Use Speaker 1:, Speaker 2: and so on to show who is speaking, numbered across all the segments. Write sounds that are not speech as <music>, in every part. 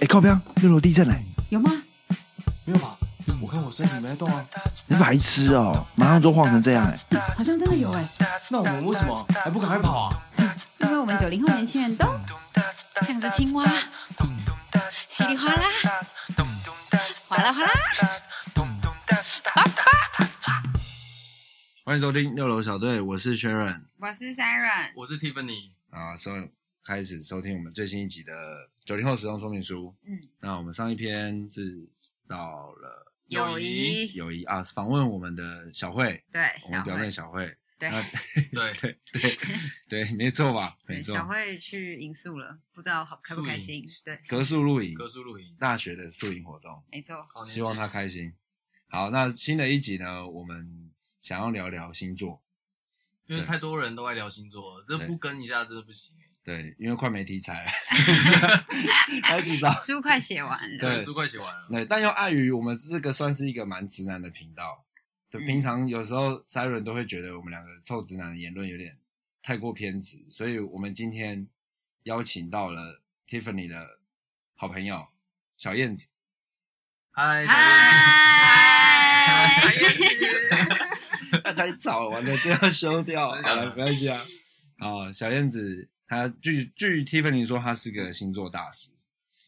Speaker 1: 哎，靠边，又楼地震嘞、
Speaker 2: 有吗？
Speaker 3: 没有吧？我看我身体没在动啊，
Speaker 1: 你白痴哦，马上就晃成这样哎、
Speaker 2: 好像真的有哎，
Speaker 3: 那我们为什么还不赶快跑啊？
Speaker 2: 因为我们九零后年轻人都像只青蛙，稀里哗啦，哗啦哗啦。
Speaker 1: 欢迎收听六楼小队，我是 Sharon
Speaker 2: 我是 Siren，
Speaker 3: 我是 Tiffany，
Speaker 1: 啊，收开始收听我们最新一集的九零后使用说明书。
Speaker 2: 嗯，
Speaker 1: 那我们上一篇是到了
Speaker 2: 友谊，
Speaker 1: 友谊啊，访问我们的小慧，
Speaker 2: 对，
Speaker 1: 我
Speaker 2: 小
Speaker 1: 们表妹
Speaker 2: 慧，
Speaker 1: 小慧，
Speaker 2: 对
Speaker 1: 那 <laughs>
Speaker 3: 对，
Speaker 1: 对对对，没错吧？没
Speaker 2: 对，
Speaker 1: 错，
Speaker 2: 小慧去引宿了，不知道好开不开心。对，
Speaker 1: 格数露营，
Speaker 3: 格数露营，
Speaker 1: 大学的宿营活动，
Speaker 2: 没错，
Speaker 3: 好年轻
Speaker 1: 希望他开心。好，那新的一集呢，我们想要聊聊星座，
Speaker 3: 因为
Speaker 1: 对
Speaker 3: 太多人都在聊星座了，这
Speaker 1: 对
Speaker 3: 不跟一下真的不行欸。
Speaker 1: 对，因为快没题
Speaker 2: <laughs>
Speaker 1: 材了， <laughs> 开始找。
Speaker 2: 书快写完了，
Speaker 1: 对
Speaker 3: 对，书快写完了，
Speaker 1: 对，但又碍于我们这个算是一个蛮直男的频道，就
Speaker 3: 嗯
Speaker 1: 平常有时候 Siren 都会觉得我们两个臭直男的言论有点太过偏执，所以我们今天邀请到了 Tiffany 的好朋友小燕子， <laughs>
Speaker 3: 嗨，
Speaker 2: 嗨，小
Speaker 3: 小
Speaker 2: 燕子，
Speaker 1: 太吵了，完了这要修掉，
Speaker 3: 真的
Speaker 1: 好了，没关系啊。好，小燕子她据据 Tiffany 说，她是个星座大师，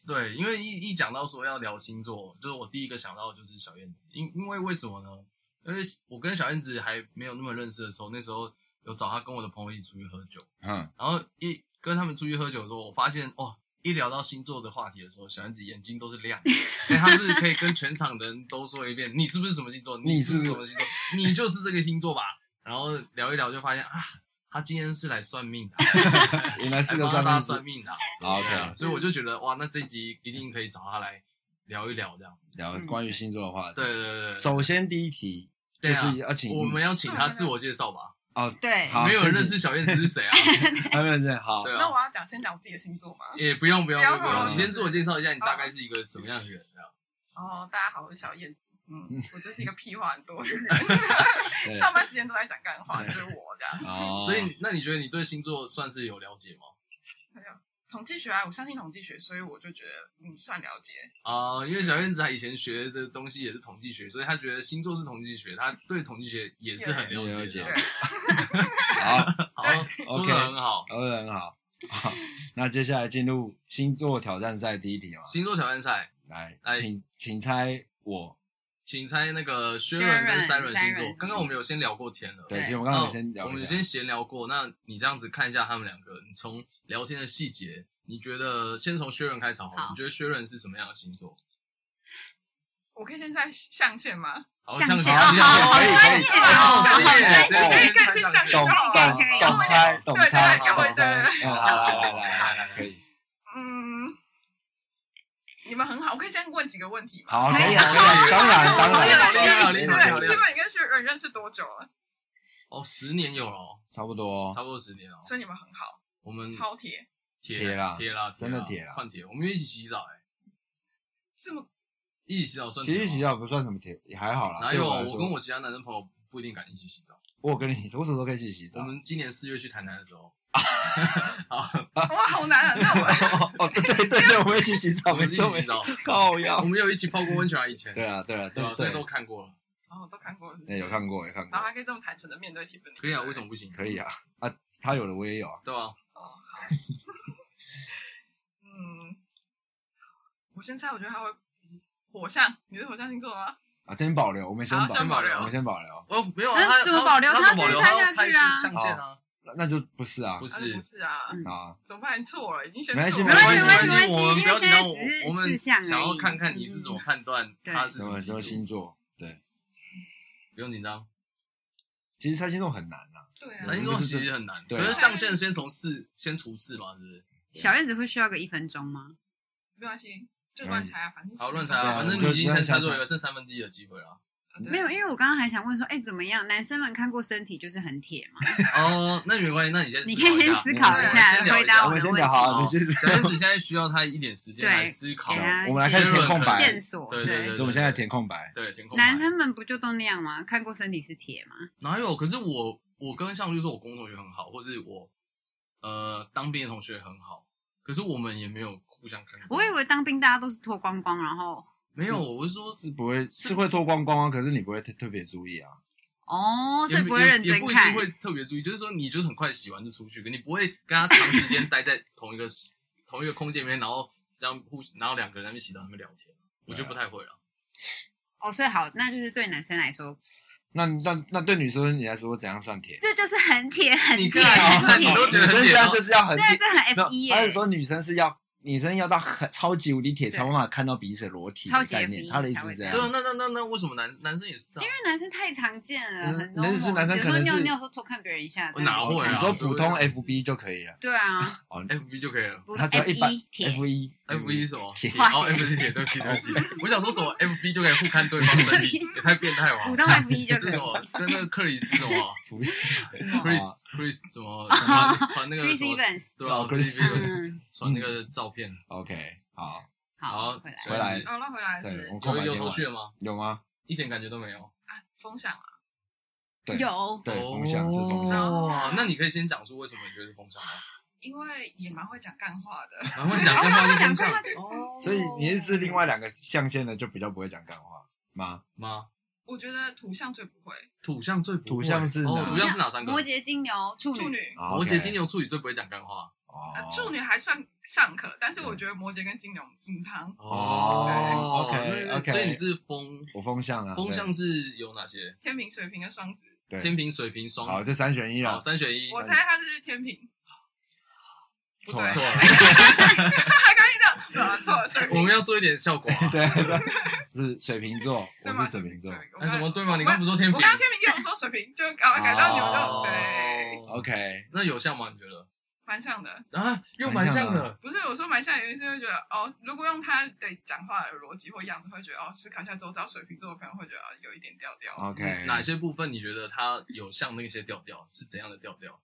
Speaker 3: 对，因为一一讲到说要聊星座，就是我第一个想到的就是小燕子，因因为为什么呢？因为我跟小燕子还没有那么认识的时候，那时候有找她跟我的朋友一起出去喝酒，
Speaker 1: 嗯，
Speaker 3: 然后一跟他们出去喝酒的时候，我发现哦，一聊到星座的话题的时候，小燕子眼睛都是亮的，因为她是可以跟全场的人都说一遍，你是不是什么星座？
Speaker 1: 你
Speaker 3: 你是不是
Speaker 1: 是
Speaker 3: 什么星座？你就是这个星座吧？然后聊一聊就发现啊，他今天是来算命的啊，
Speaker 1: 原 <laughs> 来是
Speaker 3: 来
Speaker 1: 个
Speaker 3: 哎帮大
Speaker 1: 算
Speaker 3: 家
Speaker 1: 命师。
Speaker 3: 算命的啊。
Speaker 1: 好
Speaker 3: 对啊
Speaker 1: ，OK，
Speaker 3: 所以我就觉得哇，那这集一定可以找他来聊一聊这样。
Speaker 1: 聊关于星座的话题。
Speaker 3: 对嗯对对对对，
Speaker 1: 首先第一题就
Speaker 3: 对啊
Speaker 1: 是要请
Speaker 3: 我
Speaker 1: <laughs>
Speaker 3: 们要请他自我介绍吧，
Speaker 1: 哦，
Speaker 2: 对，
Speaker 1: 好
Speaker 3: 没有人认识小燕子是谁
Speaker 1: <laughs>
Speaker 3: 啊？
Speaker 1: 还没有认好，
Speaker 4: <laughs>
Speaker 3: 对
Speaker 4: 那
Speaker 3: 啊
Speaker 4: 我，要讲先讲我自己的星座吗？
Speaker 3: <laughs> 也不用不用
Speaker 4: 不要
Speaker 3: 不用，
Speaker 1: 透露
Speaker 3: 你先
Speaker 4: 是不是
Speaker 3: 自我介绍一下，你大概是一个什么样的人这样？
Speaker 4: 哦，大家好，我是小燕子。嗯，我就是一个屁话很多的人，
Speaker 1: 对
Speaker 4: 上班时间都在讲干话，就是我这样。
Speaker 1: 哦，
Speaker 3: <laughs> 所以，那你觉得你对星座算是有了解吗？
Speaker 4: 统计学啊，我相信统计学，所以我就觉得嗯算了解。
Speaker 3: 啊、因为小燕子她以前学的东西也是统计学，所以她觉得星座是统计学，她对统计学也是很了解的
Speaker 4: 对。，
Speaker 1: 好，
Speaker 3: 好，
Speaker 4: 对
Speaker 3: <laughs> 说的很好。
Speaker 1: 聊得很
Speaker 3: <laughs>
Speaker 1: 好。好，那接下来进入星座挑战赛第一题嘛，
Speaker 3: 星座挑战赛，
Speaker 1: 来，
Speaker 3: 来
Speaker 1: 请请猜我。
Speaker 3: 请猜那个薛仁
Speaker 2: Sharon
Speaker 3: 跟 Siren 星
Speaker 2: Siren
Speaker 3: 座。刚刚我们有先聊过天了，
Speaker 1: 对，
Speaker 2: 对
Speaker 1: 其实我
Speaker 3: 那
Speaker 1: 刚刚有先聊
Speaker 3: 哦我
Speaker 1: 一
Speaker 3: 们
Speaker 1: 下
Speaker 3: 先，闲聊过。那你这样子看一下他们两个，你从聊天的细节，你觉得先从薛仁开始好了？
Speaker 2: 好
Speaker 3: 你觉得薛仁是什么样的星座？
Speaker 4: 我可以先在象限吗？
Speaker 3: 好，
Speaker 2: 象
Speaker 3: 像
Speaker 2: 限
Speaker 3: 像
Speaker 2: 哦好
Speaker 1: 可以可以
Speaker 2: 专业哦
Speaker 3: 好专业
Speaker 4: 好
Speaker 3: 对对
Speaker 4: 专业
Speaker 3: 对
Speaker 4: 可以
Speaker 3: 对
Speaker 4: 看
Speaker 3: 对
Speaker 4: 象
Speaker 1: 懂懂
Speaker 4: 限
Speaker 2: 好可以
Speaker 1: 懂猜懂猜
Speaker 4: 对
Speaker 1: 懂猜，
Speaker 4: 对对
Speaker 1: 嗯，好来来来来来，可以，
Speaker 4: 嗯，你们很好，我可以先问几个问题吗？
Speaker 1: 好，可以啊，
Speaker 3: 好
Speaker 1: 可以啊，当然当
Speaker 4: 好厉害
Speaker 1: 然，
Speaker 3: 好厉害好厉害好厉害
Speaker 4: 基本你跟学人认识多久了？
Speaker 3: 哦，十年有了哦，
Speaker 1: 差不多
Speaker 3: 差，不多十年了哦。
Speaker 4: 所以你们很好，
Speaker 3: 我们
Speaker 4: 超铁，
Speaker 3: 铁
Speaker 1: 铁啦
Speaker 3: 铁啦，
Speaker 1: 真的铁啦
Speaker 3: 换铁。我们一起洗澡哎，
Speaker 4: 这么
Speaker 3: 一起洗澡算
Speaker 1: 其
Speaker 3: 铁吗
Speaker 1: 实洗澡不算什么铁，也还好啦。
Speaker 3: 哪
Speaker 1: 对
Speaker 3: 有？
Speaker 1: 我
Speaker 3: 啊
Speaker 1: 来
Speaker 3: 我
Speaker 1: 说
Speaker 3: 跟我其他男生朋友不一定敢一起洗澡。
Speaker 1: 我有跟你，我什么时候可以一起洗澡
Speaker 3: 我？们今年四月去台南的
Speaker 1: <laughs>
Speaker 3: 时候，
Speaker 4: 哇，好难啊！那我
Speaker 1: 哦哦，对对对，我们一起洗
Speaker 3: 我
Speaker 1: 澡，没
Speaker 3: 们一起
Speaker 1: 错没
Speaker 3: 洗
Speaker 1: 错，
Speaker 3: 澡，
Speaker 1: 靠腰
Speaker 3: 我。们有一起泡过温泉啊，以前
Speaker 1: <laughs> 对啊对啊
Speaker 3: 对啊，所以
Speaker 1: 对
Speaker 3: 都，看过了。
Speaker 4: 哦都看过了，是不
Speaker 1: 对
Speaker 4: 是
Speaker 1: 有看过有看过
Speaker 4: 然后，还可以这么坦诚的面对 Tiffany，
Speaker 3: 可以啊，为什么不行？
Speaker 1: 可以啊啊，他有的我也有啊，
Speaker 3: 对吧？
Speaker 4: 嗯，我先猜，我觉得他会火象，你是火象星座吗？
Speaker 1: 啊先保留，我们先
Speaker 4: 好
Speaker 1: 保
Speaker 4: 先保留
Speaker 1: 我们先保留，
Speaker 3: 哦，没有啊，
Speaker 2: 嗯
Speaker 3: 他
Speaker 2: 怎么保留
Speaker 3: 他
Speaker 2: 他
Speaker 3: 怎么保留？
Speaker 2: 就是
Speaker 3: 他要
Speaker 2: 猜
Speaker 3: 猜
Speaker 2: 下去啊
Speaker 3: 象限啊，
Speaker 1: 那那就不是啊
Speaker 3: 不
Speaker 4: 啊那
Speaker 3: 是。
Speaker 4: 不是啊，
Speaker 2: 嗯
Speaker 1: 啊，
Speaker 4: 怎么办？错了，已经先
Speaker 1: 没关系
Speaker 4: 错
Speaker 2: 没
Speaker 4: 了。
Speaker 2: 关系，没
Speaker 3: 没
Speaker 2: 关
Speaker 3: 关
Speaker 2: 系，
Speaker 3: 系，我们
Speaker 2: 因
Speaker 3: 不
Speaker 2: 为
Speaker 3: 要
Speaker 2: 现
Speaker 3: 紧
Speaker 2: 在
Speaker 3: 张，我
Speaker 2: 只
Speaker 3: 我
Speaker 2: 是四
Speaker 3: 们
Speaker 2: 项而已。嗯
Speaker 3: 想要看看你是怎么判断
Speaker 2: 对
Speaker 3: 他是
Speaker 1: 什
Speaker 3: 什
Speaker 1: 么
Speaker 3: 么
Speaker 1: 什么星座？对，
Speaker 3: 不用紧张，
Speaker 1: 其实猜星座很难呐，
Speaker 4: 对
Speaker 3: 猜
Speaker 4: 啊，
Speaker 3: 星座其实很难，
Speaker 1: 对
Speaker 3: 可是象限先从四先除四嘛，是不是？
Speaker 2: 小燕子会需要个一分钟吗？
Speaker 4: 没关系，就乱猜啊，反正
Speaker 3: 好，乱猜
Speaker 1: 对
Speaker 3: 啊，
Speaker 1: 啊
Speaker 3: 反正你已经先猜对了，剩三分之一的机会了。
Speaker 2: 没有，因
Speaker 4: 为
Speaker 2: 为我刚刚还想问说，哎，怎么样？男生们看过身体就是很铁嘛？
Speaker 3: 哦，那没关系，那你先思
Speaker 2: 你
Speaker 3: 考
Speaker 2: 可以先思考一
Speaker 3: 我
Speaker 2: 下，
Speaker 3: 们先聊
Speaker 2: 回
Speaker 3: 一下
Speaker 2: 答
Speaker 1: 我
Speaker 2: 我
Speaker 1: 们
Speaker 2: 的
Speaker 1: 先
Speaker 2: 啊问
Speaker 1: 讲好，啊你
Speaker 2: 题，
Speaker 1: 去，
Speaker 3: 小燕子现在需要他一点时间来思考
Speaker 2: 给，他
Speaker 1: 我们来看填空白
Speaker 2: 线索。
Speaker 3: 对对
Speaker 1: 所 <laughs>
Speaker 3: 对
Speaker 1: 以我们现在填空白，
Speaker 3: 对，填空白。
Speaker 2: 男生们不就都那样吗？看过身体是铁吗？
Speaker 3: 哪有？可是我我跟像就是我工作同学很好，或是我呃当兵的同学很好，可是我们也没有互互相看过。
Speaker 2: 我以为当兵大家都是脱光光，然后
Speaker 3: 没有，我是说
Speaker 1: 是不会是会脱光光啊，可是你不会特特别注意啊。
Speaker 2: 哦，所
Speaker 3: 也
Speaker 2: 以不会认
Speaker 3: 也
Speaker 2: 真
Speaker 3: 不一定
Speaker 2: 看。
Speaker 3: 会特别注意，就是说你就是很快洗完就出去，可你不会跟他长时间待在同一个同一个空间里面，然后这样互然后两个人在那边洗澡，他们聊天，我觉得不太会啊了。
Speaker 2: 哦，所以好，那就是对男生来说，
Speaker 1: 那那那对女生你来说怎样算铁？
Speaker 2: 这就是很铁，很
Speaker 3: 你
Speaker 2: 铁，
Speaker 3: 看
Speaker 2: 很
Speaker 3: 啊
Speaker 2: 铁
Speaker 3: 你。都觉得
Speaker 1: 女生
Speaker 3: 铁
Speaker 1: 现在
Speaker 3: 哦
Speaker 1: 就是要很
Speaker 2: 对
Speaker 1: 铁
Speaker 2: 啊，，这很
Speaker 1: 没
Speaker 2: F 一
Speaker 1: 有
Speaker 2: 耶、
Speaker 1: 他是说女生是要女生要到很超级无敌铁
Speaker 2: 对
Speaker 1: 才有办法看到彼此的裸体
Speaker 2: 超
Speaker 1: 的
Speaker 2: 级
Speaker 1: 概
Speaker 2: F
Speaker 1: 念，
Speaker 2: 一
Speaker 1: 他的意
Speaker 2: 才
Speaker 1: 思
Speaker 2: 会
Speaker 1: 是
Speaker 2: 这
Speaker 1: 这
Speaker 2: 样
Speaker 1: 样
Speaker 3: 对。啊，那那那那为什么男男生也是这样？
Speaker 2: 因为男生太常见了，
Speaker 1: 嗯
Speaker 2: 很
Speaker 1: 那就是
Speaker 2: normal
Speaker 1: 男生
Speaker 2: 有
Speaker 1: 可
Speaker 2: 时候
Speaker 1: 能
Speaker 2: 尿
Speaker 1: 是
Speaker 2: 尿都偷看别人一下，
Speaker 3: 我哪
Speaker 2: 真的是
Speaker 3: 会啊
Speaker 1: 你
Speaker 2: 看
Speaker 1: 说
Speaker 3: 所以
Speaker 1: 普
Speaker 3: 我
Speaker 1: 通
Speaker 3: 就
Speaker 1: FB 就可以了，
Speaker 2: 对
Speaker 1: <laughs>
Speaker 2: 啊，
Speaker 1: 哦，
Speaker 3: F B 就可以了。
Speaker 2: 不
Speaker 1: 他只要
Speaker 2: F
Speaker 1: 一百
Speaker 2: 一铁
Speaker 1: F 一
Speaker 3: F 一是 <laughs> 什么？
Speaker 1: 铁
Speaker 2: 化
Speaker 3: 哦
Speaker 2: 学
Speaker 3: ，F 是铁，对不起，对不起。我想说什么 F B 就可以互看对方身体，也太变态了吧。
Speaker 2: 普
Speaker 1: <laughs>
Speaker 2: 通 F 一就
Speaker 3: 这
Speaker 2: 可
Speaker 3: 是什
Speaker 2: 以。哦
Speaker 3: 么？跟那个克里斯什 <laughs> 么
Speaker 1: 普遍
Speaker 3: <laughs> ？Chris Chris 什
Speaker 2: <laughs>
Speaker 3: 么传传那个
Speaker 2: Chris
Speaker 3: 什么？
Speaker 2: Evans，
Speaker 3: 对啊
Speaker 1: 哦
Speaker 3: ，Chris Evans
Speaker 2: 嗯，
Speaker 3: 传那个照片。
Speaker 1: OK，好，
Speaker 2: 好，
Speaker 3: 好
Speaker 2: 回来，
Speaker 1: 回来
Speaker 4: 哦，那回来是不
Speaker 1: 对，
Speaker 4: 是
Speaker 1: 我空
Speaker 3: 有
Speaker 1: 白
Speaker 3: 有
Speaker 1: 填
Speaker 3: 头
Speaker 1: 完
Speaker 3: 绪了吗？
Speaker 1: 有吗？
Speaker 3: 一点感觉都没有。
Speaker 4: 啊，风向啊，
Speaker 1: 对，
Speaker 2: 有
Speaker 1: 对，
Speaker 3: 哦
Speaker 1: 风向是风向，
Speaker 3: 哦，那你可以先讲出为什么你觉得是风向吗？
Speaker 4: 因为也蛮会讲干话的，
Speaker 3: <laughs> 然后讲干话是风向
Speaker 2: 哦
Speaker 4: 哦
Speaker 1: 所以你是指另外两个象限的就比较不会讲干话吗？
Speaker 3: 吗？
Speaker 4: 我觉得土象最不会，
Speaker 3: 土象最不会
Speaker 1: 土象是哪
Speaker 3: 哦，土象是哪三个
Speaker 2: 摩？羯、金牛、处
Speaker 4: 处
Speaker 2: 女，
Speaker 4: 女，
Speaker 1: 摩
Speaker 3: 摩羯、金，牛、处女最不会讲干话。
Speaker 4: 呃
Speaker 1: 哦，
Speaker 4: 处女还算尚可，但是我觉得摩羯跟金牛母汤，
Speaker 1: 哦
Speaker 3: 对
Speaker 1: OK，OK
Speaker 3: 所以你是风，
Speaker 1: 我风向啊，
Speaker 3: 风
Speaker 1: 对
Speaker 3: 向是有哪些？
Speaker 4: 天平、水瓶跟双子，
Speaker 1: 对
Speaker 3: 天平、水瓶、双
Speaker 1: 好，
Speaker 3: 子
Speaker 1: 这。三选一
Speaker 3: 好，
Speaker 1: 了，
Speaker 3: 三选一，
Speaker 4: 我猜他是天平， <laughs> 不
Speaker 1: 错了
Speaker 4: 对，
Speaker 3: 错了，
Speaker 4: 还跟你讲，对啊错了，水
Speaker 3: 我
Speaker 4: 瓶
Speaker 3: 们要做一点效果啊。 <laughs>
Speaker 1: 对，是是水瓶座，
Speaker 4: 对
Speaker 1: 我
Speaker 4: 吗？
Speaker 1: 是水瓶座
Speaker 4: 水瓶我
Speaker 3: 哎，
Speaker 4: 刚
Speaker 3: 什么对吗？你刚刚不是说天
Speaker 4: 我
Speaker 3: 平
Speaker 4: 刚？刚天平跟我说水瓶，就搞改到牛肉，
Speaker 1: 哦
Speaker 4: 对，
Speaker 1: ，OK，
Speaker 3: 那有像吗？你觉得？
Speaker 4: 蛮像的。
Speaker 3: 啊，又蛮
Speaker 1: 蛮
Speaker 3: 像
Speaker 1: 像
Speaker 3: 的。
Speaker 4: 不是我说蛮像，原因是会觉得哦，如果用他的讲话的逻辑或样子，会觉得哦，思考一下周遭水瓶座的朋友会觉得、哦、有一点调调，
Speaker 1: OK，
Speaker 3: 嗯哪些部分你觉得它有像那些调调？是怎样的调调？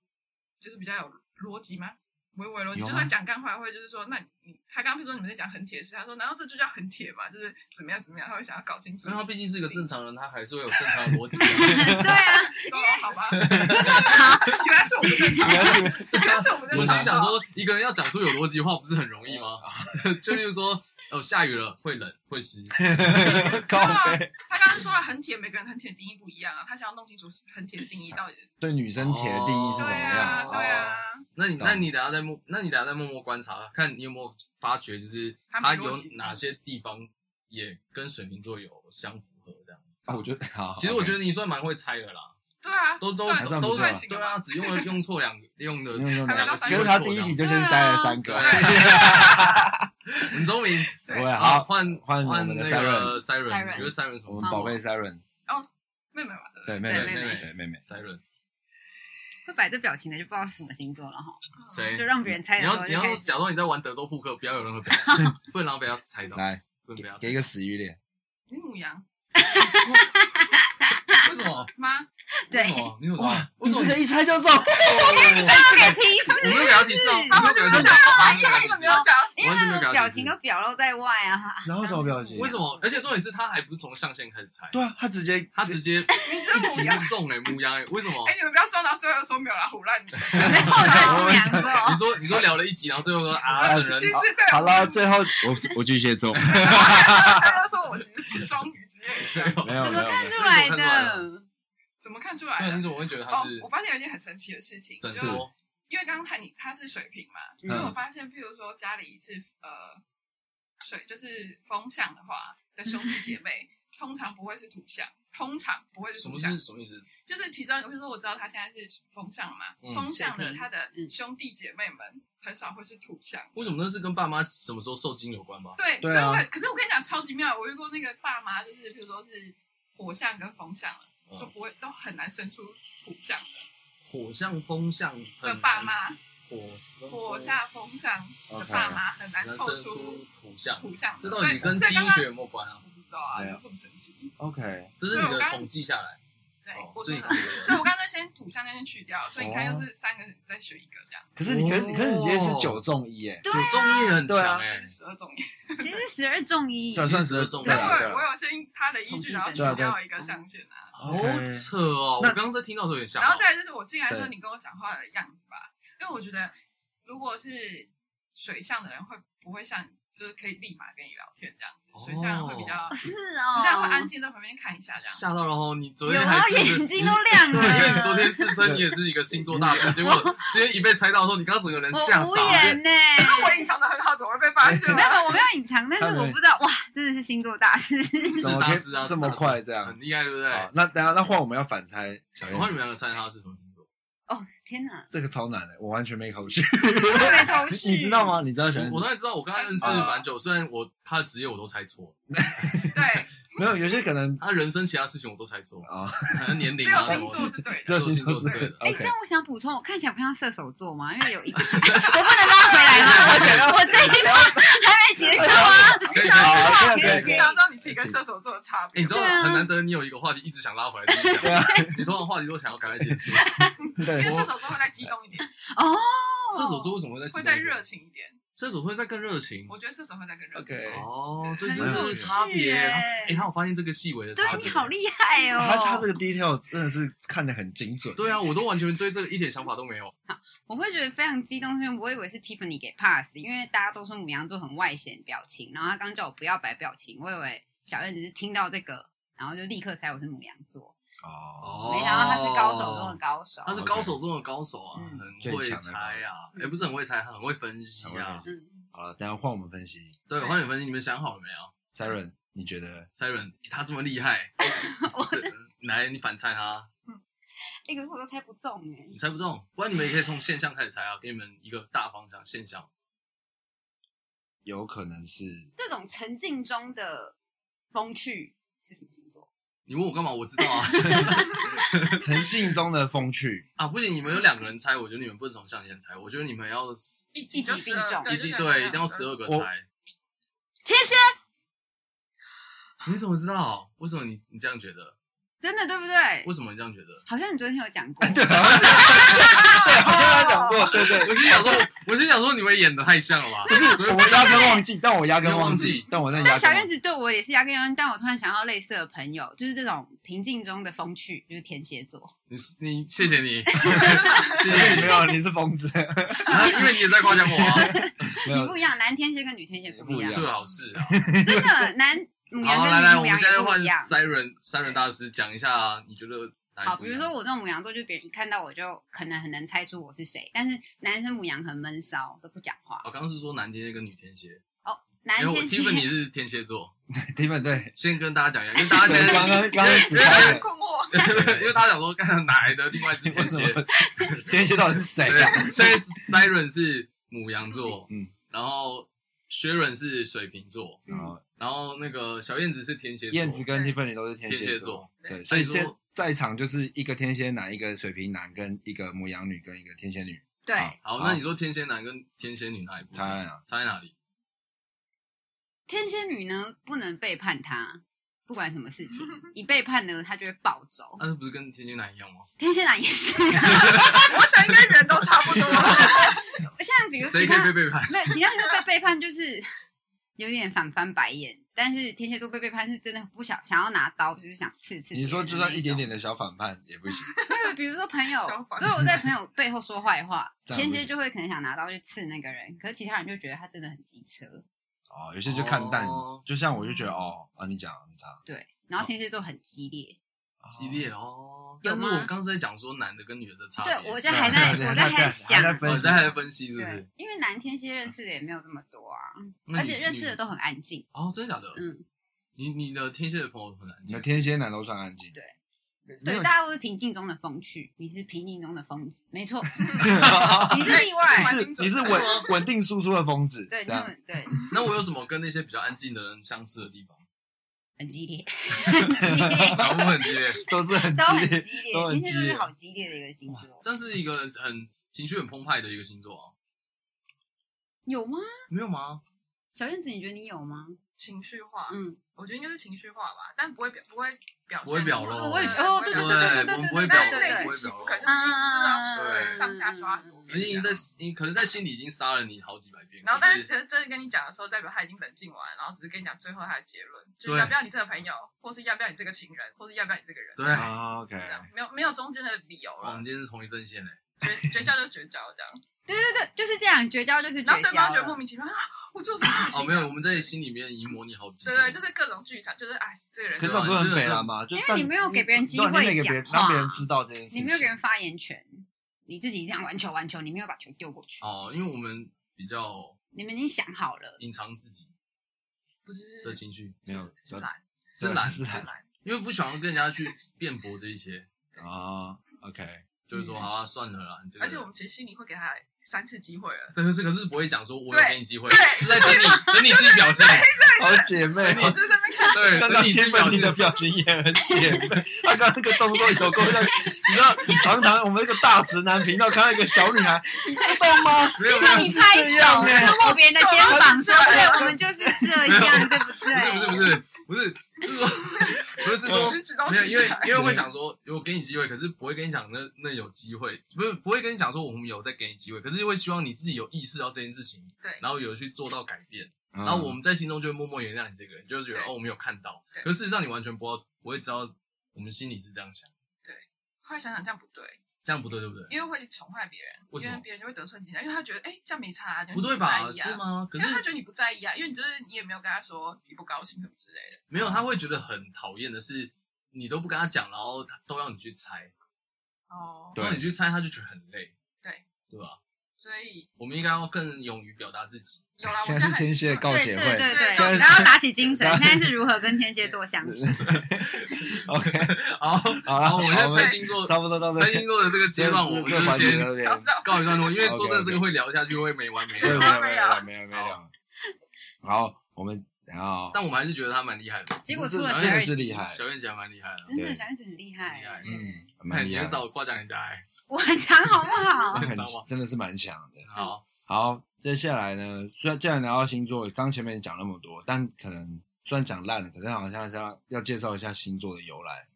Speaker 4: 就是比较有逻辑吗？维维逻辑，
Speaker 1: 有
Speaker 4: 就
Speaker 1: 啊
Speaker 4: 算讲干话，会就是说，那你他刚刚譬如说你们在讲很铁的事，他说难道这就叫很铁吗？就是怎么样怎么样，他会想要搞清楚。
Speaker 3: 因为他毕竟是一个正常人，他还是会有正常的逻
Speaker 2: <laughs>
Speaker 3: 辑
Speaker 4: <laughs>
Speaker 2: 对啊，
Speaker 4: 哦，好吧，原来是我们正常，
Speaker 1: 原来
Speaker 4: 原
Speaker 1: 是
Speaker 4: 来是我们正常。
Speaker 3: 我心想，说，一个人要讲出有逻辑的话，不是很容易吗？ <laughs> 就例如说，哦，下雨了，会冷，会湿。
Speaker 1: 靠
Speaker 4: 啊
Speaker 1: 背，
Speaker 4: 他刚刚说了很铁，每个人很铁的定义不一样啊，他想要弄清楚很铁的定义到底。
Speaker 1: 对女生铁的定义是什
Speaker 3: 哦
Speaker 4: 对
Speaker 1: 么
Speaker 4: 啊，
Speaker 1: 样？哦
Speaker 4: 对啊，
Speaker 3: 那你
Speaker 1: 懂
Speaker 3: 那你等下再默，那你等下再默默观察，看你有没有发觉，就是
Speaker 4: 他
Speaker 3: 它
Speaker 4: 们的
Speaker 3: 有
Speaker 4: 逻辑
Speaker 3: 哪些地方也跟水瓶座有相符合这样。
Speaker 1: 啊，我觉得好，
Speaker 3: 其实我觉
Speaker 1: 得
Speaker 3: 得你算蛮会猜的啦，
Speaker 4: 对啊，
Speaker 3: 都都
Speaker 4: 算
Speaker 1: 还算不
Speaker 3: 都
Speaker 1: 错
Speaker 4: 算行
Speaker 3: 对
Speaker 4: 吧
Speaker 3: 啊，只用了用错两个，用的
Speaker 1: 没有没有没
Speaker 4: 还没
Speaker 1: 有，
Speaker 4: 到
Speaker 3: 两个
Speaker 4: 三
Speaker 1: 可
Speaker 4: 个
Speaker 1: 是他第一题就先塞了三个
Speaker 3: 对，啊很聪明。
Speaker 1: 不会啊
Speaker 4: 对，
Speaker 3: 好，
Speaker 1: 好，
Speaker 3: 换
Speaker 1: 换我
Speaker 3: 换
Speaker 1: 们
Speaker 3: 那
Speaker 1: 的
Speaker 3: 个 Siren，
Speaker 2: Siren
Speaker 3: 你觉得 Siren 什
Speaker 1: 我
Speaker 3: 么
Speaker 1: 们？宝贝 Siren，
Speaker 4: 妹妹嘛，对不对
Speaker 2: 对
Speaker 1: 对妹妹
Speaker 2: 妹妹
Speaker 1: 对妹妹，
Speaker 3: Siren，
Speaker 2: 会摆这表情的就不知道是什么星座了哈，
Speaker 3: 谁
Speaker 2: 就？让别人猜
Speaker 3: 你
Speaker 2: 的时候
Speaker 3: 哎要你
Speaker 2: 就开
Speaker 3: 要
Speaker 2: 始。
Speaker 3: 假装你在玩德州扑克，不要有任何表情，不能让别人猜到，
Speaker 1: 来
Speaker 3: 不能
Speaker 1: 给
Speaker 3: 被他
Speaker 1: 给一
Speaker 3: 猜
Speaker 1: 个死鱼脸，
Speaker 4: 你母羊
Speaker 3: 到。为什么？
Speaker 4: 吗？
Speaker 2: 对
Speaker 3: 为
Speaker 2: <laughs>
Speaker 3: 什，么？你有哇？为什么
Speaker 1: 你
Speaker 3: 你？
Speaker 1: 这个一猜就中，
Speaker 2: 哎，这个提示
Speaker 3: 你没有给他提示哦，
Speaker 2: 是，
Speaker 3: 你没有给他提
Speaker 4: 发
Speaker 3: 示
Speaker 4: 现
Speaker 3: 哦，
Speaker 4: 根本没有讲，
Speaker 2: 因为
Speaker 3: 完全没
Speaker 2: 他
Speaker 3: 有
Speaker 2: 的
Speaker 3: 表
Speaker 2: 表
Speaker 3: 情
Speaker 2: 情都表露在外啊。
Speaker 1: 然后什么表情？
Speaker 3: 为什
Speaker 2: <laughs>
Speaker 3: 么？ <laughs> 而且重点是他还不是从上线开始猜，
Speaker 1: 对啊，他直接
Speaker 3: 他直接
Speaker 4: 你是
Speaker 3: 一
Speaker 4: 母
Speaker 3: 击
Speaker 4: 羊。
Speaker 3: 就中哎，母羊哎，为什么
Speaker 4: 哎，？你们不要装到最后说没有啦，胡
Speaker 3: <laughs>
Speaker 4: 乱你。
Speaker 2: 然后就是母羊
Speaker 3: 你
Speaker 2: 座，
Speaker 3: 说你说聊了一集，然后最后说啊，
Speaker 1: 啊
Speaker 3: 整
Speaker 4: 其
Speaker 3: 人
Speaker 4: 实对，
Speaker 1: 好了，最后我我巨蟹
Speaker 3: <laughs>
Speaker 1: 座，没
Speaker 4: 他就说我其实是双鱼之类的，
Speaker 1: 有没有
Speaker 2: 怎
Speaker 1: 没
Speaker 2: 么
Speaker 1: 有，
Speaker 2: 看出来
Speaker 3: 我看出来
Speaker 2: 的？
Speaker 4: 怎么看出来
Speaker 3: 对，你
Speaker 4: 的？
Speaker 3: 怎么会觉得他
Speaker 4: 哦
Speaker 3: 是，
Speaker 4: 我发现有一件很神奇的事情，
Speaker 3: 整
Speaker 4: 就
Speaker 3: 说？
Speaker 4: 因为刚刚谈你他是水瓶嘛，
Speaker 2: 嗯
Speaker 4: 所以我发现，譬如说家里是呃水就是风象的话的兄弟姐妹，通常不会是土象，通常不会是
Speaker 3: 什
Speaker 4: 土
Speaker 3: 么
Speaker 4: 象
Speaker 3: 是，什么意思？
Speaker 4: 就是其中一个，譬如说我知道他现在是风象嘛，
Speaker 3: 嗯
Speaker 4: 风象
Speaker 2: 水
Speaker 4: 的
Speaker 2: 瓶
Speaker 4: 他的
Speaker 2: 嗯
Speaker 4: 兄弟姐妹们很少会是土象。
Speaker 3: 为什么那是跟爸妈什么时候受精有关吧？
Speaker 4: 对，
Speaker 1: 对
Speaker 4: 所以
Speaker 1: 啊
Speaker 4: 我可是我跟你讲超级妙，我遇过那个爸妈，就是譬如说是火象跟风象了，
Speaker 3: 嗯
Speaker 4: 都不会都很难生出土象
Speaker 3: 火象、风象
Speaker 4: 的
Speaker 3: 很
Speaker 4: 爸妈，
Speaker 3: 火
Speaker 4: 火象风象的爸妈很难
Speaker 3: 难
Speaker 4: 凑
Speaker 3: 生
Speaker 4: 出
Speaker 3: 出土象，
Speaker 4: 土象，
Speaker 3: 这
Speaker 4: 所
Speaker 3: 到底
Speaker 4: 以
Speaker 3: 跟
Speaker 4: 所
Speaker 3: 基
Speaker 4: 以刚
Speaker 3: 因
Speaker 4: 刚
Speaker 3: 学有没有关啊？
Speaker 4: 不知道啊，
Speaker 1: 没有
Speaker 4: 这么神奇。
Speaker 1: OK，
Speaker 3: 这是你的统计下来，
Speaker 4: 对
Speaker 3: 哦，
Speaker 4: 哎我
Speaker 3: 所
Speaker 4: 真
Speaker 3: 以
Speaker 4: 的，所以我刚才先土象那先去掉，所以你看
Speaker 1: 哦
Speaker 4: 又是三个再选一个这样，
Speaker 1: 可是你可是
Speaker 3: 哦
Speaker 1: 可是你直接是九中一哎，
Speaker 3: 主中医也很
Speaker 1: 啊
Speaker 3: 强
Speaker 4: 所以
Speaker 3: 哎
Speaker 4: 是，十二种。
Speaker 2: 其实十二中一，
Speaker 1: 对
Speaker 3: 其
Speaker 1: 算
Speaker 3: 实
Speaker 1: 十
Speaker 3: 中
Speaker 1: 中
Speaker 3: 对
Speaker 4: 但
Speaker 3: 啊
Speaker 4: 我
Speaker 1: 对
Speaker 4: 有我
Speaker 1: 啊，
Speaker 4: 有先他的依据，然后取掉一个象限啊，
Speaker 3: 好
Speaker 1: OK
Speaker 3: 扯哦！我
Speaker 1: 那
Speaker 3: 刚刚在听到的时候有点吓
Speaker 4: 然后
Speaker 3: 到，
Speaker 4: 再来就是我进来之后
Speaker 1: 对
Speaker 4: 你跟我讲话的样子吧，因为我觉得如果是水象的人会不会像就是可以立马跟你聊天这样子，水象人会比较，水
Speaker 2: 是哦，
Speaker 4: 象会安静在旁边看一下这样。
Speaker 3: 吓到，然后你昨
Speaker 2: 有
Speaker 3: 天还
Speaker 2: 啊，
Speaker 3: 自
Speaker 2: 眼
Speaker 3: 称
Speaker 2: 睛都亮
Speaker 3: 对，因
Speaker 4: 啊
Speaker 3: 为你昨
Speaker 2: 了。
Speaker 3: 天自称你也是一个星座大师，结果今天一被猜到的时候，你刚刚整个人吓
Speaker 2: 我无
Speaker 3: 傻了。 <laughs>
Speaker 2: 言呢、
Speaker 4: 那我隐藏的很好，怎么会被发 <laughs> 现
Speaker 2: <laughs> 没有没
Speaker 4: 了？
Speaker 2: 有，我没有隐藏，但
Speaker 1: 啊
Speaker 2: 是我不知道，哇，真的是星座大
Speaker 1: <laughs>
Speaker 2: 师。
Speaker 1: 怎
Speaker 3: 是
Speaker 1: 么
Speaker 3: 大
Speaker 1: 可
Speaker 3: 师啊，
Speaker 1: 以这么
Speaker 3: 是大师
Speaker 1: 快这样
Speaker 3: 很厉害，对不对？
Speaker 1: 好，那等一下那换我们要反猜小
Speaker 3: 然后
Speaker 1: 燕，
Speaker 3: 你们两个猜他是什么星座？
Speaker 2: 哦，天哪，
Speaker 1: 这个超难的，我完全没头绪。
Speaker 2: 我也没头绪。
Speaker 1: 你知道？吗？你知道小燕
Speaker 3: 我我当然知道，我跟他认识蛮久，虽然我他的职业我都猜错，
Speaker 4: 对，
Speaker 1: 没有？有些可能
Speaker 3: 他人生其他事情我都猜错，
Speaker 1: 啊，
Speaker 3: 他年
Speaker 2: <laughs>
Speaker 3: 龄
Speaker 4: 只
Speaker 3: 啊
Speaker 4: 有
Speaker 3: 什么
Speaker 4: 星
Speaker 3: 的
Speaker 4: 座是对
Speaker 1: 这个
Speaker 4: 的。
Speaker 1: 星座是
Speaker 3: 这个星座是对的
Speaker 2: 哎、
Speaker 1: OK
Speaker 2: 但。我想补充，我看起来不像射手座吗？因为有一，我不能拉回来
Speaker 3: <laughs>
Speaker 2: 吗？我这一趴还没结束啊！
Speaker 3: 可以可
Speaker 2: 想
Speaker 3: 以可以
Speaker 1: 好，
Speaker 2: 你
Speaker 1: 对
Speaker 4: 你
Speaker 1: 对
Speaker 3: 啊
Speaker 4: 想要知道你自己跟射手座的差
Speaker 3: 哎，
Speaker 4: 别
Speaker 3: 你知道
Speaker 2: 对啊
Speaker 3: 吗很难得你有一个话题一直想拉回来自己
Speaker 1: 对
Speaker 3: 讲，
Speaker 1: 啊，
Speaker 3: 你通常话题都想要赶快
Speaker 2: <laughs>
Speaker 3: 结束。
Speaker 4: 因
Speaker 3: 啊
Speaker 1: 对
Speaker 4: 为射手座会再激动一点，
Speaker 2: 哦，
Speaker 3: 射手座为什么会在
Speaker 4: 会再热？情一点。
Speaker 3: 射手会再更热情
Speaker 4: 我。觉得射手会再更热情。
Speaker 1: ，OK。
Speaker 3: 哦，所以
Speaker 1: 很
Speaker 3: 这就
Speaker 1: 有趣
Speaker 3: 是差别。
Speaker 2: 耶
Speaker 3: 哎，他有发现这个细微的差
Speaker 2: 对啊
Speaker 3: 别。
Speaker 2: 你好厉害哦！
Speaker 1: 他他这个 detail 真的是看得很精准。
Speaker 3: 对啊，我都完全对这个一点想法都没有。
Speaker 2: 我会觉得非常激动，是因为我以为是 Tiffany 给 pass，因为大家都说母羊座很外显表情，然后他刚叫我不要摆表情，我以为小燕只是听到这个，然后就立刻猜我是母羊座，
Speaker 1: 哦，
Speaker 3: 哦
Speaker 2: 没想到他是高手中的高手。
Speaker 3: 他是高手中的高手啊，
Speaker 2: 嗯
Speaker 3: 很
Speaker 1: 最
Speaker 3: 会
Speaker 1: 强的
Speaker 3: 猜啊，
Speaker 2: 嗯
Speaker 3: 也不是很会猜，很会分析
Speaker 1: 很会分
Speaker 3: 啊
Speaker 1: 析。
Speaker 2: 嗯，
Speaker 1: 好了，等一下换我们分析。
Speaker 3: 对，我帮你分析，你们想好了没有
Speaker 1: Siren，你觉得？
Speaker 3: ？Siren 欸他这么厉害，
Speaker 2: 我
Speaker 3: 对来你反猜他，
Speaker 2: 一个我都猜不中哎、
Speaker 3: 你猜不中，不然你们也可以从现象开始猜啊，给你们一个大方向现象。
Speaker 1: 有可能是
Speaker 2: 这种沉浸中的风趣是什么星座？
Speaker 3: 你问我干嘛？我知道啊。
Speaker 1: 沉浸中的风趣，
Speaker 3: 啊，不行，你们有两个人猜，我觉得你们不能从象限猜，我觉得你们要一
Speaker 4: 一集就
Speaker 2: 一集
Speaker 4: 十二
Speaker 2: 必中
Speaker 4: 对，就
Speaker 3: 定
Speaker 4: 是
Speaker 3: 对，一定要十二个
Speaker 1: 我
Speaker 3: 猜。
Speaker 2: 天蝎，
Speaker 3: 你怎么知道？为什么你你这样觉得？
Speaker 2: 真的对不对？
Speaker 3: 为什么你这样觉得？
Speaker 2: 好像你昨天有讲
Speaker 3: 哎
Speaker 2: 过，
Speaker 1: 对，好像他讲过，对对，
Speaker 3: 我就想说，我就想说你们演的太像了吧？
Speaker 1: 不是我压根忘记，但我压根
Speaker 3: <laughs>
Speaker 1: 忘
Speaker 3: 你忘
Speaker 1: 记
Speaker 3: 记，
Speaker 1: 但我那压
Speaker 2: 但
Speaker 1: 根
Speaker 2: 小
Speaker 1: 忘
Speaker 2: 燕
Speaker 1: 记
Speaker 2: 子对我也是压根压根，但我突然想到类似的朋友，就是这种平静中的风趣，就是天蝎座。
Speaker 3: 你你谢谢你，谢谢
Speaker 1: 没
Speaker 3: <laughs> 你，
Speaker 1: 有，你是疯子，
Speaker 3: 啊因为你也在夸奖我啊，
Speaker 1: 没
Speaker 2: 你
Speaker 1: 有
Speaker 2: 不一样，男天蝎跟女天蝎不一样
Speaker 1: 不，
Speaker 3: 最好是啊。
Speaker 2: 真
Speaker 3: <laughs>
Speaker 2: 的男母羊
Speaker 3: 好，来
Speaker 2: 跟女
Speaker 3: 来，我
Speaker 2: 母
Speaker 3: 们
Speaker 2: 羊
Speaker 3: 现在
Speaker 2: 也不
Speaker 3: 换
Speaker 2: 一样。
Speaker 3: Siren Siren 大师讲一下，啊你觉得哪
Speaker 2: 好，
Speaker 3: 里不
Speaker 2: 比
Speaker 3: 一
Speaker 2: 如
Speaker 3: 样？
Speaker 2: 说我这种母羊座，就别人一看到我就可能很能猜出我是谁，但是男生母羊很闷骚，都不讲话。
Speaker 3: 我刚刚是说男天蝎跟女天蝎，
Speaker 2: 男
Speaker 3: 因为我
Speaker 2: 天
Speaker 3: Tiffany
Speaker 2: <laughs> 蝎，
Speaker 3: 是天蝎座，
Speaker 1: 提本对，
Speaker 3: 先跟大家讲一下，因为大家现
Speaker 1: 对， <laughs> 刚
Speaker 3: 在。
Speaker 1: 刚刚刚只
Speaker 4: 我
Speaker 1: 猜
Speaker 3: <laughs>
Speaker 4: 很
Speaker 1: 了，
Speaker 4: 困惑。
Speaker 3: 因为大家想说，看哪来的另外一只
Speaker 1: <laughs> 为
Speaker 3: 天
Speaker 1: 什
Speaker 3: 蝎？
Speaker 1: 么天蝎到底是谁啊？
Speaker 3: 对，所以 Siren 是母羊座，
Speaker 1: 嗯
Speaker 3: 然后 Sharon 是水瓶座，
Speaker 1: 然后
Speaker 3: 然后那个小燕子是天蝎
Speaker 1: 哦
Speaker 3: 座，
Speaker 1: 燕子跟
Speaker 4: 对
Speaker 1: Tiffany 都是天
Speaker 3: 天蝎
Speaker 1: 座
Speaker 3: 座，
Speaker 1: 对，
Speaker 4: 对
Speaker 1: 所以
Speaker 3: 所以
Speaker 1: 现
Speaker 3: 说
Speaker 1: 在场就是一个天蝎男，一个水瓶男，跟一个母羊女，跟一个天蝎女。
Speaker 2: 对，
Speaker 3: 好，那你说天蝎男跟天蝎女哪一部？
Speaker 1: 猜啊，
Speaker 3: 猜哪里？
Speaker 2: 天蝎女呢不能背叛他，不管什么事情，一背叛呢他就会暴走。
Speaker 3: 那不是跟天蝎男一样吗？
Speaker 2: 天蝎男也
Speaker 3: <laughs>
Speaker 2: 是，
Speaker 4: 我想应该人都差不多。
Speaker 2: 像比如
Speaker 3: 谁
Speaker 2: 其
Speaker 3: 可以
Speaker 2: 他
Speaker 3: 被背叛？
Speaker 2: <laughs> 没有，其他人被背叛就是有点反翻白眼，但是天蝎座被背叛是真的不想想要拿刀，就是想刺刺别
Speaker 1: 你
Speaker 2: 人的那
Speaker 1: 说
Speaker 2: 种。
Speaker 1: 就算一点点的小反叛也不行，
Speaker 2: 对，比如说朋友，
Speaker 4: <laughs> 相反
Speaker 2: 如果我在朋友背后说坏话，
Speaker 1: <laughs> 这样不
Speaker 2: 天
Speaker 1: 行
Speaker 2: 蝎就会可能想拿刀去刺那个人，可是其他人就觉得他真的很机车，
Speaker 1: 哦，有些就看淡
Speaker 3: 哦，
Speaker 1: 就像我就觉得哦啊，你讲你讲，
Speaker 2: 对，然
Speaker 1: 哦
Speaker 2: 后天蝎座很激烈。
Speaker 3: 激烈哦。
Speaker 2: 有
Speaker 3: 但是
Speaker 2: 吗
Speaker 3: 我刚刚是在讲说男的跟女的的差别。
Speaker 2: 对，我现
Speaker 3: 在
Speaker 2: 在还
Speaker 1: <laughs>
Speaker 2: 在，我在还在想，
Speaker 1: 还在分析
Speaker 3: 我现哦在还在分析，是不
Speaker 2: 对
Speaker 3: 是？，
Speaker 2: 因为男天蝎认识的也没有这么多啊，
Speaker 3: 那
Speaker 2: 而
Speaker 3: 你
Speaker 2: 且认识的
Speaker 3: 你
Speaker 2: 都很安静，
Speaker 3: 哦，真的假
Speaker 1: 呃
Speaker 3: 的？
Speaker 2: 嗯，
Speaker 3: 你你的天蝎的朋友很难
Speaker 1: 你的
Speaker 3: 讲。
Speaker 1: 天蝎男都算安静，
Speaker 2: 对
Speaker 1: 没
Speaker 2: 对，
Speaker 1: 有，
Speaker 2: 大家都是平静中的风趣，你是平静中的疯子，没
Speaker 1: <laughs>
Speaker 2: 错，
Speaker 1: 你
Speaker 2: 你是例外，
Speaker 4: 蛮
Speaker 1: 是
Speaker 4: 精准
Speaker 1: 你是
Speaker 4: 的
Speaker 1: 稳稳定输出的疯子，
Speaker 2: 对，
Speaker 1: <laughs> 这
Speaker 2: 你
Speaker 1: 样
Speaker 2: 们对，
Speaker 3: 那我有什么跟那些比较安静的人相似的地方？
Speaker 2: 很激烈， <laughs> 很激
Speaker 3: <laughs>
Speaker 2: 烈，
Speaker 3: 大部分很激烈。
Speaker 1: 都是很
Speaker 2: 都
Speaker 1: 激
Speaker 2: 很
Speaker 1: 烈，
Speaker 2: 激烈
Speaker 1: 都，很
Speaker 2: 天
Speaker 1: 激
Speaker 2: 蝎
Speaker 1: 烈
Speaker 2: 座是好激烈的一个星座，
Speaker 3: 这是一个很情绪很澎湃的一个星座啊，
Speaker 2: 有吗？
Speaker 3: 没有吗？
Speaker 2: 小燕子，你觉得你有吗？
Speaker 4: <laughs> 情绪化，
Speaker 2: 嗯，
Speaker 4: 我觉得应该是情绪化吧，但不会表不会表现，
Speaker 3: 不会表露
Speaker 4: 对
Speaker 2: 我也觉得，
Speaker 4: 不
Speaker 2: 哦，
Speaker 4: 会
Speaker 2: 对
Speaker 4: 表
Speaker 2: 对
Speaker 4: 露
Speaker 2: 对对对对对
Speaker 3: 我们不
Speaker 2: 对
Speaker 3: 会
Speaker 4: 但
Speaker 3: 表
Speaker 4: 是
Speaker 2: 对
Speaker 3: 露
Speaker 4: 内
Speaker 2: 对
Speaker 4: 心
Speaker 2: 对，
Speaker 4: 起伏可能就是
Speaker 2: 嗯
Speaker 4: 真的要上下刷很多遍
Speaker 3: 你已
Speaker 4: 这
Speaker 3: 经
Speaker 4: 样。
Speaker 3: 在，你可能在心里已经杀了你好几百遍。
Speaker 4: 然后，但是
Speaker 3: 可
Speaker 4: 其实真的跟你讲的时候，代表他已经冷静完，然后只是跟你讲最后他的结论，就是要不要你这个朋友，或是要不要你这个情人，或是要不要你这个人，
Speaker 3: 对，哦
Speaker 1: 啊，OK，
Speaker 4: 这样没有没有中间的理由
Speaker 3: 我
Speaker 4: 了
Speaker 3: 们，今天是同一阵线嘞。
Speaker 4: 绝绝交就绝交这样。
Speaker 2: 对对对，就是这样，绝交就是绝
Speaker 4: 然后对
Speaker 2: 交
Speaker 4: 方觉得莫
Speaker 2: 了。
Speaker 4: 名其妙啊，我做
Speaker 3: <laughs>
Speaker 4: 什么事情、
Speaker 3: 哦，没有，我。们这里心里面已经模拟好几
Speaker 4: 对
Speaker 3: 遍
Speaker 4: 对，就是各种剧场，就是哎，这个人
Speaker 1: 可
Speaker 4: 就是
Speaker 3: 对
Speaker 1: 这
Speaker 3: 啊
Speaker 1: 不是
Speaker 3: 这
Speaker 1: 很
Speaker 3: 个
Speaker 1: 北
Speaker 3: 这
Speaker 1: 蓝吗？就
Speaker 2: 因为
Speaker 1: 但
Speaker 2: 你没有给别人机
Speaker 1: 对你没
Speaker 2: 会
Speaker 1: 给别人
Speaker 2: 讲话
Speaker 1: 让别人知道这件事情，
Speaker 2: 你没有给人发言权，你自己这样玩球玩球，你没有把球丢过去，
Speaker 3: 哦，因为我们比较
Speaker 2: 你们已经想好了。
Speaker 3: 隐藏自己
Speaker 4: 不是
Speaker 3: 的情绪，
Speaker 1: 没有
Speaker 4: 是懒，
Speaker 3: 是懒，
Speaker 1: 是
Speaker 4: 就
Speaker 1: 懒
Speaker 4: 啊懒，
Speaker 3: 因为不想跟人家去辩驳这一些，
Speaker 1: 啊，OK，
Speaker 2: <laughs>
Speaker 3: 就是说好啊，算了啦，你这个
Speaker 4: 嗯而且
Speaker 3: 人
Speaker 4: 我们其实心里会给他三次机会了。 <laughs>
Speaker 3: 但是这个是不会讲说我有
Speaker 4: 对
Speaker 3: 给你机会，
Speaker 4: 对
Speaker 3: 是在等
Speaker 4: <laughs>
Speaker 3: 你等你自己表现，
Speaker 1: 好姐妹哦
Speaker 4: 我就在那边看，
Speaker 3: 对，
Speaker 1: 刚刚
Speaker 3: 等你自己表
Speaker 1: Tiffany 的
Speaker 3: 现。
Speaker 1: 表情也很姐妹，她刚刚那个动作有够像，你知道，常常我们这个大直男频道看到一个小女孩，你知道吗？
Speaker 3: 没有没
Speaker 2: 叫
Speaker 3: 有
Speaker 2: 你拍
Speaker 1: 哦这
Speaker 2: 手，
Speaker 1: 样欸
Speaker 2: 然后摸别人的肩膀说：“
Speaker 4: 手
Speaker 2: 对，我们就是这样，对不
Speaker 3: 不
Speaker 2: 对
Speaker 3: 是不是不是不是，就是说不是是
Speaker 4: <laughs>
Speaker 3: 说
Speaker 4: 我食指都
Speaker 3: 没有，
Speaker 4: 举
Speaker 3: 因
Speaker 4: 起
Speaker 3: 为
Speaker 4: 来。
Speaker 3: 因为会想说有给你机会，可是不会跟你讲那那有机会，不是不会跟你讲说我们有在给你机会，可是会希望你自己有意识到这件事情，
Speaker 4: 对
Speaker 3: 然后有去做到改变，
Speaker 1: 然
Speaker 3: 然后我们在心中就会默默原谅你这个人，就是觉得
Speaker 4: 对
Speaker 3: 哦我们有看到，
Speaker 4: 对
Speaker 3: 可是事实上你完全不知道，不会知道我们心里是这样想，
Speaker 4: 后来想想这样不对，
Speaker 3: 这样不对对不对？
Speaker 4: 因为会宠坏别人，
Speaker 3: 为什
Speaker 4: 因为
Speaker 3: 么
Speaker 4: 别人就会得寸进尺，因为他觉得哎这样没差啊，就是
Speaker 3: 不
Speaker 4: 你
Speaker 3: 对
Speaker 4: 在
Speaker 3: 吧？
Speaker 4: 意啊
Speaker 3: 是？吗？可
Speaker 4: 因
Speaker 3: 是
Speaker 4: 为他觉得你不在意啊，因为你就是你也没有跟他说你不高兴什么之类的。
Speaker 3: 没有，他会觉得很讨厌的是，你都不跟他讲，然后他都要你去猜，
Speaker 4: 哦，
Speaker 1: 对
Speaker 3: 然后你去猜他就觉得很累，
Speaker 4: 对
Speaker 3: 对吧？
Speaker 4: 所以
Speaker 3: 我们应该要更勇于表达自己。 <laughs>
Speaker 4: 有啦，我
Speaker 1: 现在
Speaker 4: 在
Speaker 1: 是
Speaker 4: 很
Speaker 1: 天蝎告
Speaker 2: 对
Speaker 1: 解
Speaker 2: 对对
Speaker 1: 会
Speaker 2: 对
Speaker 4: 现在
Speaker 2: 对，
Speaker 4: 是
Speaker 2: 然后打起精神，现在是如何跟天蝎座相处？
Speaker 1: ，OK，
Speaker 3: 好，
Speaker 1: 好
Speaker 3: 然
Speaker 1: 了，
Speaker 3: 后我们
Speaker 1: 好
Speaker 3: 现在
Speaker 1: 我
Speaker 3: 猜
Speaker 1: 们
Speaker 3: 星座，
Speaker 1: 差不多到这
Speaker 3: 猜
Speaker 1: 里，
Speaker 3: 星座的这 <laughs> 个阶段，我们就
Speaker 1: 这环节
Speaker 3: 先
Speaker 1: 到这边
Speaker 4: 老师老师
Speaker 3: 告一段落，因为
Speaker 1: OK，OK
Speaker 3: 说真的，这个会聊下去会没完没
Speaker 1: 没有 <laughs>
Speaker 3: 了。
Speaker 1: 没有没有没有，好，我们然后
Speaker 3: 但我们还是觉得他蛮厉害的，
Speaker 2: 结果出了
Speaker 1: 这
Speaker 2: 十
Speaker 1: 真
Speaker 2: 二
Speaker 1: 的是
Speaker 2: 集，
Speaker 1: 厉害，
Speaker 3: 小燕姐还蛮厉害的，
Speaker 2: 真的
Speaker 1: 对
Speaker 2: 小燕子很厉害
Speaker 3: 厉害，
Speaker 1: 嗯，蛮
Speaker 3: 很
Speaker 1: 厉害
Speaker 3: 很，少夸奖人家哎。
Speaker 2: 我很强好不好？
Speaker 1: 很
Speaker 3: 很少
Speaker 1: 真的是蛮强的。
Speaker 3: 好，
Speaker 1: 好，接下来呢，虽然既然聊到星座，刚前面讲那么多，但可能虽然讲烂了，可是好像是要要介绍一下星座的由来。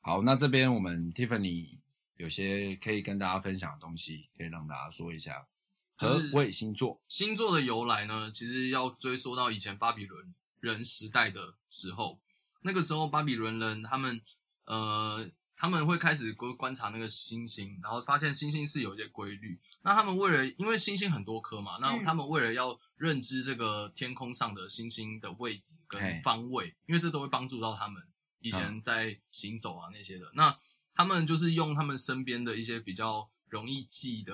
Speaker 1: 好，那这边我们 Tiffany 有些可以跟大家分享的东西，可以让大家说一下
Speaker 3: 就
Speaker 1: 何
Speaker 3: 是
Speaker 1: 谓星座。
Speaker 3: 星座的由来呢，其实要追溯到以前巴比伦人时代的时候，那个时候巴比伦人他们呃他们会开始观观察那个星星，然后发现星星是有一些规律。那他们为了因为星星很多颗嘛，那
Speaker 2: 嗯
Speaker 3: 他们为了要认知这个天空上的星星的位置
Speaker 1: 嘿
Speaker 3: 跟方位，因为这都会帮助到他们以前
Speaker 1: 嗯
Speaker 3: 在行走啊那些的。那他们就是用他们身边的一些比较容易记的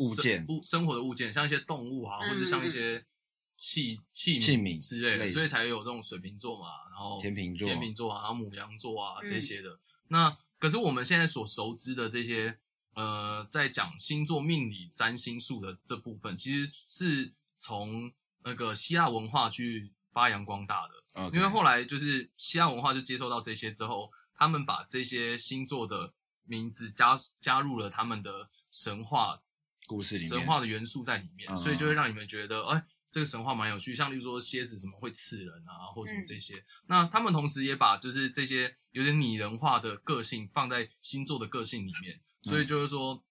Speaker 1: 物
Speaker 3: 生
Speaker 1: 件
Speaker 3: 物生活的物件，像一些动物啊，
Speaker 2: 嗯
Speaker 3: 或者像一些器器
Speaker 1: 器皿
Speaker 3: 之类
Speaker 1: 类
Speaker 3: 的，
Speaker 1: 似
Speaker 3: 所以才有这种水瓶座嘛，然后
Speaker 1: 天秤座
Speaker 3: 天秤座啊，然后母羊座啊
Speaker 2: 嗯
Speaker 3: 这些的。那可是我们现在所熟知的这些，呃，在讲星座命理、占星术的这部分，其实是从那个希腊文化去发扬光大的。
Speaker 1: OK，
Speaker 3: 因为后来就是希腊文化就接受到这些之后，他们把这些星座的名字加加入了他们的神话
Speaker 1: 故事里面
Speaker 3: 神话的元素在里面，
Speaker 1: 嗯
Speaker 3: 所以就会让你们觉得，哎、这个神话蛮有趣。像例如说蝎子什么会刺人啊，或什么这些。那他们同时也把就是这些有点拟人化的个性放在星座的个性里面，所以
Speaker 1: 嗯
Speaker 3: 就是说。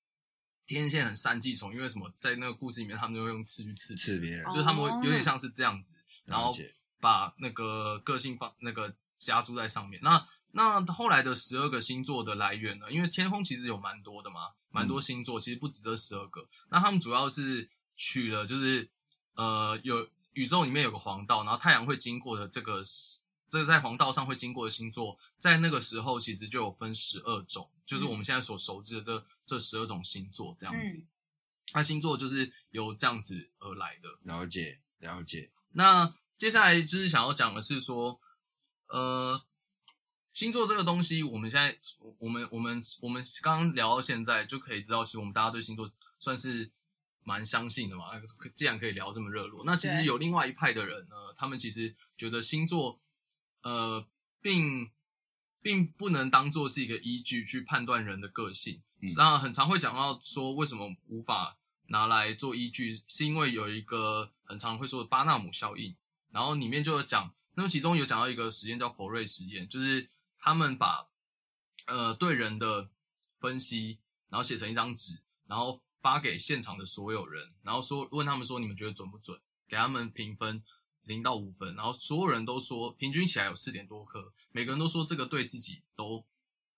Speaker 3: 天蝎很三季虫，因为什么？在那个故事里面，他们就会用刺去刺别人
Speaker 1: 是别人
Speaker 2: 哦
Speaker 3: 就是他们会有点像是这样子，然
Speaker 1: 了
Speaker 3: 后
Speaker 1: 解
Speaker 3: 把那个个性放那个加注在上面。那那后来的十二个星座的来源呢？因为天空其实有蛮多的嘛，
Speaker 1: 嗯
Speaker 3: 蛮多星座，其实不止这十二个。那他们主要是取了就是呃有宇宙里面有个黄道，然后太阳会经过的这个这个在黄道上会经过的星座，在那个时候其实就有分十二种，就是我们现在所熟知的这这十二种星座这样子。
Speaker 2: 嗯
Speaker 3: 那星座就是由这样子而来的。
Speaker 1: 了解了解，
Speaker 3: 那接下来就是想要讲的是说，呃，星座这个东西，我们现在我们我们我们刚刚聊到现在，就可以知道，其实我们大家对星座算是蛮相信的嘛。既然可以聊这么热络，那其实
Speaker 2: 对
Speaker 3: 有另外一派的人呢，他们其实觉得星座，呃，并并不能当做是一个依据去判断人的个
Speaker 1: 嗯
Speaker 3: 性。那很常会讲到说，为什么无法拿来做依据，是因为有一个很常会说的巴纳姆效应。然后里面就有讲，那么其中有讲到一个实验叫佛瑞实验，就是他们把呃对人的分析，然后写成一张纸，然后发给现场的所有人，然后说问他们说你们觉得准不准，给他们评分零到五分，然后所有人都说平均起来有四点多颗，每个人都说这个对自己都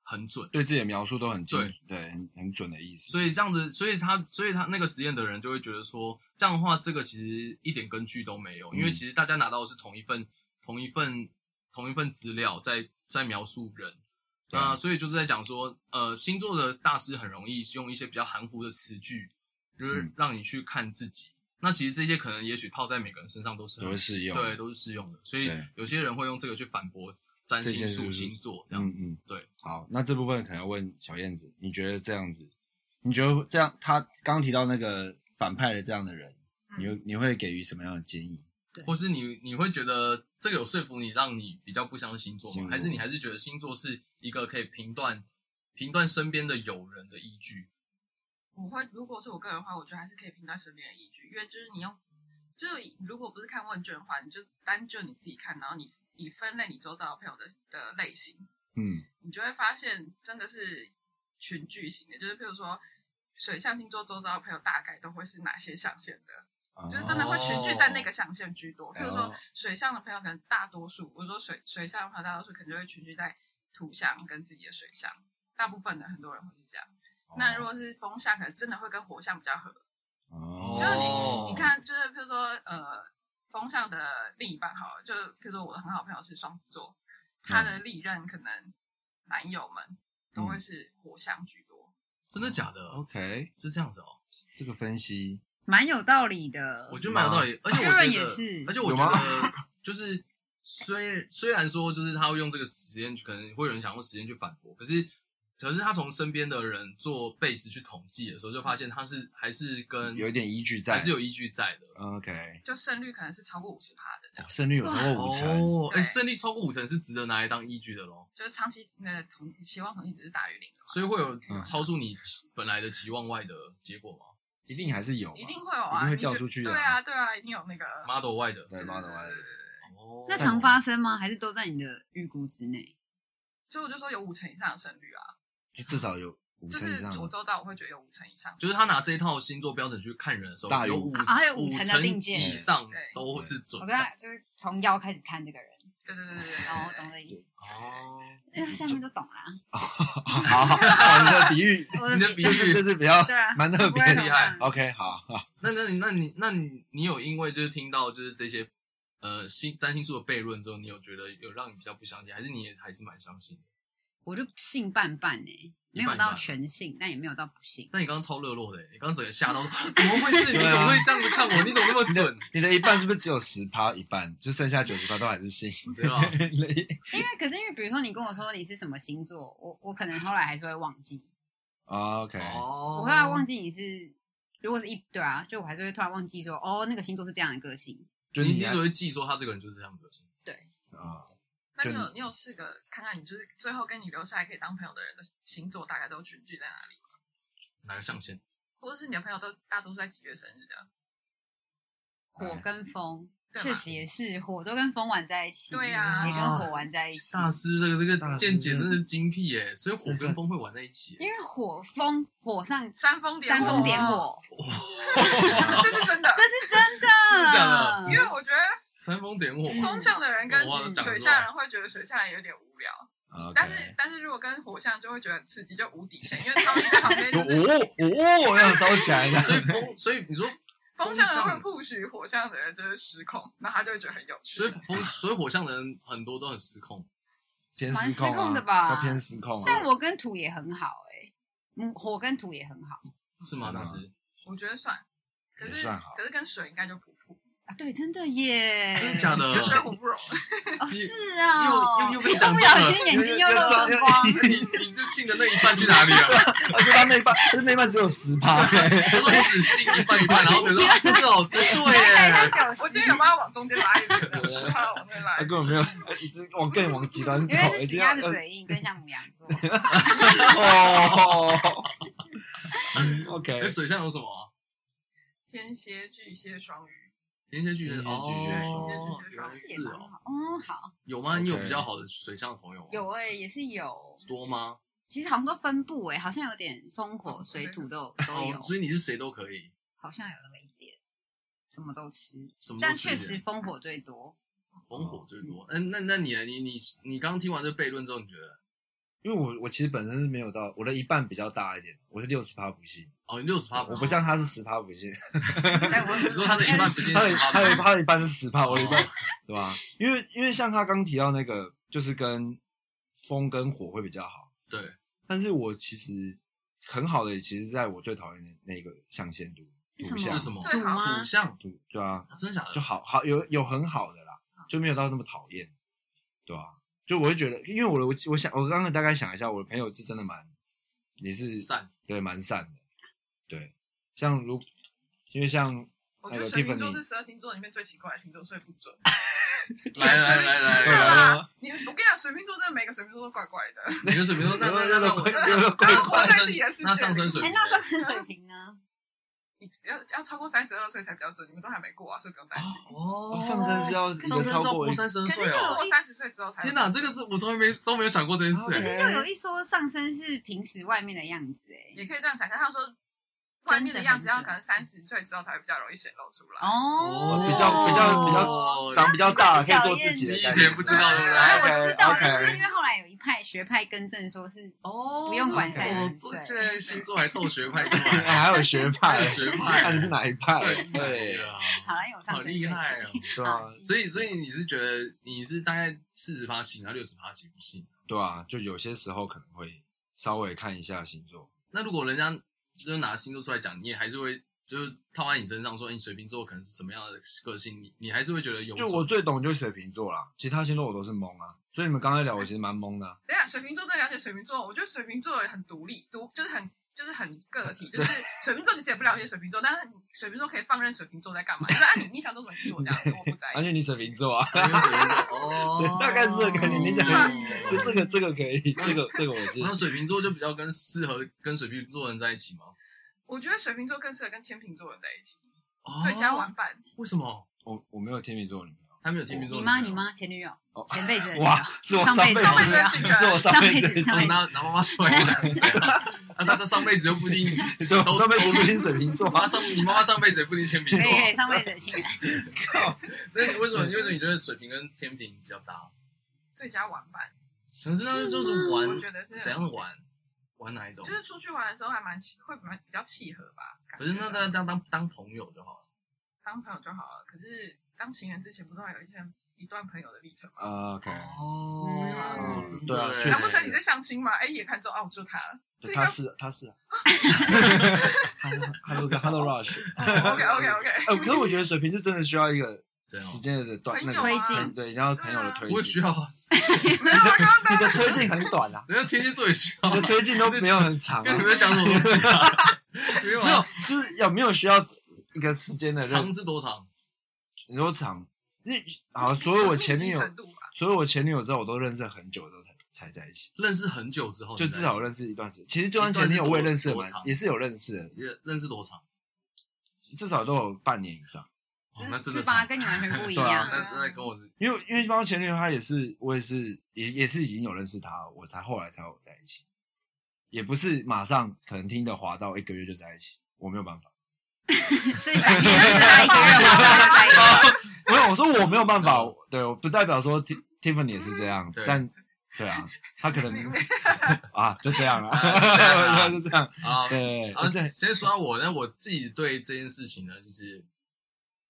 Speaker 3: 很准。
Speaker 1: 对自己的描述都很精
Speaker 3: 对，
Speaker 1: 对，很很准的意思。
Speaker 3: 所以这样子，所以他，所以他那个实验的人就会觉得说，这样的话，这个其实一点根据都没有，因为
Speaker 1: 嗯
Speaker 3: 其实大家拿到的是同一份、同一份、同一份资料在，在描述人。
Speaker 1: 对
Speaker 3: 那所以就是在讲说，呃，星座的大师很容易用一些比较含糊的词句，就是
Speaker 1: 嗯
Speaker 3: 让你去看自己。那其实这些可能也许套在每个人身上都是
Speaker 1: 都会适用
Speaker 3: 对，都是适用的。所以
Speaker 1: 对
Speaker 3: 有些人会用这个去反驳占
Speaker 1: 这
Speaker 3: 星
Speaker 1: 件事
Speaker 3: 术、
Speaker 1: 是
Speaker 3: 星座这样子。
Speaker 1: 嗯嗯
Speaker 3: 对，
Speaker 1: 好，那这部分可能要问小燕子，你觉得这样子，你觉得这样，他刚提到那个反派的这样的人，你
Speaker 4: 嗯
Speaker 1: 会你会给予什么样的建议？
Speaker 3: 或是你你会觉得这个有说服你，让你比较不相信星座
Speaker 1: 星
Speaker 3: 吗？
Speaker 1: 座
Speaker 3: 还是你还是觉得星座是一个可以评断评断身边的友人的依据？
Speaker 4: 我会，如果是我个人的话，我觉得还是可以评断身边的依据，因为就是你用，就是如果不是看问卷的话，你就单就你自己看，然后你你分类你周遭的朋友的的类型，
Speaker 1: 嗯
Speaker 4: 你就会发现真的是群聚型的，就是譬如说水象星座周遭的朋友大概都会是哪些象限的，就是真的会群聚在那个象限居多。譬如说
Speaker 1: 哦
Speaker 4: 水象的朋友，可能大多数，我说水水象的朋友大多数可能就会群聚在土象跟自己的水象，大部分的很多人会是这样。那如果是风象，可能真的会跟火象比较合。
Speaker 1: 哦，
Speaker 4: 就是
Speaker 3: 哦
Speaker 4: 你你看，就是譬如说呃，风象的另一半好了，就是譬如说我的很好朋友是双子座，他
Speaker 1: 嗯
Speaker 4: 的历任可能男友们都会是火象居多。
Speaker 3: 真的假的？哦
Speaker 1: OK，
Speaker 3: 是这样子哦，
Speaker 1: 这个分析
Speaker 2: 蛮有道理的。
Speaker 3: 我觉得蛮有道理，而且我
Speaker 2: Karen
Speaker 3: 觉得
Speaker 2: 也是
Speaker 3: 而且我
Speaker 1: 有
Speaker 3: 觉
Speaker 1: 吗
Speaker 3: 得 <laughs> 就是虽虽然说就是他会用这个时间，可能会有人想用时间去反驳，可是可是他从身边的人做 base 去统计的时候，就发现他是还是跟
Speaker 1: 有一点依据在，
Speaker 3: 还是有依据在的。
Speaker 1: OK，
Speaker 4: 就胜率可能是超过五十趴的这
Speaker 1: 哦
Speaker 4: 样，
Speaker 1: 胜率有超过五成，
Speaker 3: 哦，哎、
Speaker 4: 对
Speaker 3: 胜利超过五成是值得拿来当依据的咯。
Speaker 4: 就是长期的统期望统计值是大于零的啊嘛，
Speaker 3: 所以会有
Speaker 1: 嗯
Speaker 3: 超出你期本来的期望外的结果吗
Speaker 1: 一定还是有嘛，
Speaker 4: 一定会有
Speaker 1: 一
Speaker 4: 啊，
Speaker 1: 定会
Speaker 4: 你
Speaker 1: 掉
Speaker 4: 是
Speaker 1: 出去的
Speaker 4: 对啊，对啊，一定有那个。
Speaker 3: ？model 外的，
Speaker 1: 对
Speaker 4: 对
Speaker 1: 妈的
Speaker 4: 对
Speaker 1: 妈的
Speaker 4: 对对
Speaker 3: 哦
Speaker 2: 那常发生吗？还是都在你的预估之内？
Speaker 4: 所以我就说有五成以上的胜率啊，
Speaker 1: 就至少有五
Speaker 4: 就
Speaker 1: 成以
Speaker 4: 是
Speaker 1: 上，
Speaker 4: 我周遭我会觉得有五成以上，
Speaker 3: 就是他拿这一套星座标准去看人的时候，
Speaker 1: 大于
Speaker 3: 有五
Speaker 2: 啊还有
Speaker 3: 五
Speaker 2: 五成的定见
Speaker 3: 以上
Speaker 4: 对
Speaker 3: 都是准
Speaker 2: 我
Speaker 3: 的
Speaker 2: 跟他就是从腰开始看这个人，
Speaker 4: 对对对对对对，哦
Speaker 2: 然后我懂这意思，
Speaker 3: 哦。
Speaker 2: 因为下面就懂啦。
Speaker 1: 好好好，你的比喻，
Speaker 2: 我的
Speaker 3: 你的 <laughs> 比
Speaker 2: 比
Speaker 3: 喻
Speaker 1: 这是这是比较
Speaker 2: <laughs> 对啊，
Speaker 1: 蛮特别
Speaker 2: 不会
Speaker 1: 的
Speaker 2: 懂
Speaker 3: 厉害
Speaker 2: 啦
Speaker 1: OK，好，
Speaker 3: 那那你那你那你你有因为就是听到就是这些呃星占星术的悖论之后，你有觉得有让你比较不相信，还是你也还是蛮相信的？
Speaker 2: 我就信半半呢、没有
Speaker 3: 一半一
Speaker 2: 到
Speaker 3: 半
Speaker 2: 全信，但也没有到不信。
Speaker 3: 那你刚刚超热络的欸，你刚刚整个吓到， <laughs> 怎么会是？你
Speaker 1: 对啊
Speaker 3: 怎么会这样子看我？你怎么那么
Speaker 1: 你的 <laughs>
Speaker 3: 准？
Speaker 1: 你的一半是不是只有十趴一半，就剩下九十趴都还是
Speaker 3: <laughs>
Speaker 1: 信，
Speaker 3: 对吧？
Speaker 2: 因为可是因为比如说你跟我说你是什么星座，我我可能后来还是会忘记，
Speaker 1: 哦 OK，
Speaker 3: 哦
Speaker 2: 我后来忘记你是。如果是一对啊，就我还是会突然忘记说，哦，那个星座是这样的个性，
Speaker 1: 就
Speaker 3: 你
Speaker 1: 你
Speaker 3: 你
Speaker 1: 啊
Speaker 3: 只会记说他这个人就是这样个性。
Speaker 1: 啊，
Speaker 4: 那你
Speaker 1: 就
Speaker 4: 有你有试个看看，你就是最后跟你留下来可以当朋友的人的星座大概都群聚在哪里，
Speaker 3: 哪个象限？
Speaker 4: 或者是你的朋友都大多数在几月生日这样？
Speaker 2: 火
Speaker 1: 哎
Speaker 2: 跟风
Speaker 4: 对
Speaker 2: 确
Speaker 4: 嘛
Speaker 2: 实也是，火都跟风玩在一起，
Speaker 4: 对啊
Speaker 2: 也跟
Speaker 3: 哦
Speaker 2: 火玩在一起，
Speaker 3: 大师这个这
Speaker 1: 大
Speaker 3: 个
Speaker 1: 师
Speaker 3: 见解真的是精辟耶，所以火
Speaker 1: 真
Speaker 3: 跟
Speaker 1: 的
Speaker 3: 风会玩在一起耶。
Speaker 2: 因为火风火上
Speaker 4: 煽风点
Speaker 2: 煽
Speaker 4: 火哦
Speaker 2: 风点
Speaker 3: 火
Speaker 2: 火，
Speaker 4: 这是真的
Speaker 2: 这。是 <laughs> 真的，
Speaker 3: 真的假
Speaker 4: 因为我觉得
Speaker 3: 煽风点火，
Speaker 4: 风象的人
Speaker 3: 我忘
Speaker 4: 跟
Speaker 3: 了讲
Speaker 4: 水
Speaker 3: 出
Speaker 4: 象
Speaker 3: 来
Speaker 4: 人会觉得水象人有点无聊，
Speaker 1: 哦 OK，
Speaker 4: 但是但是如果跟火象就会觉得很刺激，就无底线，因为他们一直在旁边
Speaker 1: 有
Speaker 4: 就是
Speaker 1: 哦哦，要烧起
Speaker 2: <laughs>
Speaker 1: 来的，
Speaker 3: 所以风，所以你说，
Speaker 4: 风象人
Speaker 3: 风
Speaker 4: 会
Speaker 3: 象
Speaker 4: push 火象的人就是失控，那他就会觉得很有趣
Speaker 3: 所以。风，所以火象的人很多都很失控。
Speaker 1: 偏
Speaker 2: 蛮
Speaker 1: 失控
Speaker 2: 失控
Speaker 1: 啊
Speaker 2: 的吧
Speaker 1: 要偏失控啊，
Speaker 2: 但我跟土也很好哎、嗯，火跟土也很好
Speaker 3: 是吗？
Speaker 1: 真的吗
Speaker 3: 大师，
Speaker 4: 我觉得算，可
Speaker 1: 也
Speaker 4: 是
Speaker 1: 算好
Speaker 4: 可是跟水应该就普普，
Speaker 2: 啊，对，真的耶，
Speaker 3: 真的假的？
Speaker 4: 就水火不容。啊
Speaker 2: 哦，
Speaker 3: 你
Speaker 2: 是啊、
Speaker 3: 又又又被
Speaker 2: 都
Speaker 3: 讲
Speaker 2: 不
Speaker 3: 中了
Speaker 2: 小心眼睛又露
Speaker 1: 又
Speaker 2: 出光，
Speaker 3: <laughs> 你你就信的那一半去哪里了？ <laughs>
Speaker 1: 啊就他那一半，就那一半只有十趴，
Speaker 3: 我说你只信一半一半，然后你说啊真的哦，真对
Speaker 2: 刚才
Speaker 3: 耶。
Speaker 2: 他九
Speaker 4: 我今天
Speaker 2: 十
Speaker 4: 有。帮他往中间拉一点，十趴往那边拉
Speaker 1: 他哎
Speaker 4: 一
Speaker 1: 根
Speaker 4: 点。
Speaker 1: 本没有，一直往更往极端走
Speaker 2: 因为，是
Speaker 1: 一
Speaker 2: 死
Speaker 1: 定
Speaker 2: 鸭
Speaker 1: 要
Speaker 2: 子嘴硬，跟像母羊座，
Speaker 1: 哦，OK，嗯
Speaker 3: 哎，水象有什么啊？
Speaker 4: 天蝎、巨蟹、双鱼，
Speaker 3: 天蝎巨蟹
Speaker 1: 天蝎巨蟹
Speaker 3: 哦，
Speaker 4: 巨蟹
Speaker 3: 原来
Speaker 2: 是也
Speaker 3: 是
Speaker 2: 蛮
Speaker 3: 哦，
Speaker 2: 好。哦，好，
Speaker 3: 有吗？你有
Speaker 1: OK
Speaker 3: 比较好的水象的朋友吗？
Speaker 2: 有哎、也是有。
Speaker 3: 多吗？
Speaker 2: 其实好像都分布哎、好像有点风火水土都有都有
Speaker 3: 哦，，所以你是谁都可以，
Speaker 2: 好像有那么一点，什么都吃，
Speaker 3: 什么都
Speaker 2: 但
Speaker 3: 吃
Speaker 2: 确实风火最多。
Speaker 3: 哎红火最多。嗯，那那你呢你你你刚刚听完这悖论之后，你觉得
Speaker 1: 因为我我其实本身是没有到我的一半比较大一点，我是六十趴不信，
Speaker 3: 哦，你六十趴，
Speaker 1: 我不像他是十趴不信，
Speaker 4: 哎
Speaker 2: 对，我
Speaker 3: 你说他的一半时间
Speaker 1: 他的
Speaker 3: 是
Speaker 1: 他的
Speaker 3: 趴，
Speaker 1: 他的一半是十趴，我的一半
Speaker 3: 哦
Speaker 1: <laughs> 对吧？因为因为像他刚提到那个，就是跟风跟火会比较好，
Speaker 3: 对，
Speaker 1: 但是我其实很好的，其实在我最讨厌的那个象限度
Speaker 2: 是
Speaker 1: 图
Speaker 2: 什么
Speaker 1: 像
Speaker 3: 是什么
Speaker 4: 最好
Speaker 2: 吗
Speaker 3: 土象，
Speaker 1: 图对啊，
Speaker 3: 啊真的假
Speaker 1: 就
Speaker 3: 的？
Speaker 1: 好好有有很好的啦，就没有到那么讨厌，对吧、就我会觉得，因为我的我我想我刚刚大概想一下，我的朋友是真的蛮也是
Speaker 3: 散，
Speaker 1: 对蛮散的，对，像如因为像
Speaker 4: 我
Speaker 1: 那
Speaker 4: 觉得
Speaker 1: 个
Speaker 4: 水瓶
Speaker 1: Tiffany
Speaker 4: 座是十二星座里面最奇怪的星座，所以不准。
Speaker 3: 来来来来
Speaker 1: 对
Speaker 3: 来，
Speaker 1: 啊
Speaker 4: 啦，你我跟你讲，水瓶座真的每个水瓶座都怪怪的。
Speaker 3: 你就水瓶座，那那那那我
Speaker 1: 那
Speaker 3: 那
Speaker 4: 那
Speaker 3: 上
Speaker 4: 那自己也是
Speaker 3: 升，那上升水
Speaker 2: 哎，
Speaker 3: 瓶，
Speaker 2: 那上升水平呢？
Speaker 4: 你要要超过三十二岁才比较准，你们都还没过啊，所以不用担 <laughs> 心。
Speaker 1: 哦
Speaker 3: 哦
Speaker 1: 上升是要
Speaker 3: 上升
Speaker 1: 超
Speaker 3: 是要
Speaker 1: 过
Speaker 3: 过
Speaker 1: 一
Speaker 3: 三十二
Speaker 2: 可是
Speaker 3: 岁
Speaker 2: 那个
Speaker 3: 哦。
Speaker 4: 过三十岁之后才
Speaker 3: 天哪，这个是我从来没都没有想过这件事
Speaker 1: 对
Speaker 2: 可
Speaker 3: 哎。
Speaker 2: 是又有一说上升是平时外面的样子哎。
Speaker 4: 也可以这样想象。他说外面的样子要可能三十岁之后才会比较容易显露出来。
Speaker 2: 哦，
Speaker 3: 哎
Speaker 1: 比较比较比较
Speaker 3: 哦
Speaker 1: 长比较大，可以做自己的感觉。
Speaker 3: 你以前不知道对不对
Speaker 2: 哎我知道了，
Speaker 1: OK
Speaker 2: 但是因为后来有一派学派更正说是
Speaker 3: 哦
Speaker 2: 不用管
Speaker 1: 三
Speaker 2: 十岁
Speaker 3: 我现在哦星座还斗学派出
Speaker 1: <laughs>
Speaker 3: 来，
Speaker 1: <laughs> 哎还有学派，
Speaker 3: 学派
Speaker 1: <laughs> 看你是哪一派？对
Speaker 3: 对啊，
Speaker 2: <laughs> 好像有上
Speaker 3: 好
Speaker 2: 升水
Speaker 3: 厉
Speaker 2: 平
Speaker 3: 害哦。
Speaker 2: <laughs>
Speaker 1: 对啊，
Speaker 3: 所以，所以你是觉得你是大概四十趴信，然后六十趴信不信？
Speaker 1: 对啊，就有些时候可能会稍微看一下星座，
Speaker 3: 那如果人家就是拿星座出来讲，你也还是会就是套在你身上说，哎你水瓶座可能是什么样的个性，你你还是会觉得有
Speaker 1: 就
Speaker 3: 种
Speaker 1: 我
Speaker 3: <laughs>
Speaker 1: 最懂就是水瓶座啦，其他星座我都是懵啊。所以你们刚才聊，我其实蛮懵的啊、
Speaker 4: 等一下，水瓶座最了解水瓶座，我觉得水瓶座很独立，独就是很就是很个体，就是水瓶座其实也不了解水瓶座，但是水瓶座可以放任水瓶座在干嘛，就是啊按你你想做什么你做这样子，我不在
Speaker 1: 而
Speaker 4: 意。
Speaker 1: 且你水瓶座啊，
Speaker 3: 因为水瓶座哦，
Speaker 1: 大概是这个概念你
Speaker 4: 讲
Speaker 1: 就这个这个可以，这个这个我是
Speaker 3: 那水瓶座就比较跟适合跟水瓶座的人在一起吗？
Speaker 4: 我觉得水瓶座更适合跟天秤座人在一起，
Speaker 3: 哦
Speaker 4: 最佳玩
Speaker 3: 完
Speaker 4: 伴。
Speaker 3: 为什么
Speaker 1: 我我没有天秤座女朋友
Speaker 3: 他没有天秤座？啊
Speaker 2: 你妈，你？妈，前女友
Speaker 1: 哦，
Speaker 2: 前辈
Speaker 3: <laughs>
Speaker 2: 子的女友，
Speaker 1: 哇，是我
Speaker 2: 上辈
Speaker 1: 子
Speaker 2: 子
Speaker 1: 的
Speaker 4: 上辈子
Speaker 3: 啊
Speaker 4: 的情人
Speaker 1: 是我上辈子的
Speaker 2: 上
Speaker 3: 哦，拿拿妈妈出来讲，啊那他的上辈子又不一定，
Speaker 1: 对，我 <laughs> 上辈子不听水瓶座
Speaker 3: 你
Speaker 1: 啊
Speaker 3: 妈，上你妈妈上辈子也不一定天秤
Speaker 2: 可以
Speaker 3: 座啊。
Speaker 2: 可以，上辈子的情人，
Speaker 3: 那你为什么？你为什么你觉得水瓶跟天平比较搭？
Speaker 4: 最佳玩伴，
Speaker 3: 可是那就是玩，
Speaker 4: 我觉得是
Speaker 3: 嗯怎样玩，玩哪一种
Speaker 4: 就？是出去玩的时候还蛮契会蛮比较契合吧。感
Speaker 3: 可
Speaker 4: 觉
Speaker 3: 是那
Speaker 4: 上
Speaker 3: 那当当当朋友就好了。
Speaker 4: 当朋友就好了，可是当情人之前不都还有一些一段朋友的历程吗？
Speaker 1: 啊，OK，
Speaker 3: 哦
Speaker 2: 是吗
Speaker 3: 真的
Speaker 1: 对啊
Speaker 3: 耶
Speaker 1: 确
Speaker 4: 难
Speaker 1: 实
Speaker 4: 不成你在相亲吗？哎，也看中哦，我就他了。这
Speaker 1: 他
Speaker 4: 个
Speaker 1: 是他是啊，他他都他都 rush，
Speaker 4: OK OK OK， <laughs>
Speaker 1: 哎，可是我觉得水瓶是真的需要一个
Speaker 3: 这样
Speaker 1: 时间的断
Speaker 4: 朋
Speaker 1: 那
Speaker 4: 友
Speaker 1: 个
Speaker 2: 推
Speaker 4: 啊
Speaker 2: 进，
Speaker 1: 对，然后朋友的推
Speaker 3: 我也啊需
Speaker 1: 进，
Speaker 3: 要啊，
Speaker 4: 没有啊，刚刚
Speaker 1: 你的推进很短啊，
Speaker 3: 人家天蝎座也需要
Speaker 1: 你
Speaker 3: 啊。
Speaker 1: 的推进都没有很长
Speaker 3: 跟
Speaker 1: 啊
Speaker 3: 你，们在讲什么东西啊？没有
Speaker 1: 没有
Speaker 3: 啊，，
Speaker 1: 就是有没有需要一个时间的认
Speaker 3: 长是多长？
Speaker 1: 你说长，那
Speaker 4: <laughs>
Speaker 1: 好，啊所有我前女友
Speaker 4: 密集，程度吧
Speaker 1: 所有我前女友之后，我都认识很久之后才才在一起，
Speaker 3: 认识很久之后，
Speaker 1: 就至少
Speaker 3: 认
Speaker 1: 认识一段时间。其实就算前女友，我也认识了
Speaker 3: 一段是
Speaker 1: 蛮，
Speaker 3: 多
Speaker 1: 也是有认识的，
Speaker 3: 认识多长？
Speaker 1: 至少都有半年以上。
Speaker 3: 哦，那真
Speaker 2: 是啊吧？
Speaker 3: 的啊长。哦
Speaker 2: 跟你完全不一
Speaker 1: 对
Speaker 2: 样 <laughs>
Speaker 3: 那。那跟我是
Speaker 1: 因为因为包括前女友，她也是我也是也也是已经有认识她，我才后来才有在一起，也不是马上可能听的滑到一个月就在一起，我没有办法。 <laughs>
Speaker 2: 所以 <laughs> 你认识他一个月，
Speaker 3: <laughs>
Speaker 2: 马上就在一起。
Speaker 1: 没有，我说我没有办法，对，我不代表说 Ti- Tiffany 也是这样
Speaker 3: 嗯对，
Speaker 1: 但对啊，她可能啊就这样
Speaker 3: 啊
Speaker 1: <laughs> 啊，就这样。
Speaker 3: 啊，
Speaker 1: 对，
Speaker 3: 好，
Speaker 1: 对，
Speaker 3: 先说到我，那我自己对这件事情呢，就是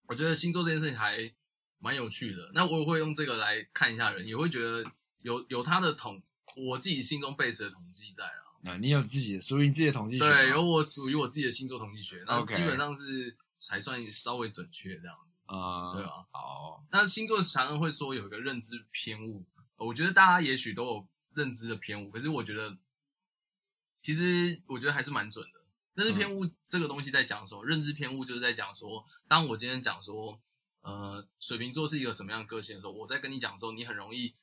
Speaker 3: 我觉得星座这件事情还蛮有趣的。那我也会用这个来看一下人，也会觉得有有他的统，我自己心中 base 的统计在啦。
Speaker 1: 那你有自己的属于你自己的统计学吗，
Speaker 3: 对，有我属于我自己的星座统计学，那
Speaker 1: OK
Speaker 3: 基本上是还算稍微准确这样。
Speaker 1: 啊，
Speaker 3: 对啊，
Speaker 1: 好，
Speaker 3: 那星座常常会说有一个认知偏误，呃我觉得大家也许都有认知的偏误，可是我觉得其实我觉得还是蛮准的。认知
Speaker 1: 嗯
Speaker 3: 偏误这个东西在讲什么？认知偏误就是在讲说，当我今天讲说，呃，水瓶座是一个什么样的个性的时候，我在跟你讲的时候，你很容易。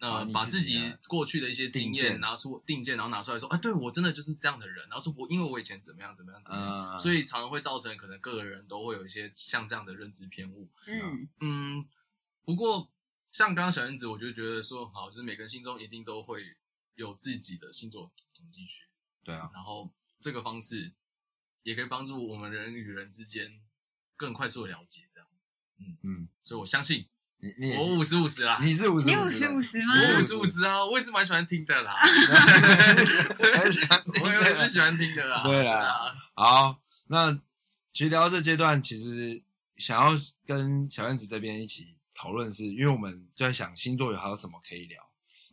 Speaker 1: 把
Speaker 3: 呃，
Speaker 1: 你
Speaker 3: 把
Speaker 1: 自
Speaker 3: 自
Speaker 1: 己的
Speaker 3: 己过去的一些经
Speaker 1: 定
Speaker 3: 验
Speaker 1: 见
Speaker 3: 拿出定见，然后拿出来说，哎，对我真的就是这样的人，然后说我因为我以前怎么样怎么样怎么样，
Speaker 1: 嗯，
Speaker 3: 所
Speaker 1: 以
Speaker 3: 以常常会造成可能各个人都会有一些像这样的认知偏误。
Speaker 2: 嗯，
Speaker 3: 嗯，不过像刚刚小燕子，我就觉得说好，就是每个人心中一定都会有自己的星座统计学，
Speaker 1: 对啊，
Speaker 3: 然后这个方式也可以帮助我们人与人之间更快速的了解，这样。
Speaker 1: 嗯，
Speaker 3: 所以我相信
Speaker 1: 你你也
Speaker 3: 我
Speaker 1: 是
Speaker 3: 五十五十啦，
Speaker 1: 你是五十
Speaker 2: 你五十五
Speaker 1: 十，
Speaker 2: 十吗？
Speaker 3: 我五十五十啊，我也是蛮喜欢听
Speaker 1: <laughs>
Speaker 3: 的啦，
Speaker 1: 很想
Speaker 3: <laughs> 我
Speaker 1: 听
Speaker 3: 也是
Speaker 1: 的
Speaker 3: 喜欢听的啦。
Speaker 1: 对啦
Speaker 3: 啊，
Speaker 1: 好，那其实聊到这阶段，其实想要跟小燕子这边一起讨论是，因为我们就在想星座有还有什么可以聊。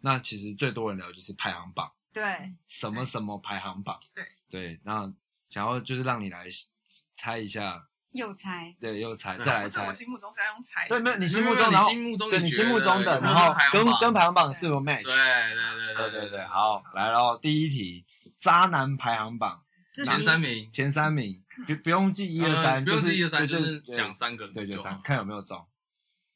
Speaker 1: 那其实最多人聊就是排行榜，
Speaker 2: 对，
Speaker 1: 什么什么排行榜。
Speaker 4: 对
Speaker 1: 对，那想要就是让你来猜一下，
Speaker 2: 又猜
Speaker 1: 对，又猜
Speaker 3: 对
Speaker 1: 再来
Speaker 4: 不是
Speaker 1: 猜
Speaker 4: 我。心目中在用猜的。
Speaker 1: 对，没有你心
Speaker 3: 没
Speaker 1: 目
Speaker 3: 有没有
Speaker 1: 中，然后
Speaker 3: 你心目中
Speaker 1: 对你
Speaker 3: 你觉
Speaker 1: 心
Speaker 3: 得
Speaker 1: 目中的，
Speaker 3: 有没
Speaker 1: 然
Speaker 3: 有
Speaker 1: 后
Speaker 3: 排行
Speaker 1: 跟
Speaker 3: 榜
Speaker 1: 跟排行榜是有
Speaker 3: 对
Speaker 1: match。
Speaker 3: 对
Speaker 1: 对
Speaker 3: 对
Speaker 1: 对对，好，来喽，第一题，渣男排行榜
Speaker 2: 这
Speaker 3: 前
Speaker 2: 题
Speaker 3: 三名，
Speaker 1: 前三名，
Speaker 2: 嗯
Speaker 1: 不不用记一二
Speaker 3: 呃
Speaker 1: 三，
Speaker 3: 不用是一二三，
Speaker 1: 就
Speaker 3: 就是
Speaker 1: 对
Speaker 3: 讲三个
Speaker 1: 对就
Speaker 3: 就好
Speaker 1: 三，。看有没有中。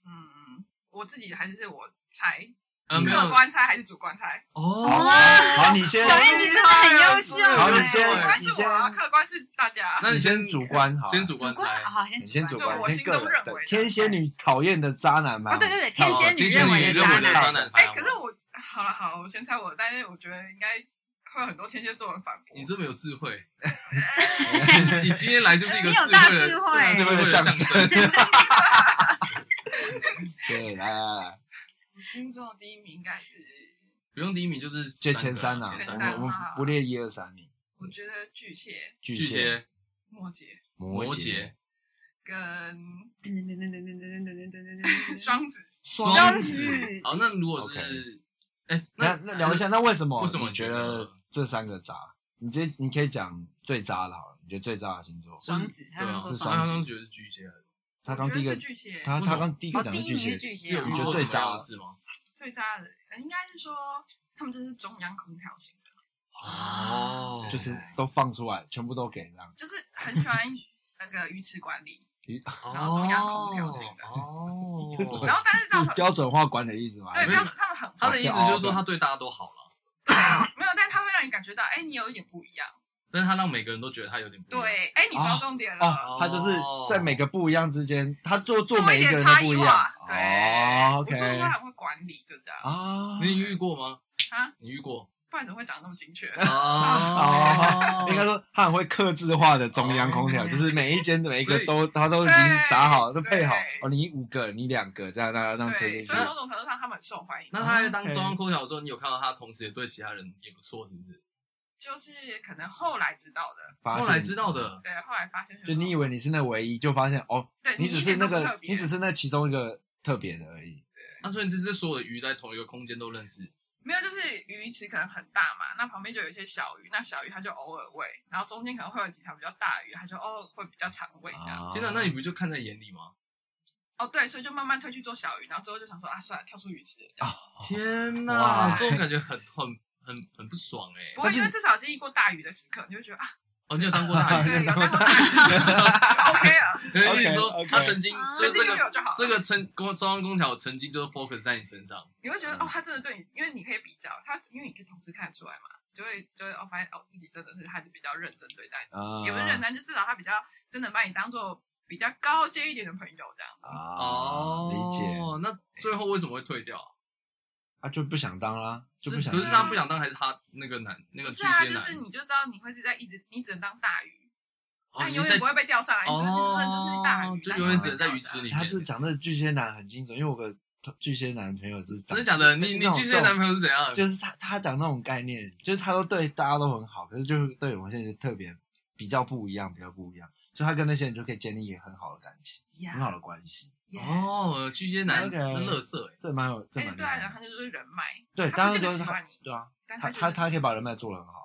Speaker 4: 嗯，我自己还是我猜，
Speaker 3: 呃，没有
Speaker 4: 客观猜还是主观猜？
Speaker 1: 好，
Speaker 3: 哦，
Speaker 1: 好，你先
Speaker 2: 小，燕子真的很优秀欸，
Speaker 1: 好你
Speaker 4: 主
Speaker 1: 先
Speaker 4: 啊观
Speaker 1: 你
Speaker 4: 是
Speaker 1: 先
Speaker 4: 我啊，客观是大家。
Speaker 3: <laughs> 那
Speaker 1: 你
Speaker 3: 你
Speaker 1: 先主观好了，
Speaker 3: 先主
Speaker 2: 主
Speaker 3: 观
Speaker 2: 观
Speaker 3: 猜
Speaker 2: 啊，。好，
Speaker 1: 你先
Speaker 2: 先
Speaker 1: 主
Speaker 2: 主
Speaker 1: 观
Speaker 4: 就，我
Speaker 1: 先
Speaker 4: 心
Speaker 1: 个
Speaker 4: 中
Speaker 1: 人
Speaker 4: 认
Speaker 1: 对
Speaker 4: 为的
Speaker 1: 天蝎女讨厌的渣男吗？
Speaker 2: 哦，对对对，天蝎
Speaker 3: 天
Speaker 2: 女
Speaker 3: 蝎
Speaker 2: 认
Speaker 3: 女
Speaker 2: 为的
Speaker 3: 认
Speaker 2: 渣
Speaker 3: 为的渣
Speaker 2: 男，
Speaker 3: 男排
Speaker 4: 哎，
Speaker 3: 行
Speaker 4: 可
Speaker 3: 榜
Speaker 4: 是我好了好，我先猜我，但是我觉得应该会有很多天蝎座人反驳。
Speaker 3: 你这么有智慧，你今天来就是一个
Speaker 2: 你
Speaker 3: 智
Speaker 2: 有大
Speaker 3: 慧的
Speaker 2: 智慧
Speaker 3: 智慧的
Speaker 1: 象
Speaker 3: 象
Speaker 1: 征
Speaker 3: 征。
Speaker 1: 对，来来来，
Speaker 4: 我心中的第一名应该是，
Speaker 3: 不用第一名就是
Speaker 1: <laughs> 就
Speaker 3: 个
Speaker 1: 前三啊
Speaker 3: 前，
Speaker 1: 我
Speaker 3: 三
Speaker 1: 们
Speaker 4: 个
Speaker 1: 我们不列一二三名，
Speaker 4: 我觉得巨蟹、
Speaker 1: 巨
Speaker 3: 巨
Speaker 1: 蟹、
Speaker 3: 蟹、
Speaker 4: 摩羯
Speaker 1: 摩
Speaker 3: 摩
Speaker 1: 羯
Speaker 3: 羯、
Speaker 4: 跟
Speaker 2: 噔噔噔噔噔噔噔噔噔噔噔噔，
Speaker 4: 双子。
Speaker 2: 双
Speaker 1: 子。
Speaker 2: 子，
Speaker 3: 好，那如果
Speaker 1: OK
Speaker 3: 是，哎，
Speaker 1: 那那聊一下，那为什么？
Speaker 3: 为什么
Speaker 1: 你
Speaker 3: 你
Speaker 1: 觉
Speaker 3: 觉得
Speaker 1: 得这三个渣？你这你可以讲最渣的好了，你觉得最渣的星座？
Speaker 2: 双子，
Speaker 3: 对
Speaker 2: 他们
Speaker 3: 啊，
Speaker 2: 说
Speaker 1: 是
Speaker 3: 我
Speaker 1: 双
Speaker 2: 双
Speaker 1: 子
Speaker 3: 刚刚觉得是巨蟹，啊
Speaker 1: 他
Speaker 4: 我
Speaker 1: 刚
Speaker 4: 觉
Speaker 1: 第一
Speaker 4: 得
Speaker 1: 个
Speaker 4: 是，巨蟹，
Speaker 1: 他他刚第一个
Speaker 2: 哦，
Speaker 1: 讲
Speaker 2: 第一
Speaker 1: 的巨
Speaker 2: 名是
Speaker 1: 蟹，
Speaker 2: 巨蟹
Speaker 3: 是有
Speaker 2: 啊，
Speaker 3: 遇
Speaker 1: 你觉
Speaker 3: 过
Speaker 1: 得最
Speaker 3: 什么样
Speaker 1: 渣
Speaker 3: 的事吗？
Speaker 4: 最渣的呃应该是说他们就是中央空调型的，
Speaker 3: 哦
Speaker 1: 就是都放出来，全部都给这样。
Speaker 4: 就是很喜欢那个鱼池管
Speaker 1: <laughs>
Speaker 4: 理，
Speaker 3: 然
Speaker 4: 然后中央空调型的
Speaker 3: 哦， <laughs>
Speaker 4: 然后但是
Speaker 1: 这
Speaker 4: 到
Speaker 1: 是标准化管理的意思吗？
Speaker 4: 对，
Speaker 3: 没
Speaker 4: 他
Speaker 3: 有
Speaker 4: 们他们很
Speaker 3: 他的意思就是说他对大家都好了，
Speaker 4: 没有，但他会让你感觉到，哎，你有一点不一样。
Speaker 3: 但是他让每个人都觉得他有点不一样，
Speaker 4: 对，哎，你
Speaker 1: 哦
Speaker 4: 说重点了，
Speaker 1: 哦，他就是在每个不一样之间，他做做
Speaker 4: 做
Speaker 1: 每
Speaker 4: 一
Speaker 1: 一个
Speaker 4: 点
Speaker 1: 人都
Speaker 4: 差
Speaker 1: 不一
Speaker 4: 异化
Speaker 1: 样。。
Speaker 4: 对，
Speaker 1: 哦
Speaker 4: 我说他
Speaker 1: ，OK
Speaker 4: 很会管理，就这样
Speaker 1: 啊，
Speaker 3: 你遇过吗？
Speaker 4: 啊，
Speaker 3: 你遇 <laughs> 过？啊
Speaker 4: 不然怎么会讲得那么精确？
Speaker 1: 哦应该说他很会克制化的中央空调，
Speaker 3: 哦
Speaker 1: 就是每一间的每一
Speaker 3: 所
Speaker 1: 个
Speaker 3: 以
Speaker 1: 都他都已经撒好，都
Speaker 4: 对
Speaker 1: 配好。
Speaker 4: 对
Speaker 1: 哦，你五个，你两个，这样大家让推
Speaker 4: 对，
Speaker 1: 出
Speaker 4: 所
Speaker 1: 去
Speaker 4: 以。某种程度上他们很受欢迎。
Speaker 3: 那他在当中啊央空调的时候，你有看到他同时也对其他人也不错，是不是？
Speaker 4: 嗯就是可能后来知道的，
Speaker 1: 发现
Speaker 3: 后来知道，的，
Speaker 4: 对，后来发现
Speaker 1: 就你以为你是那唯一，就发现哦，
Speaker 4: 对
Speaker 1: 你
Speaker 4: 你
Speaker 1: 只
Speaker 4: 一
Speaker 1: 是
Speaker 4: 点
Speaker 1: 那
Speaker 4: 都不
Speaker 1: 个
Speaker 4: 特，别
Speaker 1: 你只是那其中一个特别的而已。
Speaker 3: 那所以这是所有的鱼在同一个空间都认识，
Speaker 4: 没有，就是鱼池可能很大嘛，那旁边就有一些小鱼，那小鱼它就偶尔喂，然后中间可能会有几条比较大的鱼，它就哦会比较常喂这
Speaker 1: 啊
Speaker 4: 样。
Speaker 1: 哦
Speaker 3: 天哪，那你不就看在眼里吗？
Speaker 4: 哦，对，所以就慢慢推去做小鱼，然后最后就想说啊，算了，跳出鱼池。
Speaker 1: 啊
Speaker 3: 天
Speaker 1: 哇
Speaker 3: 哪，这种感觉很很很很不爽哎
Speaker 4: 不。过因为至少经历过大鱼的时刻，你就会觉得啊，
Speaker 3: 哦，你有当过大鱼？
Speaker 4: 对，有当过大鱼
Speaker 3: <laughs>
Speaker 4: 就，OK 啊，
Speaker 3: 所以
Speaker 1: OK，
Speaker 3: 说
Speaker 1: OK
Speaker 3: 他曾经
Speaker 2: 啊
Speaker 3: 就是
Speaker 4: 曾经
Speaker 3: 这
Speaker 4: 就有
Speaker 3: 个
Speaker 4: 就好了。
Speaker 3: 这个曾公中央空调曾经就是 focus 在你身上，
Speaker 4: 你会觉得哦，他真的对你，因为你可以比较他，因为你可以同时看得出来嘛，就会就会哦，发现哦自己真的是还是比较认真对待
Speaker 1: 啊
Speaker 4: 你，也不是认真，就至少他比较真的把你当做比较高阶一点的朋友这样。
Speaker 1: 啊，
Speaker 3: 哦，
Speaker 1: 理解。。
Speaker 3: 那最后为什么会退掉啊？
Speaker 1: 他就不想当啦，就不
Speaker 3: 是
Speaker 1: 想
Speaker 3: 可
Speaker 1: 当。
Speaker 3: 是他不想当，还是他那个男那个
Speaker 4: 不
Speaker 3: 巨
Speaker 4: 是啊，
Speaker 3: 蟹
Speaker 4: 就
Speaker 3: 男
Speaker 4: 是？你就知道你会是在一直，你只能当大鱼，
Speaker 3: 哦，
Speaker 4: 但
Speaker 3: 你
Speaker 4: 永
Speaker 3: 在
Speaker 4: 远不会被钓上来，你只能
Speaker 3: 哦
Speaker 4: 真的就是大鱼，
Speaker 3: 就
Speaker 4: 但
Speaker 3: 永
Speaker 4: 你
Speaker 3: 远
Speaker 4: 不
Speaker 3: 只
Speaker 4: 会
Speaker 3: 能在
Speaker 4: 钓
Speaker 3: 鱼
Speaker 4: 上
Speaker 3: 池
Speaker 4: 来
Speaker 3: 里面。
Speaker 1: 他是讲的巨蟹男很精准，因为我个巨蟹男朋友就是
Speaker 3: 真的假
Speaker 1: <laughs>
Speaker 3: 的？你你巨蟹男朋友是怎样？
Speaker 1: 就是他他讲那种概念，就是他都对大家都很好，可是就是对我现在就特别比较不一样，比较不一样，所以他跟那些人就可以建立很好的感情，很好
Speaker 4: 呀
Speaker 1: 的关系，
Speaker 4: 呀，
Speaker 3: 哦，巨蟹男
Speaker 1: OK
Speaker 3: 真乐色哎，
Speaker 1: 这蛮有这
Speaker 4: 哎
Speaker 1: 蛮厉
Speaker 4: 对啊，
Speaker 1: 害
Speaker 4: 然后
Speaker 1: 的。
Speaker 4: 他就是人脉，
Speaker 1: 对，
Speaker 4: 他
Speaker 1: 当然
Speaker 4: 不见
Speaker 1: 都
Speaker 4: 得
Speaker 1: 是
Speaker 4: 喜
Speaker 1: 他
Speaker 4: 欢你，，
Speaker 1: 对啊，
Speaker 4: 但
Speaker 1: 他
Speaker 4: 觉
Speaker 1: 他
Speaker 4: 得
Speaker 1: 他可以把人脉做得很好，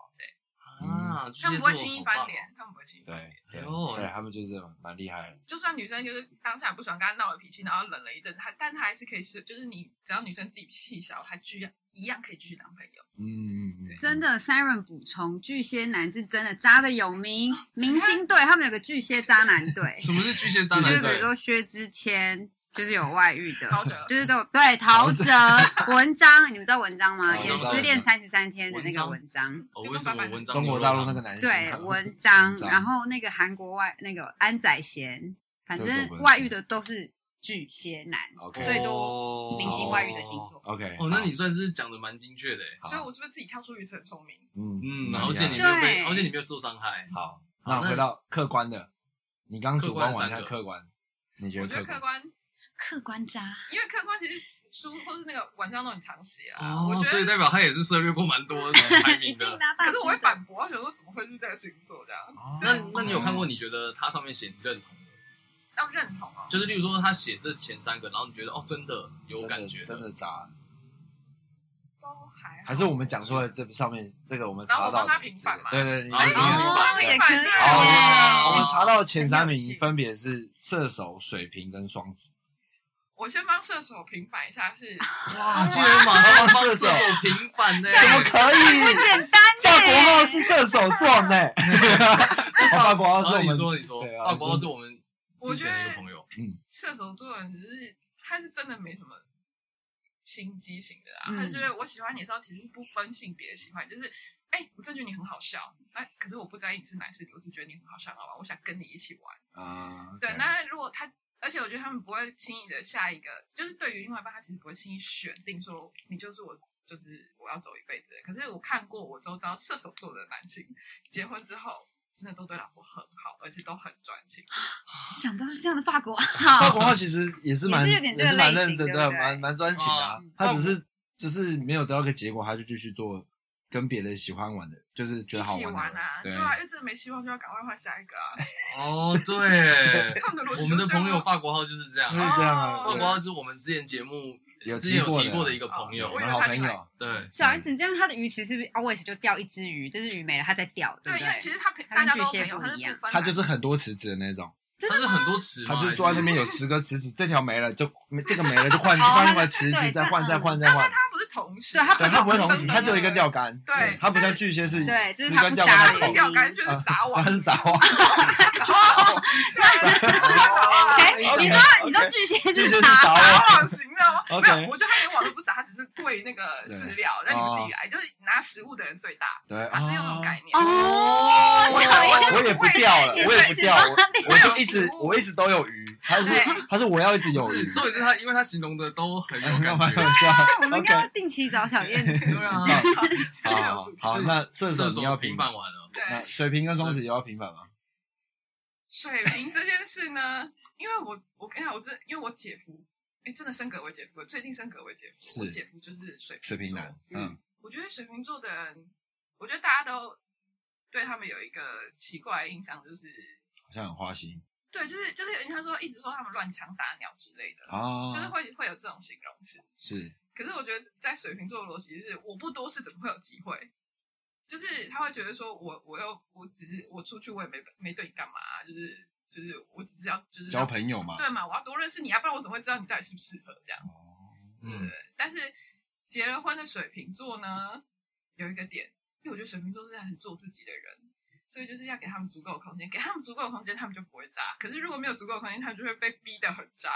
Speaker 1: 嗯
Speaker 3: 啊，巨
Speaker 4: 他
Speaker 3: 蟹
Speaker 4: 们
Speaker 3: 座
Speaker 4: 不会轻易
Speaker 3: 好棒
Speaker 4: 翻
Speaker 3: 哦
Speaker 4: 脸，他们不会轻易
Speaker 1: 对
Speaker 4: 翻脸。
Speaker 1: 对
Speaker 3: 哎呦
Speaker 1: 对，他们就是这种蛮厉害的，
Speaker 4: 就算女生就是当下不喜欢跟他闹了脾气，然后冷了一阵，他但他还是可以是，就是你只要女生自己气小，他居然一样可以继续当朋友。
Speaker 1: 嗯嗯嗯，
Speaker 2: 真的，Siren 补充，巨蟹男是真的渣的有名，明星队他们有个巨蟹渣男队，
Speaker 3: 什么是巨蟹渣
Speaker 2: 就
Speaker 3: 男
Speaker 2: 是比如
Speaker 3: 队？
Speaker 2: 说薛之谦，就是有外遇的， <laughs>
Speaker 4: 陶喆
Speaker 2: 就是都有对陶喆、文章，你们知道文章吗？
Speaker 1: 哦
Speaker 2: 演
Speaker 1: 我知道
Speaker 2: 《失恋三十三天》的那个文
Speaker 3: 文
Speaker 2: 章，
Speaker 3: 哦，为
Speaker 4: 就跟
Speaker 3: 什
Speaker 4: 爸
Speaker 3: 么
Speaker 4: 爸
Speaker 3: 文章
Speaker 1: 中国大陆那个男星
Speaker 2: 对
Speaker 1: 啊，
Speaker 2: 文章
Speaker 1: 文，章
Speaker 2: 然后那个韩国外那个安宰贤，反
Speaker 1: 都是
Speaker 2: 正
Speaker 1: 文章
Speaker 2: 外遇的都是巨蟹男，
Speaker 1: OK
Speaker 2: 最
Speaker 3: 多
Speaker 2: 明星外遇的星座。
Speaker 1: OK，
Speaker 3: 哦，那你算是讲的蛮精确的哎。
Speaker 1: 好
Speaker 4: 所以我是不是自己跳出鱼池很聪明？
Speaker 1: 嗯
Speaker 3: 嗯，
Speaker 1: 蛮
Speaker 3: 而
Speaker 1: 厉
Speaker 3: 且
Speaker 1: 害
Speaker 3: 你
Speaker 1: 的
Speaker 3: 没有被，
Speaker 2: 对
Speaker 3: 而且你没有受伤害。
Speaker 1: 好，
Speaker 3: 好
Speaker 1: 那
Speaker 3: 那
Speaker 1: 回到客观的，你刚主观完，
Speaker 3: 客观
Speaker 1: 现
Speaker 3: 三
Speaker 1: 在
Speaker 3: 个
Speaker 1: 客观，你觉
Speaker 4: 我
Speaker 1: 得
Speaker 4: 觉得
Speaker 1: 客
Speaker 4: 客
Speaker 1: 观？
Speaker 4: 观，
Speaker 2: 客观渣，
Speaker 4: 因为客观其实书或是那个文章都很常写啊。我
Speaker 3: 哦，
Speaker 4: 觉
Speaker 3: 所以
Speaker 4: 得，
Speaker 3: 代表他也是涉略过蛮多的排
Speaker 2: 一
Speaker 3: 名
Speaker 2: 定
Speaker 3: 的。
Speaker 2: 拉大。哦
Speaker 4: 可是我会，反驳，我想说怎么会是这个星座这样？
Speaker 3: 那
Speaker 1: 嗯
Speaker 3: 那你有看过？你觉得他上面写你认同的？
Speaker 4: 要认同哦。
Speaker 3: 就是例如说他写这前三个，然后你觉得哦，真的有
Speaker 1: 真的
Speaker 3: 感觉
Speaker 1: 真的渣，
Speaker 4: 都还好
Speaker 1: 还是我们讲出了这上面这个我们
Speaker 4: 然后
Speaker 1: 查
Speaker 4: 我
Speaker 1: 到
Speaker 4: 帮他
Speaker 1: 的
Speaker 4: 平
Speaker 1: 这
Speaker 4: 反
Speaker 1: 个
Speaker 4: 嘛哎
Speaker 1: 对对，你
Speaker 3: 哦
Speaker 1: 你
Speaker 2: 哦，也可以耶。
Speaker 1: 哦，
Speaker 3: 哦
Speaker 1: 我们查到的前三
Speaker 4: 很有
Speaker 1: 名
Speaker 4: 趣
Speaker 1: 分别是射手、水瓶跟双子。
Speaker 4: 我先帮射手平反一下，是
Speaker 3: 哇，啊竟然马上帮
Speaker 1: 射
Speaker 3: 射
Speaker 1: 手
Speaker 3: 手平反欸呢？
Speaker 1: 哦怎么可
Speaker 2: 不
Speaker 1: 以？
Speaker 2: 简单
Speaker 1: <laughs> 法国
Speaker 2: 耶
Speaker 1: 号是射手座呢，
Speaker 4: <laughs>
Speaker 1: 哦法国号是
Speaker 3: 啊，
Speaker 1: 我
Speaker 3: 你
Speaker 1: 们
Speaker 3: 说你说
Speaker 1: 对，啊
Speaker 3: 法国
Speaker 1: 就是
Speaker 3: 是我们之前的一个朋友，
Speaker 4: 射手座的人，只是他是真的没什么心机型的啊。
Speaker 2: 嗯
Speaker 4: 他就觉得我喜欢你的时候，其实不分性别喜欢，就是哎、我真觉得你很好笑，那可是我不在意你是男是女，我只觉得你很好笑很好玩，我想跟你一起玩。
Speaker 1: 啊，
Speaker 4: 对，那如果他，而且我觉得他们不会轻易的下一个，就是对于另外一半，他其实不会轻易选定说你就是我，就是我要走一辈子的。可是我看过我周遭射手座的男性结婚之后，真的都对老婆很好，而且都很专情。
Speaker 2: 想不到是这样的法国
Speaker 1: 法
Speaker 2: 号，
Speaker 1: 国号其实也是蛮
Speaker 2: 也是有点这个
Speaker 1: 也是蛮
Speaker 2: 类
Speaker 1: 认
Speaker 2: 型
Speaker 1: 真
Speaker 2: 对
Speaker 1: 的，
Speaker 2: 不对
Speaker 1: 蛮蛮专情的啊
Speaker 3: 哦。
Speaker 1: 他只是就是没有得到个结果，他就继续做跟别人喜欢玩的，就是觉
Speaker 4: 一
Speaker 1: 得好
Speaker 4: 起
Speaker 1: 玩
Speaker 4: 玩
Speaker 1: 的
Speaker 4: 啊，
Speaker 1: 对
Speaker 4: 对啊，因为真的没希望，就要赶快换下一个啊。
Speaker 3: 哦，对，
Speaker 4: <laughs> 他们的逻辑
Speaker 3: 我们的
Speaker 4: 就是这样
Speaker 3: 朋友
Speaker 4: 啊
Speaker 3: 法国号就是这样
Speaker 1: 就，是这样啊。
Speaker 3: 法
Speaker 4: 哦
Speaker 3: 国号就是我们之前节目 <laughs>
Speaker 1: 有
Speaker 3: 之前有提过
Speaker 1: 过
Speaker 3: 的一个朋友
Speaker 4: 哦，我以为
Speaker 1: 好
Speaker 4: 他
Speaker 1: 朋
Speaker 4: 进来
Speaker 1: 友，啊
Speaker 3: 对，
Speaker 2: 小孩
Speaker 1: 嗯
Speaker 2: 子这样，他的鱼池是不是 always 就钓一只鱼？这只鱼没了，他再钓，
Speaker 4: 对，
Speaker 2: 不
Speaker 4: 因为其
Speaker 2: 对？
Speaker 4: 实他平
Speaker 2: 他
Speaker 4: 大
Speaker 2: 跟
Speaker 4: 家都
Speaker 2: 巨蟹
Speaker 4: 朋友，
Speaker 2: 不
Speaker 4: 他是
Speaker 2: 一样
Speaker 4: 不分
Speaker 1: 他就
Speaker 4: 男
Speaker 1: 是很多池子的那种，
Speaker 2: 真
Speaker 3: 他
Speaker 2: 的
Speaker 3: 是
Speaker 2: 吗？
Speaker 3: 很多词
Speaker 1: 他
Speaker 3: 嘛，
Speaker 1: 就
Speaker 3: 还
Speaker 1: 坐在那边有十个池子，这条没了就没这个没了就
Speaker 2: <laughs>
Speaker 1: 换
Speaker 2: 哦
Speaker 1: 换另
Speaker 2: 他
Speaker 1: 外
Speaker 2: 就
Speaker 1: 池子，
Speaker 2: 对
Speaker 1: 再换
Speaker 2: 这
Speaker 1: 再换再换。
Speaker 4: 他不是同时，
Speaker 2: 对他不
Speaker 1: 对，
Speaker 2: 是
Speaker 1: 它不会
Speaker 2: 同
Speaker 1: 同
Speaker 2: 时
Speaker 1: 时，它只有一个钓竿，
Speaker 4: 对
Speaker 1: 它不像巨蟹是
Speaker 2: 对就是
Speaker 1: 十
Speaker 2: 它
Speaker 1: 根
Speaker 2: 不
Speaker 1: 钓
Speaker 2: 扎
Speaker 1: 竿的
Speaker 4: 他那
Speaker 2: 人
Speaker 4: 个
Speaker 1: 孔，
Speaker 4: 钓竿就是撒网啊
Speaker 1: 它，是
Speaker 2: <laughs>
Speaker 1: 撒网，
Speaker 2: 哎，你说
Speaker 1: <laughs>
Speaker 2: 你说巨蟹
Speaker 1: 巨
Speaker 2: 就是
Speaker 1: 蟹是
Speaker 2: 傻
Speaker 1: 傻
Speaker 2: 傻
Speaker 1: 瓜
Speaker 4: 撒网型的哦。
Speaker 1: 啊 OK
Speaker 4: 没有，我觉得他连网都不撒，他只是喂那个饲料，让你们自
Speaker 1: 哦
Speaker 4: 己来，就是拿食物的人最大，
Speaker 1: 对，
Speaker 4: 他是用那种概念。
Speaker 2: 哦，
Speaker 1: 我
Speaker 2: 小
Speaker 4: 我
Speaker 2: 燕
Speaker 1: 我也不钓了，
Speaker 2: 你
Speaker 1: 我也不
Speaker 2: <laughs>
Speaker 1: 钓，我
Speaker 2: 对
Speaker 1: 我就一直我一直都有鱼，它是
Speaker 4: 对
Speaker 1: 它是我要一直有
Speaker 3: 是
Speaker 1: 鱼，
Speaker 3: 重点是他，因为他形容的都很有
Speaker 1: <laughs> 干
Speaker 3: 感
Speaker 1: 嘛
Speaker 3: 觉
Speaker 1: 有，笑
Speaker 3: <laughs>
Speaker 2: 我们应该要
Speaker 1: ？OK，
Speaker 2: 定期找小燕
Speaker 1: <laughs>
Speaker 2: 子。
Speaker 3: 对啊，
Speaker 4: 这 <laughs> 个有
Speaker 1: 好
Speaker 4: 主题
Speaker 1: 好，那射手
Speaker 3: 射
Speaker 1: 你
Speaker 3: 手
Speaker 1: 要
Speaker 3: 平
Speaker 1: 平
Speaker 3: 反
Speaker 1: 反，
Speaker 3: 完了，
Speaker 4: 对，
Speaker 1: 那水瓶跟双子也要平反吗？
Speaker 4: 水瓶这件事呢，因为我我跟你讲，我真的因为我姐夫，哎，真的升格为姐夫了，最近升格为姐夫，我
Speaker 1: 是
Speaker 4: 姐夫就是水瓶
Speaker 1: 水瓶
Speaker 4: 座
Speaker 1: 男，嗯，
Speaker 4: 我觉得水瓶座的人，我觉得大家都对他们有一个奇怪的印象，就是
Speaker 1: 好像很花心
Speaker 4: 对，就是就是人家说一直说他们乱枪打鸟之类的，
Speaker 1: 啊
Speaker 4: 就是，会会有这种形容词。
Speaker 1: 是
Speaker 4: 可是我觉得在水瓶座的逻辑是，我不多事怎么会有机会？就是他会觉得说我我又我只是我出去我也没没对你干嘛、啊就是就是我只是要就是
Speaker 1: 交朋友嘛，哦
Speaker 4: 对嘛，我要多认识你啊，不然我怎么会知道你到底适不适合这样子？
Speaker 3: 嗯，
Speaker 4: 但是结了婚的水瓶座呢，有一个点，因为我觉得水瓶座是很做自己的人，所以就是要给他们足够的空间，给他们足够的空间，他们就不会渣。可是如果没有足够的空间，他们就会被逼得很渣。
Speaker 1: <laughs>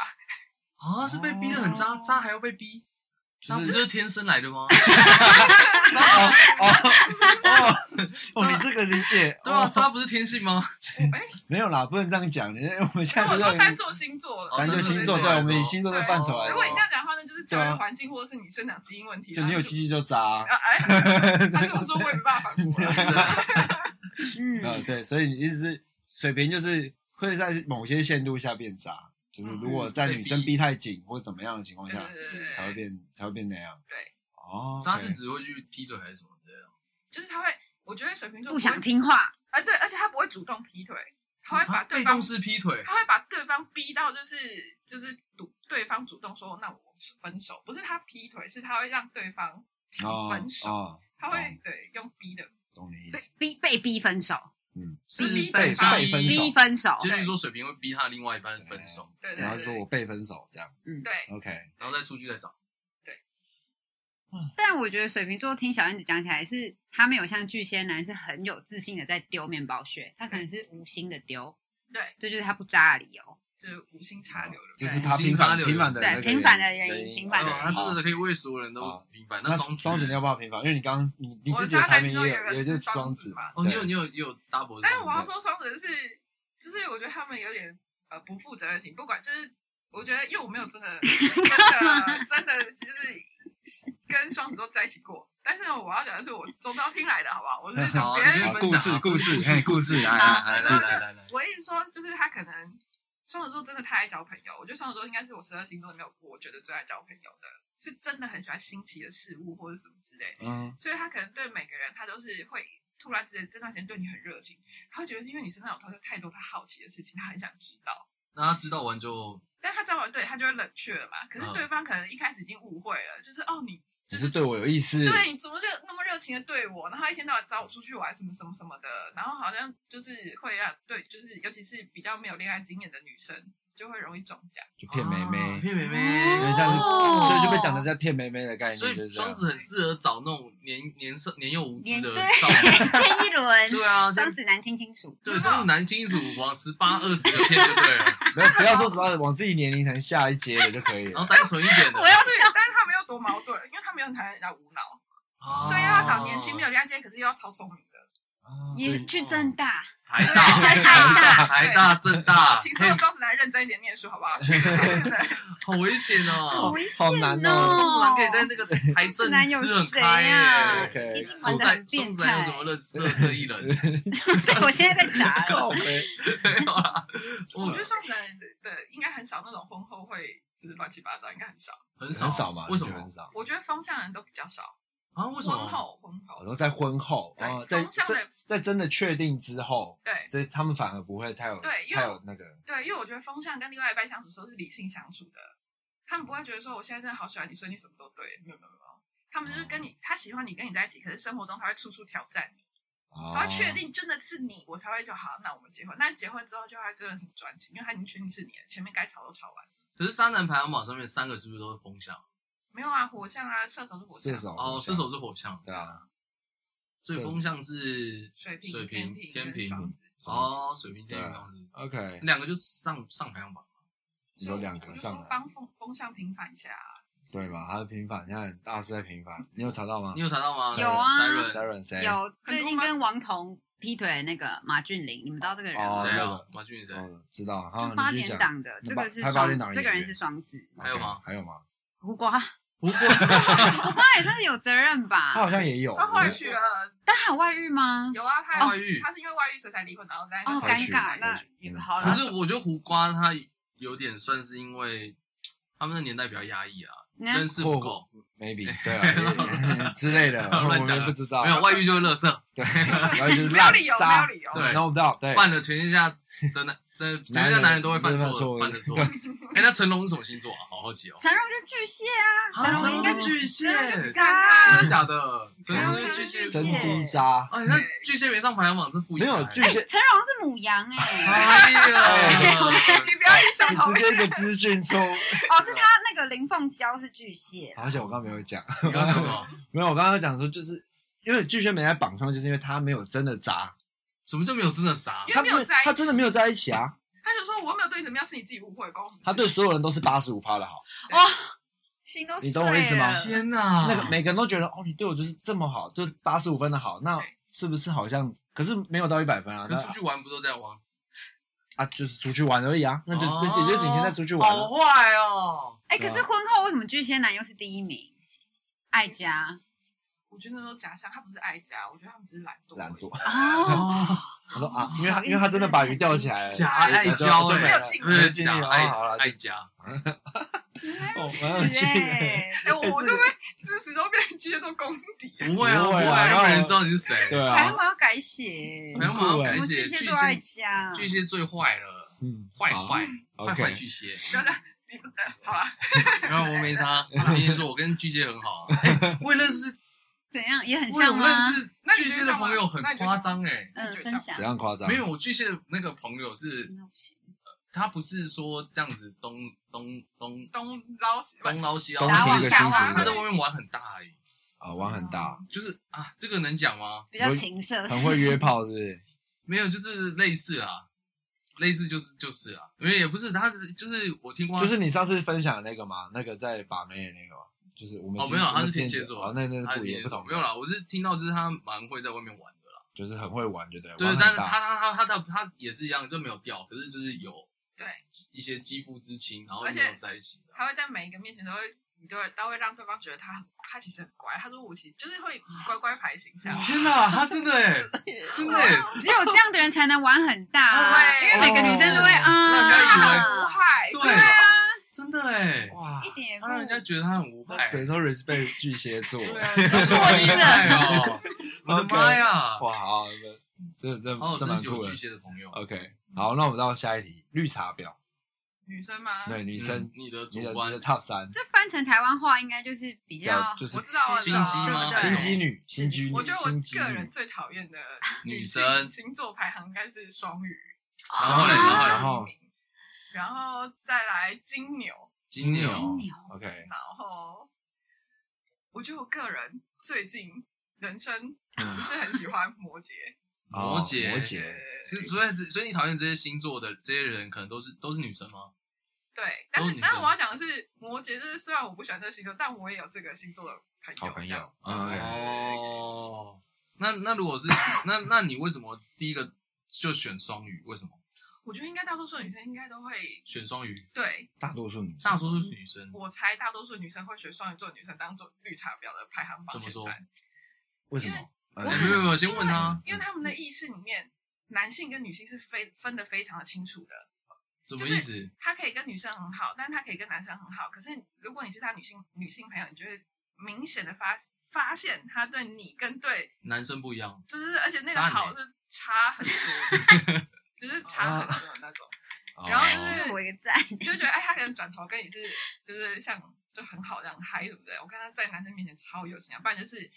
Speaker 3: 啊，是被逼得很渣，渣还要被逼，渣不就是天生来的
Speaker 1: <laughs>
Speaker 3: 吗？
Speaker 1: 哦哦 <laughs>
Speaker 3: 啊
Speaker 1: 哦哦，
Speaker 4: 啊
Speaker 1: 你这个理解
Speaker 3: 对啊，
Speaker 1: 哦
Speaker 3: 渣不是天性吗？
Speaker 4: 哎
Speaker 1: 没有啦，不能这样讲，你我们现
Speaker 4: 因
Speaker 1: 在
Speaker 4: 为啊我
Speaker 1: 就
Speaker 4: 说
Speaker 1: 是
Speaker 4: 单做星座了，
Speaker 1: 单就
Speaker 3: 哦
Speaker 1: 星座，
Speaker 3: 对
Speaker 1: 对，
Speaker 3: 对
Speaker 1: 我们以
Speaker 3: 对
Speaker 1: 星座的
Speaker 4: 对
Speaker 1: 范畴来
Speaker 4: 如
Speaker 1: 说
Speaker 4: 果，你这样讲的话呢，就是教
Speaker 1: 对
Speaker 4: 育
Speaker 1: 啊
Speaker 4: 环境或者是你生长基因问题。
Speaker 1: 就你有鸡鸡就渣，
Speaker 4: <laughs> 啊哎，他这么说我也没办法反
Speaker 1: <laughs>
Speaker 4: 驳
Speaker 3: 啊
Speaker 4: 了。
Speaker 1: 呃，
Speaker 2: 嗯，
Speaker 1: 对，所以你意思是水平就是会在某些限度下变渣，就是如果在女生逼太紧或者怎么样的情况
Speaker 4: 嗯对
Speaker 1: 下，
Speaker 4: 对对对
Speaker 1: 才会
Speaker 4: 对，
Speaker 1: 变才会变那样。
Speaker 4: 对，
Speaker 1: 哦，
Speaker 3: 渣是只会去劈腿还是什么之类的？
Speaker 4: 就是他会，我觉得水瓶座
Speaker 2: 不想
Speaker 4: 听，
Speaker 2: 听话，
Speaker 4: 哎对，而且他不会主动劈腿，他会把
Speaker 3: 啊
Speaker 4: 对
Speaker 3: 被
Speaker 4: 方
Speaker 3: 动式劈腿，
Speaker 4: 他会把对方逼到，就是就是主对方主动说那我分手，不是他劈腿，是他会让对方提
Speaker 1: 哦
Speaker 4: 分手，
Speaker 1: 哦，
Speaker 4: 他会
Speaker 1: 懂
Speaker 4: 对用逼的，
Speaker 1: 懂你意
Speaker 2: 被
Speaker 1: 思，
Speaker 2: 逼被逼分手，
Speaker 3: 是
Speaker 2: 逼
Speaker 3: 被
Speaker 2: 分手
Speaker 1: 被分手
Speaker 2: 逼分手，
Speaker 3: 就是说水瓶会逼他另外一半分手，
Speaker 4: 对对
Speaker 1: 然后
Speaker 4: 对
Speaker 1: 说我被分手这样
Speaker 4: 对
Speaker 1: ，OK，
Speaker 3: 然后再出去再找。
Speaker 2: 但我觉得水瓶座听小燕子讲起来是，他没有像巨蟹男是很有自信的在丢面包屑，他可能是无心的丢，
Speaker 4: 对，
Speaker 2: 这就是他不渣的理由。
Speaker 4: 就是无心插柳的，
Speaker 1: 就是
Speaker 4: 对哦
Speaker 1: 他平反
Speaker 3: 对
Speaker 1: 平反的那个
Speaker 2: 对平反的
Speaker 1: 原
Speaker 2: 原因
Speaker 1: 因
Speaker 2: 平
Speaker 3: 哎
Speaker 2: 反
Speaker 3: 呦
Speaker 2: 的
Speaker 1: 好
Speaker 2: 原
Speaker 3: 他
Speaker 2: 因
Speaker 3: 真的可以为所有人都平反。那
Speaker 1: 那
Speaker 3: 双
Speaker 1: 双子你
Speaker 3: 呢
Speaker 1: 要不要平反？因为你刚刚你你
Speaker 4: 我
Speaker 1: 自
Speaker 4: 的
Speaker 1: 己的
Speaker 4: 渣
Speaker 1: 排
Speaker 4: 男
Speaker 1: 名
Speaker 4: 其中
Speaker 1: 也
Speaker 4: 有一个
Speaker 1: 也
Speaker 4: 是
Speaker 1: 是
Speaker 4: 双
Speaker 1: 双
Speaker 4: 子
Speaker 1: 子
Speaker 4: 嘛
Speaker 3: 哦，你有
Speaker 1: 对
Speaker 3: 你有你有 double，的
Speaker 4: 但是哎我要
Speaker 3: 双子
Speaker 4: 说双子是，就是我觉得他们有点呃不负责任型，不管就是我觉得，因为我没有
Speaker 1: <laughs>
Speaker 4: 真的真的真的就是跟双子座在一起过，但是呢我要讲的是我周遭听来的，好不好？我
Speaker 1: <laughs>
Speaker 4: 是讲
Speaker 3: 好
Speaker 4: 别
Speaker 3: 你
Speaker 4: 人
Speaker 3: 可
Speaker 1: 好
Speaker 3: 以分享啊
Speaker 1: 故事故事嘿故事来
Speaker 3: 好
Speaker 1: 来
Speaker 4: 来
Speaker 3: 来
Speaker 4: 来
Speaker 3: 来来来，
Speaker 4: 我一直说，就是他可能双子座真的太爱交朋友，我觉得双子座应该是我十二星座里面有我觉得最爱交朋友的，是真的很喜欢新奇的事物或者什么之类的。
Speaker 1: 嗯，
Speaker 4: 所以他可能对每个人，他都是会突然之间这段时间对你很热情，他会觉得是因为你身上有他太多他好奇的事情，他很想知道。
Speaker 3: 那他知道完就
Speaker 4: 但他交完对他就会冷却了嘛。可是
Speaker 3: 嗯
Speaker 4: 对方可能一开始已经误会了，就是哦你
Speaker 1: 只
Speaker 4: 就是是
Speaker 1: 对我有意思，
Speaker 4: 对你怎么就那么热情的对我，然后一天到晚找我出去玩什么什么什么的，然后好像就是会让对，就是尤其是比较没有恋爱经验的女生就会容易中奖。
Speaker 1: 就骗妹
Speaker 3: 啊
Speaker 1: 妹，
Speaker 3: 骗妹
Speaker 4: 哦
Speaker 1: 有点
Speaker 3: 妹。
Speaker 1: 像是，
Speaker 2: 哦
Speaker 1: 所以就被
Speaker 2: <laughs>
Speaker 1: 讲的在骗妹妹的概
Speaker 3: 所
Speaker 1: 念，就是
Speaker 3: 以
Speaker 1: 这样
Speaker 3: 双。子很适合找那种年年少年幼无知
Speaker 2: 年
Speaker 3: 的
Speaker 2: 对
Speaker 3: 少
Speaker 4: <laughs>
Speaker 3: 女。
Speaker 2: 骗一轮，
Speaker 3: 对啊，像
Speaker 2: 双子男听清楚，
Speaker 3: 对，所以男清楚往十八二十的骗就对了，
Speaker 1: 没有，不要说什么往自己年龄层下一阶的就可以
Speaker 3: 然后
Speaker 4: <laughs>
Speaker 1: 了。
Speaker 3: 单纯一点的
Speaker 2: 我，要
Speaker 4: 所以，但是他们又多矛盾，因为他们又很讨厌人家无脑，
Speaker 3: 哦
Speaker 4: 所以要找年轻没有恋爱经验，可是又要超聪明的。
Speaker 1: 啊
Speaker 2: 也
Speaker 1: 对
Speaker 2: 去正大，
Speaker 3: 台大、
Speaker 2: <laughs> 台大，
Speaker 3: <laughs> 台大、正大，哎
Speaker 4: 请所有双子男认真一点念书，
Speaker 3: <laughs>
Speaker 4: 好不好？ <laughs>
Speaker 3: 好危险
Speaker 2: 好
Speaker 3: 哦！
Speaker 2: 危险
Speaker 1: 好难哦
Speaker 3: 宋子兰可以在那个台
Speaker 2: <laughs>
Speaker 3: 政吃很开
Speaker 2: 啊
Speaker 3: 耶，
Speaker 1: OK
Speaker 2: 一定玩
Speaker 3: 宋
Speaker 2: 的
Speaker 3: 仔
Speaker 2: 很变
Speaker 3: 宋仔有
Speaker 2: 态
Speaker 3: 什。么乐 <laughs> 乐色艺人？
Speaker 2: 所以 <laughs> 我现在在查了，
Speaker 1: 靠背，
Speaker 3: 没有啦
Speaker 4: 我
Speaker 3: 嗯
Speaker 4: 觉得双子男的的应该很少那种婚后会就是乱七八糟，应该很少。
Speaker 3: 很少啊
Speaker 1: 很少嘛，
Speaker 3: 为什
Speaker 1: 你觉得
Speaker 3: 么
Speaker 1: 很少？
Speaker 4: 我觉得风向人都比较少，
Speaker 3: 啊？为什么
Speaker 4: 婚？后婚
Speaker 1: 我
Speaker 4: 后
Speaker 1: 说在婚后
Speaker 4: 对
Speaker 1: 啊，哦在
Speaker 4: 风向
Speaker 1: 在
Speaker 4: 的
Speaker 1: 在真的确定之后，
Speaker 4: 对
Speaker 1: 这他们反而不会太有
Speaker 4: 对因
Speaker 1: 太
Speaker 4: 为
Speaker 1: 有那个，
Speaker 4: 对，因为我觉得风向跟另外一半相处的时候是理性相处的，他们不会觉得说我现在真的好喜欢你，所以你什么都对，没有没有没有，他们就是跟你他喜欢你跟你在一起，可是生活中他会处处挑战你，他
Speaker 1: 啊
Speaker 3: 哦
Speaker 4: 会确定真的是你，我才会就好，那我们结婚。但结婚之后就会真的很专情，因为他已经确定是你了，前面该吵都吵完。
Speaker 3: 可是渣男排行榜上面三个是不是都是风向？
Speaker 4: 没有啊，火象啊，射手是火象，
Speaker 1: 射手
Speaker 3: 哦，射手是火象，
Speaker 1: 对啊，
Speaker 3: 所以风象是
Speaker 4: 水瓶、
Speaker 3: 水
Speaker 4: 天
Speaker 3: 平
Speaker 4: 平、
Speaker 3: 天
Speaker 4: 跟双
Speaker 3: 平
Speaker 4: 子。
Speaker 3: 哦，水平天
Speaker 1: 对
Speaker 3: 平
Speaker 1: 啊
Speaker 3: 这样子，
Speaker 1: ，OK，
Speaker 3: 两个就上上排行榜。
Speaker 1: 你说两
Speaker 4: 我
Speaker 1: 个
Speaker 4: 就
Speaker 1: 上
Speaker 4: 说
Speaker 1: 来，
Speaker 4: 帮风风向平反一下啊，
Speaker 1: 对吧？他的平反，你看大师在平反，你有查到吗
Speaker 3: 你有查到吗？
Speaker 1: 有
Speaker 2: 啊
Speaker 3: Siren
Speaker 1: ？Siren 谁？
Speaker 2: 有最近跟王彤劈腿的那个马俊霖，你们知道这个人吗？
Speaker 1: 哦
Speaker 3: 谁
Speaker 1: 那
Speaker 3: 啊
Speaker 1: 个？
Speaker 3: 马俊宇谁？
Speaker 1: 哦，知道，好，
Speaker 2: 就
Speaker 1: 你
Speaker 2: 八
Speaker 1: 继续
Speaker 2: 点
Speaker 1: 讲
Speaker 2: 档的，
Speaker 1: 你
Speaker 2: 这
Speaker 1: 八
Speaker 2: 个是
Speaker 1: 拍八点档
Speaker 2: 双，这
Speaker 1: 的
Speaker 2: 个
Speaker 1: 演
Speaker 2: 人
Speaker 1: 员
Speaker 2: 是双子，
Speaker 1: OK，
Speaker 3: 还有吗
Speaker 1: 还有吗？
Speaker 2: 胡瓜，
Speaker 3: 不过
Speaker 2: 胡瓜也算是有责任
Speaker 1: 他好
Speaker 2: 吧？
Speaker 1: 像也有，
Speaker 4: 啊他后
Speaker 1: 哦
Speaker 4: 来
Speaker 1: 我
Speaker 4: 去了，
Speaker 2: 但他有外遇吗？
Speaker 4: 有啊，他
Speaker 3: 外遇
Speaker 4: 他是因为外遇所以才离婚，然后在
Speaker 2: 哦，
Speaker 1: 才
Speaker 2: 尴
Speaker 1: 去
Speaker 2: 尬，
Speaker 1: 才
Speaker 2: 那
Speaker 1: 去
Speaker 2: 也
Speaker 1: 嗯
Speaker 2: 好了
Speaker 3: 可。是我觉得胡瓜他有点算是因为他们的年代比较压抑啊，
Speaker 2: 那
Speaker 3: 认识不够， <laughs>
Speaker 1: maybe 对啊 <laughs> 之类的，我
Speaker 3: 乱讲啊
Speaker 1: 们不知道，
Speaker 3: 没有外遇就会乐色， <laughs>
Speaker 1: 对，然后就是
Speaker 4: 没有
Speaker 1: 烂
Speaker 4: 理由，没
Speaker 1: 渣
Speaker 4: 有理由。
Speaker 3: 对
Speaker 1: ，no doubt，对，
Speaker 3: 犯了全天下的男的全天下男人都会犯错，
Speaker 1: 犯
Speaker 3: 犯
Speaker 1: 的
Speaker 3: 的
Speaker 1: 错
Speaker 3: 错。哎，那成龙是什么星座啊？好好奇哦。
Speaker 2: 陈荣就巨蟹啊，
Speaker 1: 啊
Speaker 2: 陈荣应该
Speaker 1: 成龙
Speaker 2: 是
Speaker 3: 巨蟹，
Speaker 2: 巨啊
Speaker 3: 真
Speaker 2: 蟹
Speaker 3: 的假的？成龙跟巨蟹
Speaker 1: 真
Speaker 2: 真
Speaker 1: 低
Speaker 2: 低
Speaker 1: 渣，
Speaker 3: 哎，那巨蟹没上排行榜，这不
Speaker 1: 没
Speaker 3: 应该啊
Speaker 1: 有巨
Speaker 2: 哎，
Speaker 1: 蟹
Speaker 2: 陈荣是母羊哎，
Speaker 3: 哎呀，
Speaker 4: 你不要影响
Speaker 1: 你
Speaker 4: 旁
Speaker 1: <laughs> 直
Speaker 4: 边
Speaker 1: 接一个资讯出，
Speaker 2: 哦，是他那个林凤娇是巨蟹，
Speaker 1: 而且我刚刚没有讲，
Speaker 3: 你刚哦刚讲什么？
Speaker 1: 没有，我刚刚讲说就是。因为巨蟹没在榜上，就是因为他没有真的渣，
Speaker 3: 什么叫没有真的渣？
Speaker 4: 因
Speaker 1: 他
Speaker 4: 为没有
Speaker 1: 不是
Speaker 4: 在一起
Speaker 1: 他真的没有在一起啊，
Speaker 4: 他就说我又没有对你怎么样，是你自己误会，公
Speaker 1: 他对所有人都是八十五趴的好，
Speaker 2: 心都碎了。
Speaker 1: 你懂我意思吗
Speaker 3: 天哪！
Speaker 1: 那个每个人都觉得哦，你对我就是这么好，就八十五分的好，那
Speaker 4: 对
Speaker 1: 是不是好像？可是没有到一百分啊，
Speaker 3: 可
Speaker 1: 那
Speaker 3: 是出去玩不都这样玩？
Speaker 1: 啊就是出去玩而已啊，那就
Speaker 3: 哦
Speaker 1: 也就仅限在出去玩啊
Speaker 3: 好坏哦。
Speaker 2: 哎，可是婚后为什么巨蟹男又是第一名？爱家
Speaker 4: 我觉得那都假象，他不是爱家，我觉得他们只是懒惰。
Speaker 1: 懒。惰。
Speaker 2: 哦，
Speaker 1: <laughs>
Speaker 3: 哦，
Speaker 1: 他说啊，因为
Speaker 2: 小
Speaker 1: 他
Speaker 2: 意
Speaker 1: 因为他
Speaker 2: 思
Speaker 1: 真的把鱼钓起来了，
Speaker 3: 假
Speaker 4: 哎
Speaker 3: 爱娇
Speaker 1: 就
Speaker 3: 哎，
Speaker 1: 没
Speaker 4: 没有进
Speaker 3: 不
Speaker 1: 没有
Speaker 3: 是
Speaker 1: 进入
Speaker 3: 假
Speaker 1: 好
Speaker 3: 爱
Speaker 1: 了
Speaker 3: 爱家，
Speaker 1: 哦蛮有
Speaker 2: 是
Speaker 1: 趣的
Speaker 2: 哎，
Speaker 4: 哎、我
Speaker 1: <laughs>
Speaker 4: 我就被知识都变成巨蟹座公敌。
Speaker 3: 不会啊，
Speaker 1: 不
Speaker 3: 不
Speaker 1: 会
Speaker 3: 会
Speaker 1: 啊
Speaker 3: 啊，没有人知道你是谁。
Speaker 1: 对
Speaker 2: 排行
Speaker 1: 啊，
Speaker 2: 榜要改写，
Speaker 3: 没有
Speaker 1: 很
Speaker 3: 马
Speaker 1: 酷
Speaker 3: 上
Speaker 1: 哎
Speaker 2: 什
Speaker 3: 改
Speaker 2: 么巨
Speaker 3: 写巨
Speaker 2: 蟹
Speaker 3: 蟹
Speaker 2: 座爱家，
Speaker 3: 巨蟹最坏了，
Speaker 1: 啊嗯，
Speaker 3: 坏
Speaker 1: 好
Speaker 3: 坏坏
Speaker 1: OK
Speaker 3: 坏巨蟹。
Speaker 4: 不要这样，你不能好吧？
Speaker 3: 然后我没差，我跟你说，我跟巨蟹很
Speaker 1: <laughs>
Speaker 3: 好啊。哎我也认识，
Speaker 2: 怎样也很
Speaker 3: 我有
Speaker 2: 像吗？
Speaker 3: 认识巨蟹的朋友很夸张哎。
Speaker 2: 嗯，分享
Speaker 1: 怎样夸张？
Speaker 3: 没有，我巨蟹的那个朋友
Speaker 2: 真
Speaker 3: 是，
Speaker 2: 的不行
Speaker 3: 他不是说这样子东东东
Speaker 4: 东捞西
Speaker 3: 东捞西捞
Speaker 1: 东，
Speaker 2: 打
Speaker 1: 西
Speaker 2: 网
Speaker 1: 一个
Speaker 2: 打
Speaker 1: 新
Speaker 2: 网
Speaker 3: 他
Speaker 1: 竹
Speaker 3: 在
Speaker 1: 的
Speaker 3: 外面玩很大而已。
Speaker 1: 啊，玩很
Speaker 3: <laughs>
Speaker 1: 大，
Speaker 3: 就是啊，这个能讲吗？
Speaker 2: 比较情色，
Speaker 1: 很会约炮，是不是？
Speaker 3: 没有，就是类似啦，类似就是就是啦，因为也不是，他是就是我听过他，
Speaker 1: 就是你上次分享的那个嘛，那个在把妹的那个嘛，就是我们
Speaker 3: 哦
Speaker 1: 之
Speaker 3: 没有
Speaker 1: 我们
Speaker 3: 他是
Speaker 1: 之前
Speaker 3: 天蝎
Speaker 1: 讲
Speaker 3: 座
Speaker 1: 哦那那
Speaker 3: 他
Speaker 1: 是不一样不同，
Speaker 3: 没有，啦，我是听到就是他蛮会在外面玩的啦，
Speaker 1: 就是很会玩，就对了，
Speaker 3: 对
Speaker 1: 玩，
Speaker 3: 但
Speaker 1: 很
Speaker 3: 是
Speaker 1: 大，
Speaker 3: 他他他他他他也是一样，就没有掉，可是就是有
Speaker 4: 对，
Speaker 3: 一些肌肤之亲，然后
Speaker 4: 而
Speaker 3: 没
Speaker 4: 且
Speaker 3: 有在一起的，
Speaker 4: 他会在每一个面前都会你都会都会让对方觉得他很他其实很乖，他说我其实就是会乖乖牌形象。
Speaker 3: <laughs> 天哪，他真的
Speaker 4: <laughs>
Speaker 3: 哎，真的哎，
Speaker 2: 只有这样的人才能玩很大啊，
Speaker 4: 对
Speaker 2: 因为每个女生都会
Speaker 3: 哦
Speaker 2: 啊，
Speaker 3: 人家以为
Speaker 4: 无害，
Speaker 3: 对
Speaker 4: 对啊，
Speaker 3: 真的哎，
Speaker 1: 哇
Speaker 2: 一，点也不
Speaker 3: 他让人家觉得他很无害
Speaker 1: 那。等于说 respect 巨蟹座，
Speaker 3: 对啊，你 <laughs> 哦！我的妈呀！
Speaker 1: 哇，好，这这
Speaker 3: 哦，
Speaker 1: 这这
Speaker 3: 真
Speaker 1: 蛮
Speaker 3: 是
Speaker 1: 酷
Speaker 3: 啊有
Speaker 1: 的
Speaker 3: 巨。蟹的朋友，
Speaker 1: OK，好，那我们到下一题，绿茶婊，
Speaker 4: 女生吗？
Speaker 1: 对女
Speaker 3: 女
Speaker 1: 生，
Speaker 3: 嗯你的
Speaker 1: 你的
Speaker 3: 主
Speaker 1: 你
Speaker 3: 观
Speaker 1: 的 top 三，
Speaker 2: 这翻成台湾话应该就是比较
Speaker 1: 要就是
Speaker 4: 我知道，我知道
Speaker 3: 心机吗
Speaker 4: 对
Speaker 1: 心
Speaker 4: 不对
Speaker 1: 机女，心机女，
Speaker 4: 我觉得我
Speaker 1: 心机
Speaker 4: 个人
Speaker 1: 女，
Speaker 4: 最讨
Speaker 1: <laughs>
Speaker 4: 厌的
Speaker 3: 女
Speaker 4: 性
Speaker 3: 生，
Speaker 4: 星座排行应该是双鱼，
Speaker 3: 然后嘞，然后嘞
Speaker 1: 然后
Speaker 4: 然后再来金牛，
Speaker 3: 金牛，
Speaker 2: 金牛
Speaker 1: OK，
Speaker 4: 然后我觉得我个人最近人生
Speaker 1: 嗯
Speaker 4: 不是很喜欢摩羯，
Speaker 1: 哦
Speaker 3: 摩羯
Speaker 1: 摩
Speaker 4: 对
Speaker 1: 羯，
Speaker 3: 所以所以所以你讨厌这些星座的这些人，可能都是都是女生吗？
Speaker 1: <laughs>
Speaker 4: 对，
Speaker 1: 哦
Speaker 4: 但
Speaker 3: 都是
Speaker 4: 是
Speaker 3: 女生
Speaker 4: 但是我要讲的是摩羯，就是虽然我不喜欢这个星座，但我也有这个星座的朋友，
Speaker 1: 好朋
Speaker 4: 这
Speaker 1: 友
Speaker 4: 样子，
Speaker 1: 嗯，
Speaker 3: 哦，那那如果是 <coughs> 那那你为什么第一个就选双鱼？为什么
Speaker 4: 我觉得应该大多数女生应该都会
Speaker 3: 选双鱼？
Speaker 4: 对
Speaker 1: 大多数女生
Speaker 3: 大多数是女生，
Speaker 4: 我猜大多数女生会学双鱼座的女生当做绿茶婊的排行榜前
Speaker 3: 怎么
Speaker 4: 三，
Speaker 1: 为什么
Speaker 4: 因为？
Speaker 1: 呃
Speaker 4: 我
Speaker 3: 哎没有没有，先问他
Speaker 4: 因为他们的意识里面，男性跟女性是分分的非常的清楚的。
Speaker 3: 什么意思？
Speaker 4: 他可以跟女生很好，但他可以跟男生很好。可是如果你是他女性女性朋友，你就会明显的发发现他对你跟对，
Speaker 3: 男生不一样，
Speaker 4: 就是而且那个
Speaker 3: 渣女
Speaker 4: 好是差很多，就是差很多的那种。
Speaker 3: 哦
Speaker 4: 然后就是
Speaker 2: 给我一个赞。
Speaker 4: 你就觉得哎，他可能转头跟你是就是像就很好这样嗨，对不对？我看他在男生面前超有型啊，不然就是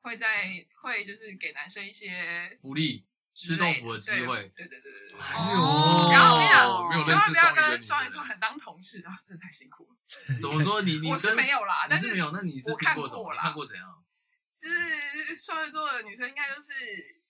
Speaker 4: 会在会就是给男生一些
Speaker 3: 福利
Speaker 4: 之
Speaker 3: 吃豆
Speaker 4: 类的
Speaker 3: 腐的机
Speaker 4: 对
Speaker 3: 会。
Speaker 4: 对对对对对对。
Speaker 3: 哎
Speaker 2: 哦
Speaker 3: 呦，
Speaker 2: 然后我跟你讲
Speaker 3: 没有
Speaker 4: 千
Speaker 3: 认
Speaker 4: 万
Speaker 3: 识
Speaker 4: 不要
Speaker 3: 双鱼的
Speaker 4: 跟
Speaker 3: 女
Speaker 4: 双鱼
Speaker 3: 生
Speaker 4: 座人当同事啊，真的太辛苦了。
Speaker 3: 怎么说？你你
Speaker 4: 我是
Speaker 3: 跟
Speaker 4: 没有啦，
Speaker 3: 你
Speaker 4: 但
Speaker 3: 是没有，那你是
Speaker 4: 我
Speaker 3: 听
Speaker 4: 看
Speaker 3: 过什么？
Speaker 4: 过
Speaker 3: 你
Speaker 4: 啦
Speaker 3: 看过怎样？
Speaker 4: 就是双鱼座的女生应该就是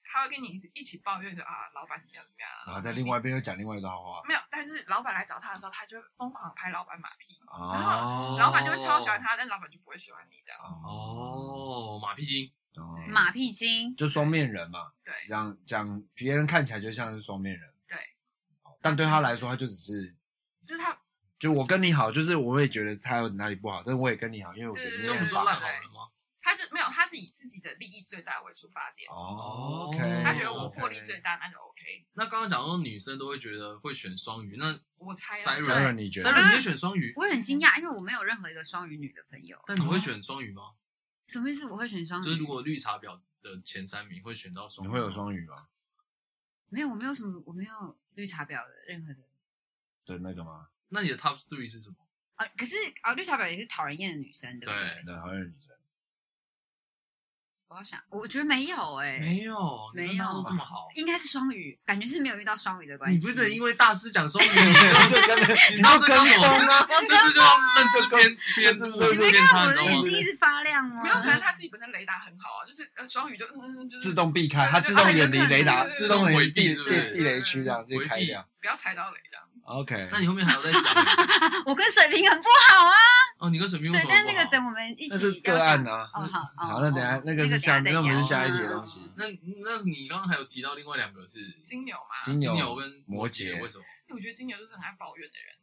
Speaker 4: 她会跟你一起抱怨，就啊，老板怎么样怎么样啊，
Speaker 1: 然后在另外一边又讲另外一段话
Speaker 4: 没有，但是老板来找她的时候，她就会疯狂拍老板马屁，
Speaker 1: 哦
Speaker 4: 老板就会超喜欢她，但老板就不会喜欢你这样。
Speaker 3: 哦，马屁精，
Speaker 1: 哦
Speaker 2: 马屁
Speaker 3: 嗯
Speaker 2: 精，
Speaker 1: 就双面人嘛，
Speaker 4: 对
Speaker 1: 讲讲别人看起来就像是双面人，
Speaker 4: 对
Speaker 1: 哦，但对他来说，他就只是
Speaker 4: 就是她
Speaker 1: 就我跟你好，就是我也觉得他有哪里不好，但我也跟你好，因为我觉得
Speaker 4: 对
Speaker 1: 你
Speaker 3: 那我
Speaker 1: 很
Speaker 3: 们说
Speaker 1: 棒
Speaker 3: 烂好人吗？
Speaker 4: 他就没有，他是以自己的利益最大为出发点，
Speaker 1: 哦
Speaker 3: 哦
Speaker 1: ，OK，
Speaker 4: 他觉得我获利
Speaker 1: OK
Speaker 4: 最大，那就 OK。
Speaker 3: 那刚刚讲说女生都会觉得会选双鱼，那
Speaker 4: 我猜啊
Speaker 3: Siren
Speaker 1: 当然你觉得
Speaker 3: 三人你也选双鱼，
Speaker 2: 我很惊讶，因为我没有任何一个双鱼女的朋友。
Speaker 3: 但你会选双鱼吗？
Speaker 2: 什么意思？我会选双
Speaker 3: 就是如
Speaker 2: 鱼？
Speaker 3: 果绿茶婊的前三名会选到双
Speaker 1: 你
Speaker 3: 鱼，
Speaker 1: 会有双鱼吗？
Speaker 2: 没有，我没有什么，我没有绿茶婊的任何的
Speaker 1: 的那个吗？
Speaker 3: 那你的 top three 是什么？
Speaker 2: 啊。可是啊，绿茶婊也是讨人厌的女生，对不对？
Speaker 3: 对，
Speaker 1: 那好像有女生
Speaker 2: 我要想，我觉得没有哎、
Speaker 3: 没有，
Speaker 2: 没有
Speaker 3: 你跟大家都这么好。
Speaker 2: 应该是双鱼，感觉是没有遇到双鱼的关系。
Speaker 3: 你不能因为大师
Speaker 1: <laughs>
Speaker 3: 讲双鱼，你就
Speaker 1: 就跟着
Speaker 3: <laughs> 你知道这叫什么？
Speaker 1: 跟风啊
Speaker 3: 这这就叫认知偏偏
Speaker 1: 跟
Speaker 3: 误
Speaker 1: 风
Speaker 2: 你
Speaker 3: 认
Speaker 2: 没
Speaker 3: 知
Speaker 2: 看
Speaker 3: 偏差，
Speaker 2: 到
Speaker 3: 你
Speaker 2: 我的眼
Speaker 3: 知道吗？
Speaker 2: 睛一直发亮吗？
Speaker 4: 没有，可能他自己本身雷达很好啊，就是呃双鱼就嗯就是
Speaker 1: 自动避开，它自动远离雷达，
Speaker 4: 对
Speaker 1: 自动远离地
Speaker 3: 回避是不
Speaker 1: 地
Speaker 3: 是
Speaker 1: 地雷区这样直接开掉。
Speaker 4: 不要踩到雷这样。
Speaker 1: OK，
Speaker 3: 那你后面还有在讲
Speaker 2: 我跟水瓶很不好啊。
Speaker 3: 哦，你跟水瓶有
Speaker 2: 对
Speaker 3: 什，么
Speaker 2: 但
Speaker 3: 不
Speaker 2: 那个
Speaker 3: 好？
Speaker 2: 等我们一
Speaker 1: 那是
Speaker 2: 起要
Speaker 1: 个案
Speaker 2: 讲。
Speaker 1: 啊。
Speaker 2: 哦，好，哦
Speaker 1: 好，那等一下
Speaker 2: 哦
Speaker 1: 那
Speaker 2: 个
Speaker 1: 个是下，
Speaker 2: 等一
Speaker 1: 那我们
Speaker 2: 再讲
Speaker 1: 是下一题
Speaker 2: 嗯
Speaker 1: 的
Speaker 2: 嗯
Speaker 1: 东西。
Speaker 3: 那那你刚刚还有提到另外两个是
Speaker 4: 金牛嘛，
Speaker 1: 金
Speaker 3: 金
Speaker 1: 牛、
Speaker 3: 牛跟
Speaker 1: 摩
Speaker 3: 羯，为
Speaker 1: 羯，
Speaker 3: 什么？
Speaker 4: 因为我觉得金牛就是很爱抱怨的人，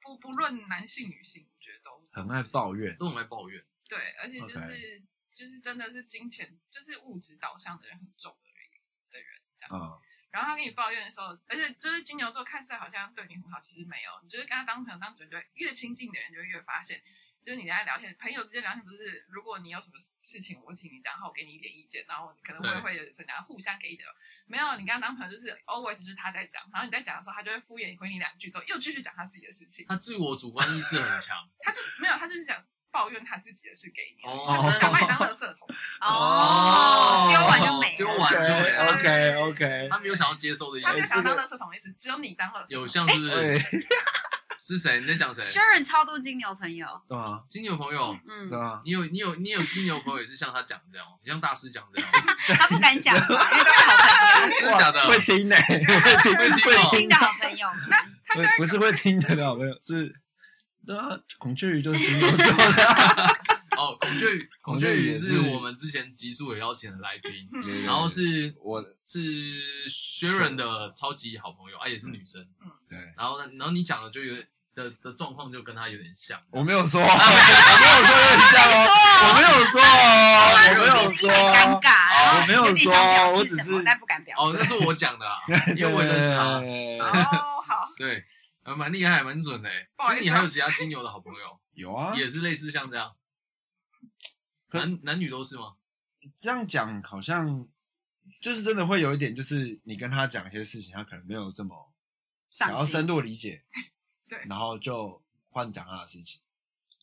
Speaker 4: 不不论男性女性，我觉得都
Speaker 1: 很爱抱怨。
Speaker 3: 都很爱抱怨。
Speaker 4: 对，而且就是
Speaker 1: OK
Speaker 4: 就是真的是金钱就是物质导向的人很重的人的人这样。
Speaker 1: 嗯，
Speaker 4: 然后他跟你抱怨的时候，而且就是金牛座看似好像对你很好，其实没有。你就是跟他当朋友当久，你就会越亲近的人就会越发现，就是你跟他聊天，朋友之间聊天不是，如果你有什么事情，我会听你讲，然后我给你一点意见，然后可能我也会有人家互相给意见。没有，你跟他当朋友就是 always 就是他在讲，然后你在讲的时候，他就会敷衍回你两句，之后又继续讲他自己的事情，
Speaker 3: 他自我主观意识很
Speaker 1: <laughs>
Speaker 3: 强，
Speaker 4: 他就没有，他就是想抱怨他自己的事给你，
Speaker 3: 哦
Speaker 4: 他只想把你当垃
Speaker 3: <laughs>
Speaker 4: 圾桶。
Speaker 2: 哦，丢完就没了。
Speaker 3: 丢完就没了。
Speaker 1: OK OK，
Speaker 3: 他没有想要接受的意
Speaker 4: 他没有
Speaker 3: 思，
Speaker 4: 想当垃圾桶的意思，只有你当垃
Speaker 3: 哎
Speaker 4: 圾桶。
Speaker 3: 有像是
Speaker 1: 对，
Speaker 3: <laughs> 是谁？你在讲谁？
Speaker 4: 啊
Speaker 2: Sharon 超多金牛朋友，
Speaker 1: 对啊，
Speaker 3: 金牛朋友，
Speaker 2: 嗯
Speaker 1: 对，啊，
Speaker 3: 你有你有你有金牛朋友也是像他讲的这样，哦像大师讲的这样，哦
Speaker 1: <laughs>
Speaker 2: 他不敢讲吧，因为都是好朋友，
Speaker 3: 真的假的
Speaker 1: 哇？会听呢，会听，
Speaker 3: 会听哦
Speaker 2: 新的好朋友们。
Speaker 4: 他现在
Speaker 1: 不是会听的好朋友是。对啊，孔雀鱼就是金牛座
Speaker 3: <laughs>
Speaker 1: 的，
Speaker 3: 哦，孔雀鱼，
Speaker 1: 孔
Speaker 3: 孔
Speaker 1: 雀
Speaker 3: 雀
Speaker 1: 鱼也
Speaker 3: 鱼
Speaker 1: 是
Speaker 3: 是我们之前集数也邀请的来宾，
Speaker 4: 嗯
Speaker 1: 对
Speaker 3: 嗯然后是
Speaker 1: 我
Speaker 3: 是 Sharon 的超级好朋友，啊，也是女生。
Speaker 1: 嗯对
Speaker 4: 嗯
Speaker 3: 然后呢，然后你讲的就有点的的状况就跟他有点像。
Speaker 1: 我没有说，我
Speaker 3: 啊
Speaker 1: 没有说有点像哦，我没有说哦，我没有说
Speaker 2: 尴
Speaker 1: 哦。
Speaker 2: 尬，然后
Speaker 1: 我没有
Speaker 2: 有点想表示
Speaker 1: 说我只
Speaker 2: 什么
Speaker 1: 是
Speaker 2: 但不敢表
Speaker 3: 哦，
Speaker 2: 示。
Speaker 3: 那是我讲的啦，因为我也认识
Speaker 1: <laughs>
Speaker 3: 他。
Speaker 1: 对
Speaker 4: 哦，好，
Speaker 3: 对，呃，蛮厉害，蛮准的欸。
Speaker 4: 不好
Speaker 3: 所
Speaker 4: 意思啊
Speaker 3: 以你还有其他精油的好朋友，
Speaker 1: 有啊，
Speaker 3: 也是类似像这样，
Speaker 1: 可
Speaker 3: 男男女都是吗？
Speaker 1: 这样讲好像就是真的会有一点，就是你跟他讲一些事情，他可能没有这么
Speaker 2: 上
Speaker 1: 想要
Speaker 2: 心
Speaker 1: 深度理解，
Speaker 4: 对
Speaker 1: 然后就换讲他的事情。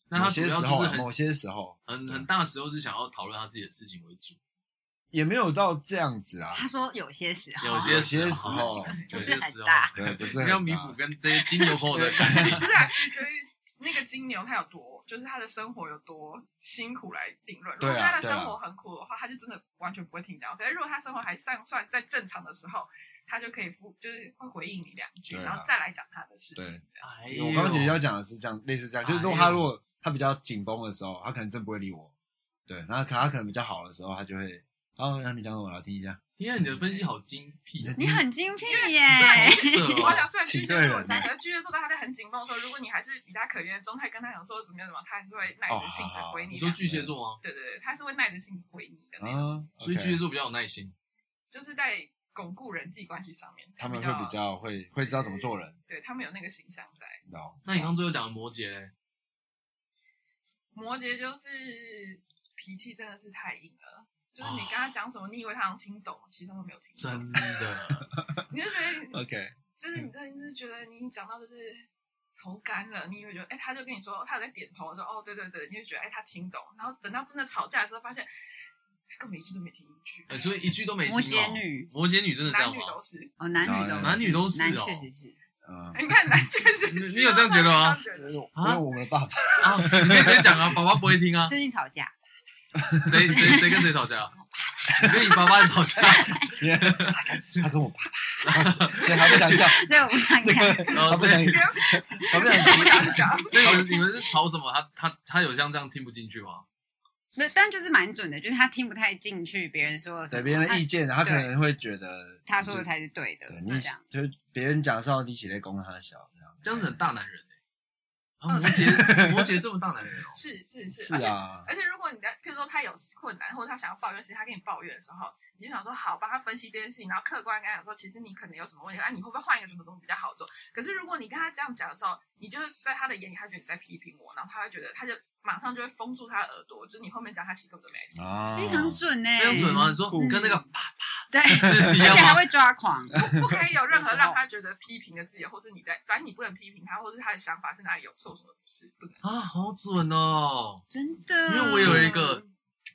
Speaker 3: 那
Speaker 1: 某
Speaker 3: 他主
Speaker 1: 些
Speaker 3: 要
Speaker 1: 时
Speaker 3: 就
Speaker 1: 候
Speaker 3: 是
Speaker 1: 啊，某
Speaker 3: 很
Speaker 1: 些时候
Speaker 3: 很
Speaker 1: 对
Speaker 3: 很大时候是想要讨论他自己的事情为主，
Speaker 2: <laughs>
Speaker 1: 也没有到这样子啊，
Speaker 2: 他说有些时候
Speaker 3: 有些
Speaker 1: 有些
Speaker 3: 时
Speaker 1: 时候
Speaker 2: 不
Speaker 3: 有
Speaker 2: 是
Speaker 3: 些时
Speaker 2: 很
Speaker 3: 候
Speaker 2: 大，
Speaker 1: 对， <laughs> 不是很
Speaker 3: <laughs> 要弥
Speaker 1: 大
Speaker 3: 补跟这些金牛朋友的感情
Speaker 1: <laughs>
Speaker 4: 不。是啊，取决于那个金牛他有多，就是他的生活有多辛苦来定论。如
Speaker 1: 对啊
Speaker 4: 果他的
Speaker 1: 对啊
Speaker 4: 生活很苦的话，他就真的完全不会听讲。可是如果他生活还尚算在正常的时候，他就可以复，就是会回应你两句，
Speaker 1: 对啊
Speaker 4: 然后再来讲他的事
Speaker 1: <laughs> 对啊
Speaker 4: 情。
Speaker 3: 哎
Speaker 1: 我刚刚其实
Speaker 3: 呦
Speaker 1: 要讲的是这样，类似这样，就是如果
Speaker 3: 哎呦
Speaker 1: 他如果他比较紧绷的时候，他可能真不会理我。对，然后可他可能比较好的时候，他就会，哦，那你讲什么？我来听一下。
Speaker 3: 天啊，你的分析好精辟哦，
Speaker 2: 你很精辟耶，
Speaker 1: 哎
Speaker 2: 哎
Speaker 3: 色
Speaker 2: <laughs>
Speaker 4: 我想
Speaker 3: 哦，
Speaker 4: 虽然巨
Speaker 1: 请对
Speaker 4: 蟹座
Speaker 1: 人
Speaker 4: 对我在，
Speaker 1: 呢
Speaker 4: 可是巨蟹座在他在很紧绷的时候，如果你还是比他可怜的状态跟他讲说怎么样怎么样，他还是会耐着
Speaker 1: 哦
Speaker 4: 性子回
Speaker 3: 你
Speaker 4: 你
Speaker 3: 说
Speaker 4: 的。
Speaker 3: 巨蟹座吗？
Speaker 4: 对对对，他是会耐着性子回你的那种，
Speaker 1: 啊，
Speaker 3: 所以巨蟹
Speaker 1: OK
Speaker 3: 座比较有耐心。
Speaker 4: 就是在巩固人际关系上面，
Speaker 1: 他们会比较会会知道怎么做人，
Speaker 4: 对他们有那个形象在。
Speaker 1: 你知道吗？
Speaker 3: 那你刚刚最后讲的摩羯嘞，
Speaker 4: 摩羯就是脾气真的是太硬了，就是你跟他讲什么，你以为他能听懂，其实他都没有听懂，
Speaker 3: 真 <laughs> 的，
Speaker 4: 你就觉得
Speaker 1: OK，
Speaker 4: 就是你真的你真的觉得你讲到就是。头干了，你以为觉得哎、他就跟你说，他有在点头，说哦，对对对，你就觉得哎、他听懂，然后等到真的吵架的时候，发现他根本一句都没听进去，
Speaker 3: 呃所以一句都没听
Speaker 2: 摩
Speaker 3: 哦。
Speaker 2: 羯女
Speaker 3: 摩羯女真的这
Speaker 4: 男
Speaker 3: 样
Speaker 4: 女
Speaker 3: 吗？
Speaker 4: 都是，哎
Speaker 2: 哦，男女都是
Speaker 3: 啊男女都是
Speaker 2: 男
Speaker 3: 哦
Speaker 2: 确实是，
Speaker 1: 嗯，
Speaker 4: 你看男 <laughs> 确实
Speaker 3: 你
Speaker 4: 是，
Speaker 3: 你有这样觉得吗
Speaker 4: 这样
Speaker 2: 哎
Speaker 4: 觉得
Speaker 1: 因为因为我们的爸爸，
Speaker 3: 啊， <laughs> 你可以直接讲啊，爸爸不会听啊。
Speaker 2: 最近吵
Speaker 3: <laughs>
Speaker 2: 架，
Speaker 3: 谁谁谁跟谁
Speaker 2: <laughs>
Speaker 3: 吵架？啊你跟你爸爸
Speaker 1: <laughs>
Speaker 3: 吵架，
Speaker 1: 他跟我爸爸，所以他不想讲，
Speaker 2: 对，我想
Speaker 1: 这
Speaker 2: 讲，
Speaker 1: 个
Speaker 3: 然后
Speaker 1: 他不
Speaker 3: 所
Speaker 1: 想
Speaker 3: 以，
Speaker 1: 他不
Speaker 4: <laughs> 不
Speaker 1: 想
Speaker 4: 敢讲，
Speaker 3: 所以你们你们是吵什么？他他他有像这样听不进去吗？
Speaker 2: 没有，但就是蛮准的，就是他听不太进去别人说的什
Speaker 1: 给
Speaker 2: 么，
Speaker 1: 别人的意
Speaker 2: 他
Speaker 1: 见，他可
Speaker 2: 对
Speaker 1: 能会觉得
Speaker 2: 他说的
Speaker 1: 就
Speaker 2: 才是对的，
Speaker 1: 对
Speaker 2: 这
Speaker 1: 你
Speaker 2: 样。
Speaker 1: 就是别人讲的时候，你起来攻他小这样，
Speaker 3: 这样子很大男人欸
Speaker 2: 嗯
Speaker 3: 啊，摩羯摩羯这么大
Speaker 2: <laughs>
Speaker 3: 男人哦，
Speaker 4: 是是是，
Speaker 1: 是
Speaker 4: 而且
Speaker 1: 啊，
Speaker 4: 而且如果你在，譬如说他有困难，或者他想要抱怨事情，他跟你抱怨的时候，你就想说好，帮他分析这件事情，然后客观跟他讲说，其实你可能有什么问题，啊，你会不会换一个什么什么比较好做？可是如果你跟他这样讲的时候，你就是在他的眼里，他觉得你在批评我，然后他会觉得，他就马上就会封住他的耳朵，就是你后面讲他其实根本就没听。
Speaker 1: 啊，
Speaker 2: 非常准呢、
Speaker 3: 哦非常准吗？你说
Speaker 1: 嗯
Speaker 3: 跟那个
Speaker 2: <laughs> 对，
Speaker 3: <laughs> 是一
Speaker 2: 而
Speaker 3: 样
Speaker 2: 且还
Speaker 3: 吗？
Speaker 2: 会抓狂，
Speaker 4: 不可以有任
Speaker 2: 有时
Speaker 4: 何
Speaker 2: 候
Speaker 4: 让他觉得批评的字眼，或是你在，反正你不能批评他，或是他的想法是哪里有错，什么不是不能。
Speaker 3: 啊，好准哦！
Speaker 2: 真的。
Speaker 3: 因为我有一个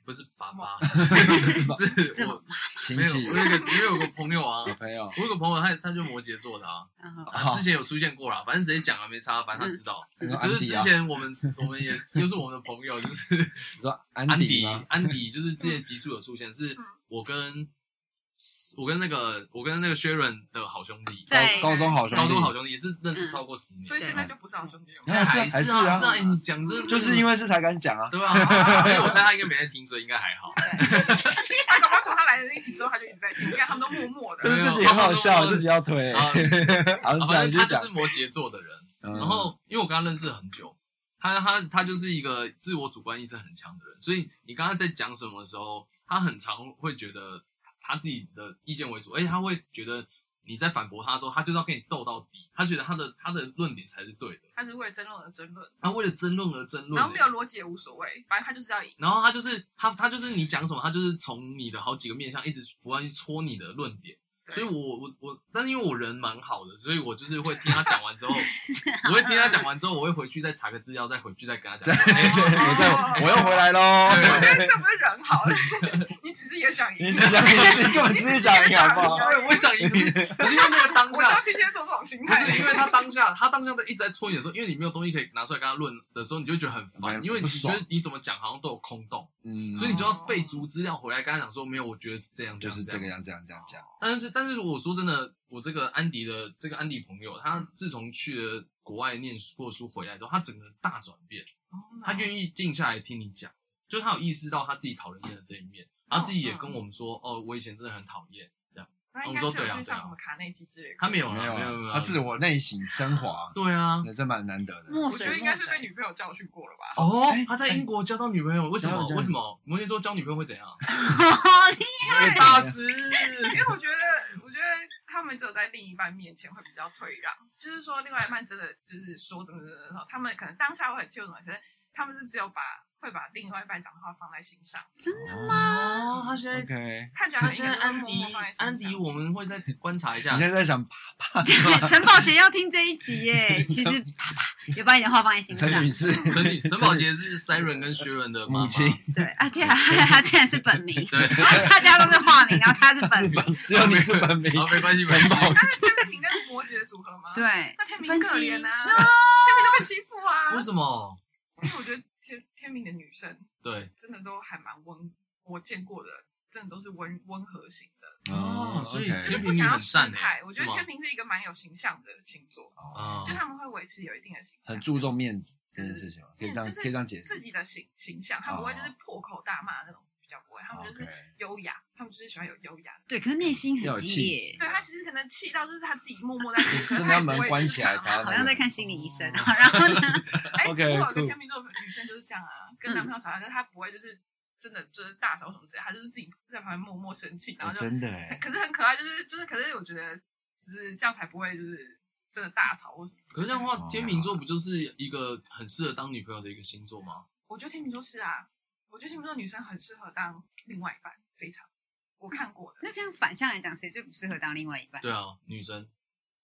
Speaker 3: 不是爸爸， <laughs> 是
Speaker 2: <laughs> 这
Speaker 3: 我
Speaker 1: 亲
Speaker 3: 没有，
Speaker 1: 戚
Speaker 3: 我有一个我有个朋友啊
Speaker 1: 女，朋友，
Speaker 3: 我有个朋友他他就摩羯座的啊，
Speaker 2: 然后
Speaker 3: 啊
Speaker 1: 啊
Speaker 3: 之前有出现过啦，反正直接讲了没差，反正他知道。
Speaker 1: 你说安
Speaker 3: 就是
Speaker 1: 迪
Speaker 3: 之
Speaker 1: 啊，
Speaker 3: 前我们我们也又是我们的朋友，就是
Speaker 1: 你说安
Speaker 3: 安
Speaker 1: 迪
Speaker 3: 迪
Speaker 1: 吗？
Speaker 3: 安迪，就是之
Speaker 4: 嗯
Speaker 3: 前集数有出现，是我跟我跟那个我跟那个 Sharon 的好兄弟，
Speaker 2: 在
Speaker 1: 高高中好兄弟，
Speaker 3: 高中好兄弟也是认识超过十年，
Speaker 4: 所以现在就不是好兄
Speaker 1: <laughs>
Speaker 4: 弟了。
Speaker 1: 那
Speaker 3: 还
Speaker 1: 还
Speaker 3: 是
Speaker 1: 是
Speaker 3: 啊
Speaker 1: 啊
Speaker 3: 是啊，哎你讲真的
Speaker 1: 就是因为是才敢讲啊，
Speaker 3: 对吧？所以我猜他应该每天听，所以应该还
Speaker 1: <laughs>
Speaker 3: 好。
Speaker 4: 他搞不好从他来的那期之后，他就一直在听，你看他们都默默的
Speaker 1: 但。是
Speaker 3: 啊没有
Speaker 1: 自己很好
Speaker 3: 我
Speaker 1: 笑，
Speaker 3: 我
Speaker 1: 自己要推，
Speaker 3: 啊
Speaker 1: 好
Speaker 3: 啊
Speaker 1: 你讲
Speaker 3: 反正他
Speaker 1: 就
Speaker 3: 就
Speaker 1: 讲
Speaker 3: 是，摩羯座的人，
Speaker 1: 嗯
Speaker 3: 然后因为我跟他认识很久，他他他就是一个自我主观意识很强的人，所以你刚刚在讲什么的时候，他很常会觉得他自己的意见为主，而且他会觉得你在反驳他的时候，他就是要跟你斗到底，他觉得他的他的论点才是对的，
Speaker 4: 他是为了争论而争论，
Speaker 3: 他为了争论而争论、
Speaker 4: 然后没有逻辑也无所谓，反正他就是要赢。
Speaker 3: 然后他就是他，他就是你讲什么，他就是从你的好几个面向一直不断去戳你的论点。
Speaker 4: 对
Speaker 3: 所以我我我，但是因为我人蛮好的，所以我就是会听他讲完
Speaker 1: <laughs>
Speaker 3: 之后，我会听他讲完之后，我会回去再查个资料，再回去再跟
Speaker 1: <laughs>
Speaker 3: 他
Speaker 1: 对
Speaker 3: 讲。哎
Speaker 1: 我
Speaker 4: 哦
Speaker 1: 在我又回来喽，
Speaker 4: 我觉得这不是人好，你只是也想赢。
Speaker 1: 你只讲你根本只是讲你好不好？
Speaker 3: 对，我想赢，可是可是因为那个当
Speaker 4: 我知道
Speaker 3: 下，
Speaker 4: 天蝎座这种心
Speaker 3: 不
Speaker 4: 态，
Speaker 3: 是因为他当下，他当下在一直在戳你的时候，因为你没有东西可以拿出来跟他论的时候，你就会
Speaker 1: <laughs>
Speaker 3: 觉得很烦，
Speaker 1: 蛮
Speaker 3: 因为你
Speaker 1: 不
Speaker 3: 觉
Speaker 1: 爽
Speaker 3: 得你怎么讲好像都有空洞，
Speaker 1: 嗯，
Speaker 3: 所以你就要备足资料回来跟他讲说，没有，我觉得是这样，
Speaker 1: 就是
Speaker 3: 哦这样哦
Speaker 1: 这个样，这样这样这样，
Speaker 3: 但是，但是我说真的，我这个安迪的这个安迪朋友，
Speaker 1: 嗯
Speaker 3: 他自从去了国外念书过书回来之后，他整个人大转变，
Speaker 4: 哦
Speaker 3: 他愿意静下来听你讲，
Speaker 1: 嗯
Speaker 3: 就哦他有意识到他自己讨人厌的这一面，然后自己也跟我们说，哦，我以前真的很讨厌这样，
Speaker 4: 那应该是有去上什么卡内基之类的课。
Speaker 3: 他没有啊，
Speaker 1: 没有
Speaker 3: 没有没有，
Speaker 1: 啊，他自我内省升华，
Speaker 3: 对啊，
Speaker 1: 那真蛮难得的。
Speaker 2: 墨
Speaker 4: 我觉
Speaker 2: 水
Speaker 4: 得应该是
Speaker 2: 墨
Speaker 4: 被
Speaker 2: 水
Speaker 4: 女朋友教训过了吧？
Speaker 3: 哦
Speaker 1: 哎，
Speaker 3: 他在英国交到女朋友，为什
Speaker 1: 交
Speaker 3: 么
Speaker 1: 到？
Speaker 3: 为什么摩羯座交女朋友会怎样？
Speaker 2: 好厉
Speaker 1: 哎
Speaker 3: 大师，
Speaker 4: 因为我觉得，我觉得他们只有在另一半面前会比较退让，就是说另外一半真的就是说怎么怎么怎么，他们可能当下会很气或什么，可是他们是只有把会把另外一半讲的话放在心上，
Speaker 3: 哦，他现在
Speaker 1: ？OK，
Speaker 4: 看起来
Speaker 3: 他
Speaker 4: 很
Speaker 3: 现在安迪安迪，我们会再观察一下
Speaker 1: 你现。在在想
Speaker 2: 害！陈宝杰要听这一集
Speaker 3: <laughs>
Speaker 2: 耶，其实啪啪有把你的话放在心上。
Speaker 1: 陈女士
Speaker 3: 陈女陈宝杰是 Siren 跟 Sharon 的妈妈
Speaker 1: 母亲，
Speaker 2: 对，啊天啊，他竟然是本名， <laughs>
Speaker 3: 对
Speaker 2: 大家都是化名，然后他是本名。
Speaker 1: 只有你是本名，
Speaker 3: 好，没关系，没
Speaker 1: 陈
Speaker 3: 关系。
Speaker 1: 宝
Speaker 4: 那是天平跟摩羯的组合吗？，
Speaker 2: 对，
Speaker 4: 那天平
Speaker 2: 分
Speaker 4: 可
Speaker 2: 析
Speaker 4: 怜 <laughs> 啊，天平都被欺负啊，
Speaker 3: 为什么？
Speaker 4: 因为我觉得天天平的女生
Speaker 3: 对，
Speaker 4: 真的都还蛮温，我见过的真的都是温温和型的，
Speaker 3: 哦所以
Speaker 1: OK
Speaker 4: 就是
Speaker 3: 天
Speaker 4: 不
Speaker 3: 秤女
Speaker 4: 想要
Speaker 3: 很
Speaker 4: 失
Speaker 3: 善欸
Speaker 4: 态。我觉得
Speaker 3: 是吗
Speaker 4: 天平是一个蛮有形象的星座，
Speaker 1: 哦
Speaker 3: 啊
Speaker 4: 就，他们会维持有一定的形象，
Speaker 1: 很注重面子这件事情吗，可以这样
Speaker 4: 就是
Speaker 1: 可以这样解释哦
Speaker 4: 自。己的形形象，他不会就是破口大骂那种，比较不会，他们就是
Speaker 1: OK
Speaker 4: 优雅，他们就是喜欢有优雅的。
Speaker 2: 对，可是内心
Speaker 1: 要有
Speaker 2: 很激
Speaker 1: 气
Speaker 2: 烈
Speaker 1: 质，
Speaker 4: 对他其实可能气到就是他自己默默在
Speaker 1: <laughs>
Speaker 4: 哭，可是
Speaker 1: 真的
Speaker 4: 他
Speaker 1: 要
Speaker 4: 也不
Speaker 1: 门
Speaker 4: 会
Speaker 1: 关
Speaker 4: 就是
Speaker 1: 起来
Speaker 4: 骂
Speaker 1: 才要
Speaker 2: 好
Speaker 1: 那
Speaker 2: 像
Speaker 1: 个
Speaker 2: 在看心理医生。好，然后呢？
Speaker 4: 哎，
Speaker 1: OK，
Speaker 4: 我有
Speaker 1: cool
Speaker 4: 个天秤座的女生就是这样啊，跟男朋友吵架，可是她不会就是真的就是大吵什么之类，她就是自己在旁边默默生气，然
Speaker 1: 哎
Speaker 4: 后就
Speaker 1: 真的哎，
Speaker 4: 可是很可爱，就是就是，可是我觉得就是这样才不会就是真的大吵或什么。
Speaker 3: 可是这样的话，天秤座不就是一个很适合当女朋友的一个星座吗？
Speaker 4: 我觉得天秤座是啊，我觉得天秤座女生很适合当另外一半，非常我看过的
Speaker 2: 那这样反向来讲，谁最不适合当另外一半？
Speaker 3: 对啊，女生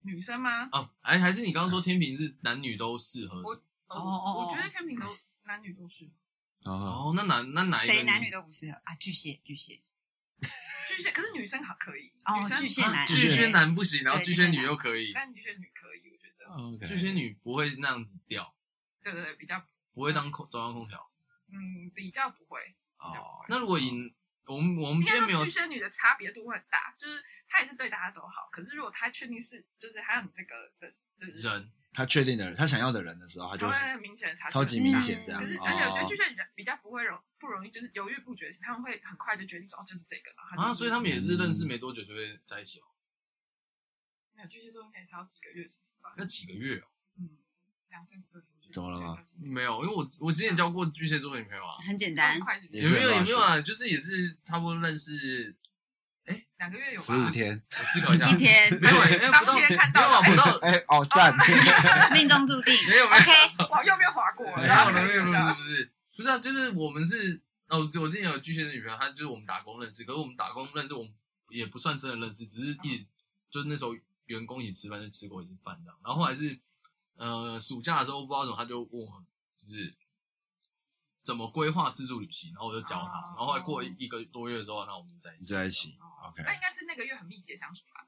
Speaker 4: 女生吗？
Speaker 3: 啊，还还是你刚
Speaker 4: 嗯
Speaker 3: 刚说天秤是男女都适合的。
Speaker 4: 哦
Speaker 2: 哦哦
Speaker 4: 我觉得天秤都男女都是，
Speaker 1: 哦，
Speaker 3: 哦，那男那哪一个
Speaker 2: 谁
Speaker 3: 你？
Speaker 2: 男女都不适合啊？巨蟹，巨蟹，
Speaker 4: 巨蟹可是女生好可以，
Speaker 2: 哦
Speaker 4: 女生
Speaker 2: 巨蟹
Speaker 3: 啊
Speaker 2: 男
Speaker 4: <laughs>
Speaker 3: 巨蟹男不行，然后
Speaker 2: 对
Speaker 3: 巨蟹
Speaker 2: 巨蟹
Speaker 3: 女
Speaker 2: 男
Speaker 3: 又可以，
Speaker 4: 但巨蟹女可以，我觉得
Speaker 1: OK
Speaker 3: 巨蟹女不会那样子掉，
Speaker 4: 对对对，比较
Speaker 3: 不会当空中央空调。
Speaker 4: 嗯比较不会。
Speaker 1: 哦，
Speaker 3: 那如果赢，我们我们
Speaker 4: 嗯应
Speaker 3: 今
Speaker 4: 该
Speaker 3: 天没有
Speaker 4: 说巨蟹女的差别度会很大，就是她也是对大家都好，可是如果她确定是就是还有你这个的，就是
Speaker 3: 人，
Speaker 1: 他确定的他想要的人的时候，他
Speaker 4: 她
Speaker 1: 就
Speaker 4: 会
Speaker 1: 会
Speaker 4: 很明显的差距
Speaker 1: 超
Speaker 4: 很大，
Speaker 1: 级明显这样
Speaker 4: 啊可是，
Speaker 1: 哦
Speaker 4: 而且我觉得巨蟹女比较不会容不容易就是犹豫不决型，他们会很快就决定说哦就是这个了。然后
Speaker 3: 啊，
Speaker 4: 就是
Speaker 3: 所以他们也是认
Speaker 1: 嗯
Speaker 3: 识没多久就会在一起哦，
Speaker 4: 没有巨蟹座应该也是要几个月时间吧，
Speaker 3: 那几个月哦，
Speaker 4: 嗯，两三个月。我觉得
Speaker 1: 怎么了吗？
Speaker 3: 没有，因为我我之前交过巨蟹座的女朋友啊，
Speaker 2: 很简
Speaker 4: 这样
Speaker 2: 单
Speaker 4: <laughs> 很，快是不
Speaker 1: 也
Speaker 3: 有
Speaker 1: 是
Speaker 4: 是？
Speaker 3: 没有
Speaker 1: 很
Speaker 3: 有
Speaker 1: 好
Speaker 3: 没有啊？就是也是差不多认识，
Speaker 4: 两个月有
Speaker 1: 十
Speaker 4: 吧？
Speaker 1: 五天，
Speaker 3: 我思考一
Speaker 1: <laughs>
Speaker 3: 下，
Speaker 2: 一天
Speaker 3: 没有，哎，不到，
Speaker 4: 当
Speaker 3: 没
Speaker 4: 天
Speaker 3: 有
Speaker 4: 看到
Speaker 3: 啊，不到，
Speaker 1: 哎哦
Speaker 4: <laughs>
Speaker 1: 赞， <laughs>
Speaker 2: 命中注定。
Speaker 3: 没有没有
Speaker 2: OK，
Speaker 4: 往右边划过，
Speaker 3: 啊
Speaker 1: 哎
Speaker 3: 没有
Speaker 4: 然后
Speaker 3: 了，没有没
Speaker 4: 看
Speaker 3: 有，
Speaker 4: 到
Speaker 3: 没有不是不是啊，就是我们是哦，我之前有巨蟹的女朋友，她就是我们打工认识，可是我们打工认识，我们也不算真的认识，只是一直就是那时候员工一起吃饭就吃过一次饭这样，然后后来是呃暑假的时候不知道怎么，他就问我就是怎么规划自助旅行，然后我就教他，
Speaker 4: 哦
Speaker 3: 然后后来过一个多月之后，然后我们在一
Speaker 1: 你
Speaker 3: 起，
Speaker 1: 在一起
Speaker 4: 哦
Speaker 1: OK，
Speaker 4: 那应该是那个月很密集的相处吧，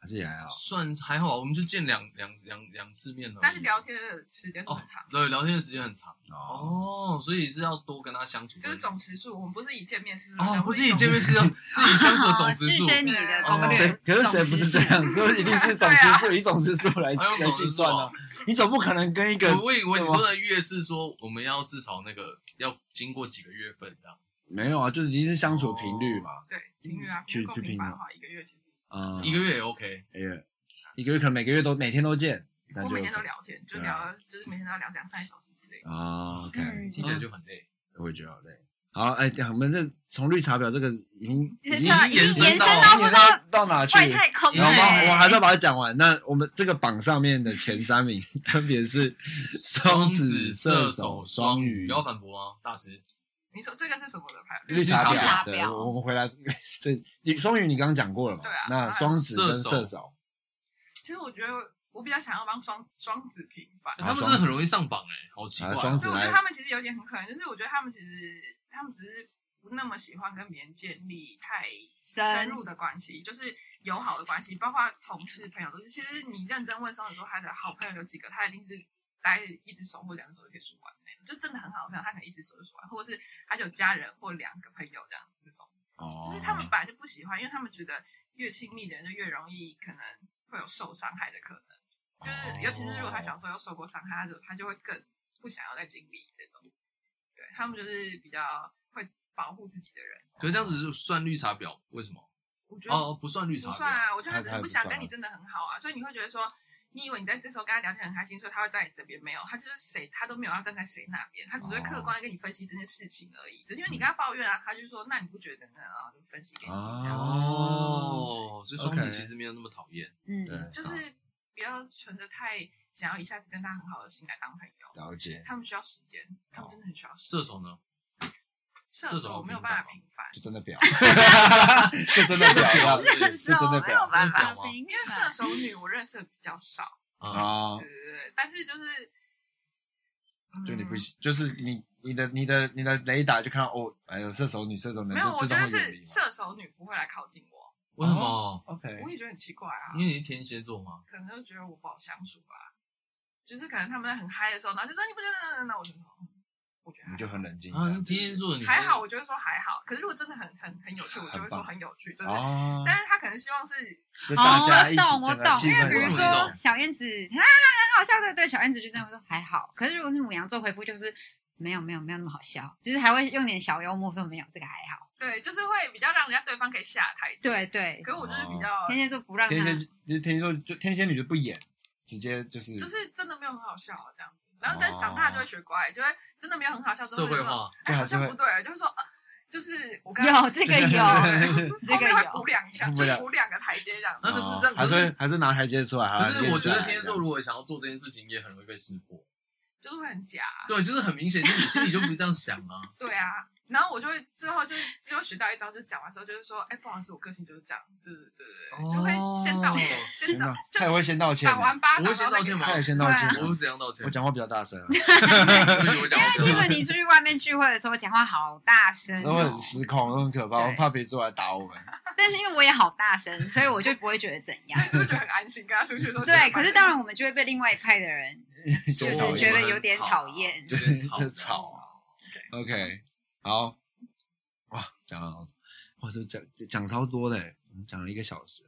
Speaker 1: 还是也还好，
Speaker 3: 算还好，我们就见两两两两次面了，
Speaker 4: 但是聊天的时间是
Speaker 3: 哦
Speaker 4: 很长。，
Speaker 3: 对，聊天的时间很长
Speaker 1: 哦
Speaker 3: 哦，所以是要多跟他相处，
Speaker 4: 就是总时数，我们不是以见面是
Speaker 3: 哦，不是以
Speaker 4: 以
Speaker 3: 见
Speaker 1: <laughs>
Speaker 3: 面是哦，是以相处的总时
Speaker 2: 巨
Speaker 3: 数。
Speaker 2: 蟹你的
Speaker 3: 哦
Speaker 2: 攻
Speaker 1: 谁
Speaker 2: 略，
Speaker 1: 可是谁不是这样？都一定是总
Speaker 4: 啊
Speaker 1: 时数，以总时数来
Speaker 3: 哎用
Speaker 1: 来
Speaker 3: 总
Speaker 1: 计
Speaker 3: 时数
Speaker 1: 算
Speaker 3: 哦
Speaker 1: 啊。你总不可能跟一个
Speaker 3: 我以为你
Speaker 1: 对吗
Speaker 3: 说的月是说我们要至少那个要经过几个月份这样，
Speaker 1: 没有啊，就是一定是相处频率嘛，
Speaker 4: 对，频率啊，
Speaker 1: 去
Speaker 4: 频率够
Speaker 1: 去
Speaker 4: 频
Speaker 1: 拼
Speaker 4: 繁的
Speaker 1: 了
Speaker 4: 话，一个月其实
Speaker 1: 嗯，
Speaker 3: 一个月也 OK。
Speaker 1: 一个月，一个月可能每个月都每天都见，那
Speaker 4: 我
Speaker 1: 就
Speaker 4: 每天都聊天，就
Speaker 1: 对
Speaker 4: 聊
Speaker 1: 啊，
Speaker 4: 就是每天都要聊两三小时之类的。
Speaker 1: 啊，OK，
Speaker 2: 嗯
Speaker 3: 听起来就很累。
Speaker 1: 我也觉得好累。好，哎，我们这从绿茶婊这个已经
Speaker 4: <laughs>
Speaker 1: 已经
Speaker 4: 啊
Speaker 2: 已经
Speaker 3: 延伸
Speaker 2: 延伸
Speaker 3: 到
Speaker 2: 到
Speaker 1: 已
Speaker 2: 不
Speaker 1: 经
Speaker 2: 知道
Speaker 1: 到哪去？
Speaker 2: 外太空
Speaker 1: 然后我
Speaker 3: 哎
Speaker 1: 们
Speaker 4: 欸
Speaker 1: 我
Speaker 2: 了。
Speaker 1: 还是要把它讲完。那我们这个榜上面的前三名 <laughs> 分别是双
Speaker 3: 子、
Speaker 1: 子、
Speaker 3: 射
Speaker 1: 射
Speaker 3: 手、
Speaker 1: 手、
Speaker 3: 双
Speaker 1: 双
Speaker 3: 鱼，
Speaker 1: 鱼
Speaker 3: 有、要反驳啊吗，大师？
Speaker 4: 你说这个是什么的牌？
Speaker 1: 绿茶
Speaker 3: 绿
Speaker 2: 茶婊
Speaker 1: 婊。对，我我们回来，这你双鱼你刚刚讲过了嘛
Speaker 4: 啊对啊？
Speaker 1: 那双子跟
Speaker 3: 射手
Speaker 1: 射手，
Speaker 4: 其实我觉得我比较想要帮双双子平反，
Speaker 1: 啊
Speaker 3: 他们真的很容易上榜哎，好奇怪
Speaker 1: 啊，
Speaker 3: 哦。
Speaker 1: 双子
Speaker 4: 所以我觉得
Speaker 1: 来
Speaker 4: 他们其实有点很可能，就是我觉得他们其实他们只是不那么喜欢跟别人建立太深
Speaker 2: 深
Speaker 4: 入的关系，就是友好的关系，包括同事、朋友都是。其实你认真问双子座他的好朋友有几个，他一定是待一只手或两只手就可以数完的那种，就真的很好的朋友，他可能一只手就数完，或者是他就有家人或两个朋友这样那种。
Speaker 1: 哦
Speaker 4: 就是他们本来就不喜欢，因为他们觉得越亲密的人就越容易可能会有受伤害的可能，就是尤其是如果他小时候又受过伤害，他就他就会更不想要再经历这种。对他们就是比较会保护自己的人，
Speaker 3: 可是这样子就算绿茶婊，为什么？
Speaker 4: 我觉得
Speaker 3: 哦，不算绿茶
Speaker 4: 不
Speaker 3: 婊，
Speaker 4: 算啊，我觉得他
Speaker 1: 他
Speaker 4: 只是
Speaker 1: 他
Speaker 4: 不
Speaker 1: 也不
Speaker 4: 想
Speaker 1: 算
Speaker 4: 跟
Speaker 1: 啊
Speaker 4: 你真的很好啊，所以你会觉得说，你以为你在这时候跟他聊天很开心，所以他会在你这边没有，他就是谁他都没有要站在谁那边，他只会客观
Speaker 1: 哦
Speaker 4: 的跟你分析这件事情而已，只是因为
Speaker 1: 嗯
Speaker 4: 你跟他抱怨啊，他就说那你不觉得怎么样啊，就分析给你，
Speaker 1: 哦，
Speaker 3: 哦，所以双子
Speaker 1: OK
Speaker 3: 其实没有那么讨厌。
Speaker 1: 对
Speaker 2: 嗯，，
Speaker 4: 就是不要存着太想要一下子跟他很好的心来当朋友，
Speaker 1: 了
Speaker 4: <laughs>
Speaker 1: 解，
Speaker 4: 他们需要时间，他们真的很需要
Speaker 1: 哦
Speaker 4: 时间。
Speaker 3: 射手呢？
Speaker 4: 射
Speaker 3: 射手
Speaker 4: 手
Speaker 3: 有
Speaker 4: 没有
Speaker 3: 平凡
Speaker 4: 办法
Speaker 3: 吗
Speaker 4: 平凡，
Speaker 1: 就真
Speaker 4: <laughs>
Speaker 1: 的表，就真的表
Speaker 3: <laughs>
Speaker 1: 要
Speaker 3: 是
Speaker 1: 是真的
Speaker 5: 没有
Speaker 1: 表
Speaker 5: 办
Speaker 3: 真的
Speaker 5: 法
Speaker 3: 表吗
Speaker 5: 明
Speaker 4: 因为射手女我认识的比较少，
Speaker 3: 啊，
Speaker 1: 啊
Speaker 4: 对，对对，但是就是，嗯
Speaker 1: 就你不喜，就是你你的你的你的雷达就看到哦，哎呦，射手女射手男
Speaker 4: 没有，
Speaker 1: 就
Speaker 4: 我
Speaker 1: 自
Speaker 4: 觉
Speaker 1: 动
Speaker 4: 得
Speaker 1: 会远离
Speaker 4: 是
Speaker 1: 嘛。
Speaker 4: 射手女不会来靠近我，
Speaker 3: 为什么？
Speaker 1: OK，
Speaker 4: 我也觉得很奇怪啊，
Speaker 3: 因为你是天蝎座嘛。
Speaker 4: 可能就觉得我不好相处吧，就是可能他们在很嗨的时候，然后就说你不觉得？那我就说，嗯，我觉得还
Speaker 1: 你
Speaker 4: 好
Speaker 1: 就很冷静
Speaker 3: 啊，那天蝎座的女生
Speaker 4: 还好，我就会说还好。可是如果真的很很很有趣，我就会
Speaker 1: 很
Speaker 4: 说
Speaker 1: 棒
Speaker 4: 很有趣，就是。
Speaker 1: 哦，
Speaker 4: 但是他可能希望是，
Speaker 1: 就大家
Speaker 2: 哦，我
Speaker 1: 一起
Speaker 2: 懂，我
Speaker 1: 整个
Speaker 2: 懂。
Speaker 1: 气
Speaker 2: 因为
Speaker 1: 氛
Speaker 2: 比如
Speaker 1: 一起
Speaker 3: 我懂
Speaker 2: 说小燕子啊，很好笑的，对，小燕子就这样说还好。可是如果是母羊座回复，就是没有没有没有那么好笑，就是还会用点小幽默说没有这个还好。
Speaker 4: 对，就是会比较让人家对方可以下台阶。
Speaker 2: 对对
Speaker 4: 可，是我就是比较，
Speaker 2: 天蝎座不让他
Speaker 1: 天蝎就天蝎座就天蝎女就不演，直接就是
Speaker 4: 就是真的没有很好笑啊这样子。然后但是长大就会学乖，就会真的没有很好笑。之后
Speaker 3: 社
Speaker 4: 就
Speaker 3: 会
Speaker 4: 说
Speaker 3: 化，
Speaker 4: 哎，好
Speaker 1: 对还是
Speaker 4: 像
Speaker 1: 会
Speaker 4: 不对了，就是说，呃就是我刚刚
Speaker 2: 有这
Speaker 4: <laughs>
Speaker 2: 个
Speaker 1: <laughs>
Speaker 2: 有这
Speaker 4: 后
Speaker 2: 个
Speaker 4: 面会
Speaker 2: 有
Speaker 4: 补两枪，
Speaker 1: 补
Speaker 4: 就
Speaker 1: 两
Speaker 4: 补两个台阶这样。
Speaker 3: 那可是这样，
Speaker 1: 哦还是
Speaker 3: 可是
Speaker 1: 会还是拿台阶出来。
Speaker 3: 可是我觉得
Speaker 1: 啊天
Speaker 3: 天蝎座如果想要做这件事情，也很容易被识破。
Speaker 4: 就是会很假。啊
Speaker 3: 对，就是很明显，就是你心里就不是这样想啊。
Speaker 4: 对啊，然后我就会之后就就学到一招，就讲完之后就是说，哎，不好意思，我个性就是这样，对对对对对，就会先道歉
Speaker 3: 哦，
Speaker 4: 先道，
Speaker 1: 他也
Speaker 4: 就
Speaker 1: 会先道歉
Speaker 4: 赏
Speaker 1: 的，
Speaker 4: 完巴
Speaker 3: 我会
Speaker 4: 掌，
Speaker 3: 先道歉
Speaker 1: <laughs>
Speaker 3: 吗
Speaker 1: 他也先道
Speaker 2: 对啊
Speaker 1: 歉
Speaker 3: 我会
Speaker 1: 的。
Speaker 3: 怎样道歉？
Speaker 1: 我讲话比较大声啊，
Speaker 3: 对我讲话比较
Speaker 2: 基
Speaker 3: 大
Speaker 2: 本你出去外面聚会的时候讲话好大声、
Speaker 1: 都会
Speaker 2: 哦
Speaker 1: 很，失控，都很可怕，
Speaker 2: 对
Speaker 1: 我怕别座来打我们。
Speaker 2: 但是因为我也好大声，所以我就不会觉得怎样
Speaker 1: <laughs>
Speaker 4: 但。是就觉得很安心，跟他出去的时候觉得蛮。
Speaker 2: 对，可是当然我们就会被另外一派的人
Speaker 3: 说
Speaker 1: 就是觉
Speaker 2: 得有点讨厌
Speaker 3: 有点吵，啊
Speaker 1: 就是 <laughs> 吵 OK，好，哇，讲了好，哇，这讲讲超多的，我们讲了一个小时，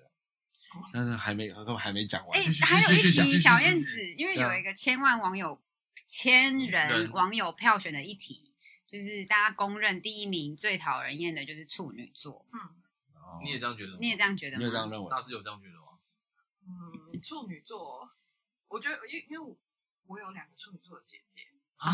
Speaker 1: 但是还没根本还没讲完
Speaker 2: 哎。
Speaker 3: 继续，
Speaker 2: 还有
Speaker 3: 继
Speaker 2: 一
Speaker 3: 续继续继
Speaker 2: 题
Speaker 3: 续
Speaker 2: 小
Speaker 3: 继
Speaker 2: 燕
Speaker 3: 续
Speaker 2: 子，因为
Speaker 1: 对啊
Speaker 2: 有一个千万网友、千人
Speaker 3: 人
Speaker 2: 网友票选的一题，就是大家公认第一名最讨人厌的就是处女座，
Speaker 1: 哦
Speaker 3: 你也这样觉得吗？
Speaker 2: 你也这样觉得
Speaker 1: 你有这样
Speaker 2: 吗？
Speaker 1: 认为？
Speaker 3: 大师有这样觉得吗？
Speaker 4: 嗯，处女座，我觉得因因为我我有两个处女座的姐姐，
Speaker 3: 啊，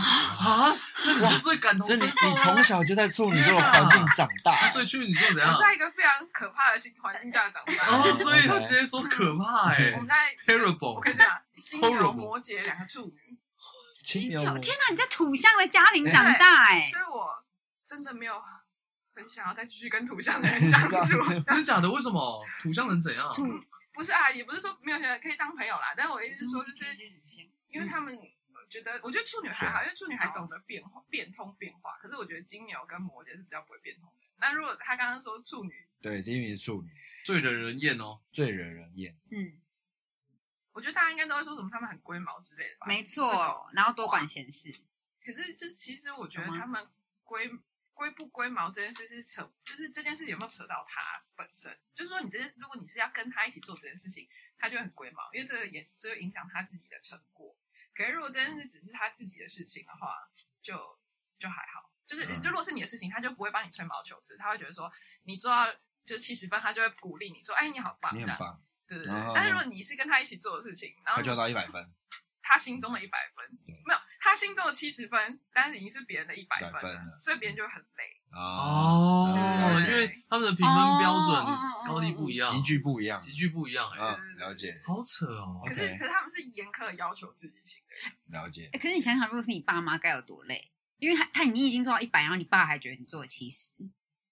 Speaker 3: 那你就最感同
Speaker 1: 所以
Speaker 3: 身
Speaker 1: 你
Speaker 3: 受
Speaker 1: 你
Speaker 3: 啊
Speaker 1: 从小就在处女座的环境长大，
Speaker 3: 所以去你就怎样
Speaker 4: 我？在一个非常可怕的新环境下长
Speaker 3: 嗯
Speaker 1: <laughs>
Speaker 3: 哦，
Speaker 4: 大。
Speaker 3: 所以他直接说可怕哎
Speaker 4: 我们在
Speaker 3: ，terrible。
Speaker 4: 我跟你讲，金牛、
Speaker 3: Horrible
Speaker 4: 摩羯两个处女，
Speaker 1: 亲友
Speaker 2: 有哦天哪，你在土象的家庭长大哎、
Speaker 4: 所以我真的没有很想要再继续跟土象的人相
Speaker 2: <laughs>
Speaker 1: 这样子
Speaker 4: 处。
Speaker 3: 真的假的？为什么土象能怎样？
Speaker 2: 土
Speaker 4: 不是啊，也不是说没有想可以当朋友啦，但我意思 <laughs> 是说，就是
Speaker 2: 嗯
Speaker 4: 因为他们觉得，我觉得处女还好，因为处女还懂得变化、变通、变化。可是我觉得金牛跟摩羯是比较不会变通的。那如果他刚刚说处女，
Speaker 1: 对，第一名是处女，
Speaker 3: 最惹人厌哦。
Speaker 1: 最惹人厌。
Speaker 2: 嗯，
Speaker 4: 我觉得大家应该都会说什么他们很龟毛之类的吧？
Speaker 2: 没
Speaker 4: 这种
Speaker 2: 错，然后多管闲事，
Speaker 4: 可是，就是其实我觉得
Speaker 2: 懂吗
Speaker 4: 他们龟龟不龟毛这件事是扯，就是这件事有没有扯到他本身。就是说，你这件如果你是要跟他一起做这件事情，他就会很龟毛，因为这个也这会影响他自己的成果。可是如果这件事只是他自己的事情的话，就就还好。就是
Speaker 1: 嗯
Speaker 4: 就如果是你的事情，他就不会帮你吹毛求疵，他会觉得说你做到就是七十分，他就会鼓励你说：“哎，你好棒！”
Speaker 1: 你
Speaker 4: 这
Speaker 1: 很
Speaker 4: 样
Speaker 1: 棒，
Speaker 4: 对对对。
Speaker 1: 哦
Speaker 4: 但是如果你是跟他一起做的事情，然
Speaker 1: 他
Speaker 4: 后
Speaker 1: 就要到一百分，
Speaker 4: 他心中的一百分
Speaker 1: 对，
Speaker 4: 没有他心中的七十分，但是已经是别人的一百
Speaker 1: 100分
Speaker 4: 分
Speaker 1: 了
Speaker 4: 了，所以别人就很累。
Speaker 1: 啊，
Speaker 3: 哦
Speaker 4: 对
Speaker 3: 因为他们的评分标准
Speaker 2: 哦哦哦哦
Speaker 3: 高低不一样，
Speaker 1: 急剧不一样
Speaker 3: 急剧不一样哎，
Speaker 1: 啊，了解
Speaker 3: 好扯哦。
Speaker 4: 可
Speaker 1: OK
Speaker 4: 是可是他们是严苛的要求自己型的人，
Speaker 1: 了解
Speaker 2: 欸可是你想想，如果是你爸妈该有多累，因为他他你已经做到一百，然后你爸还觉得你做了七十，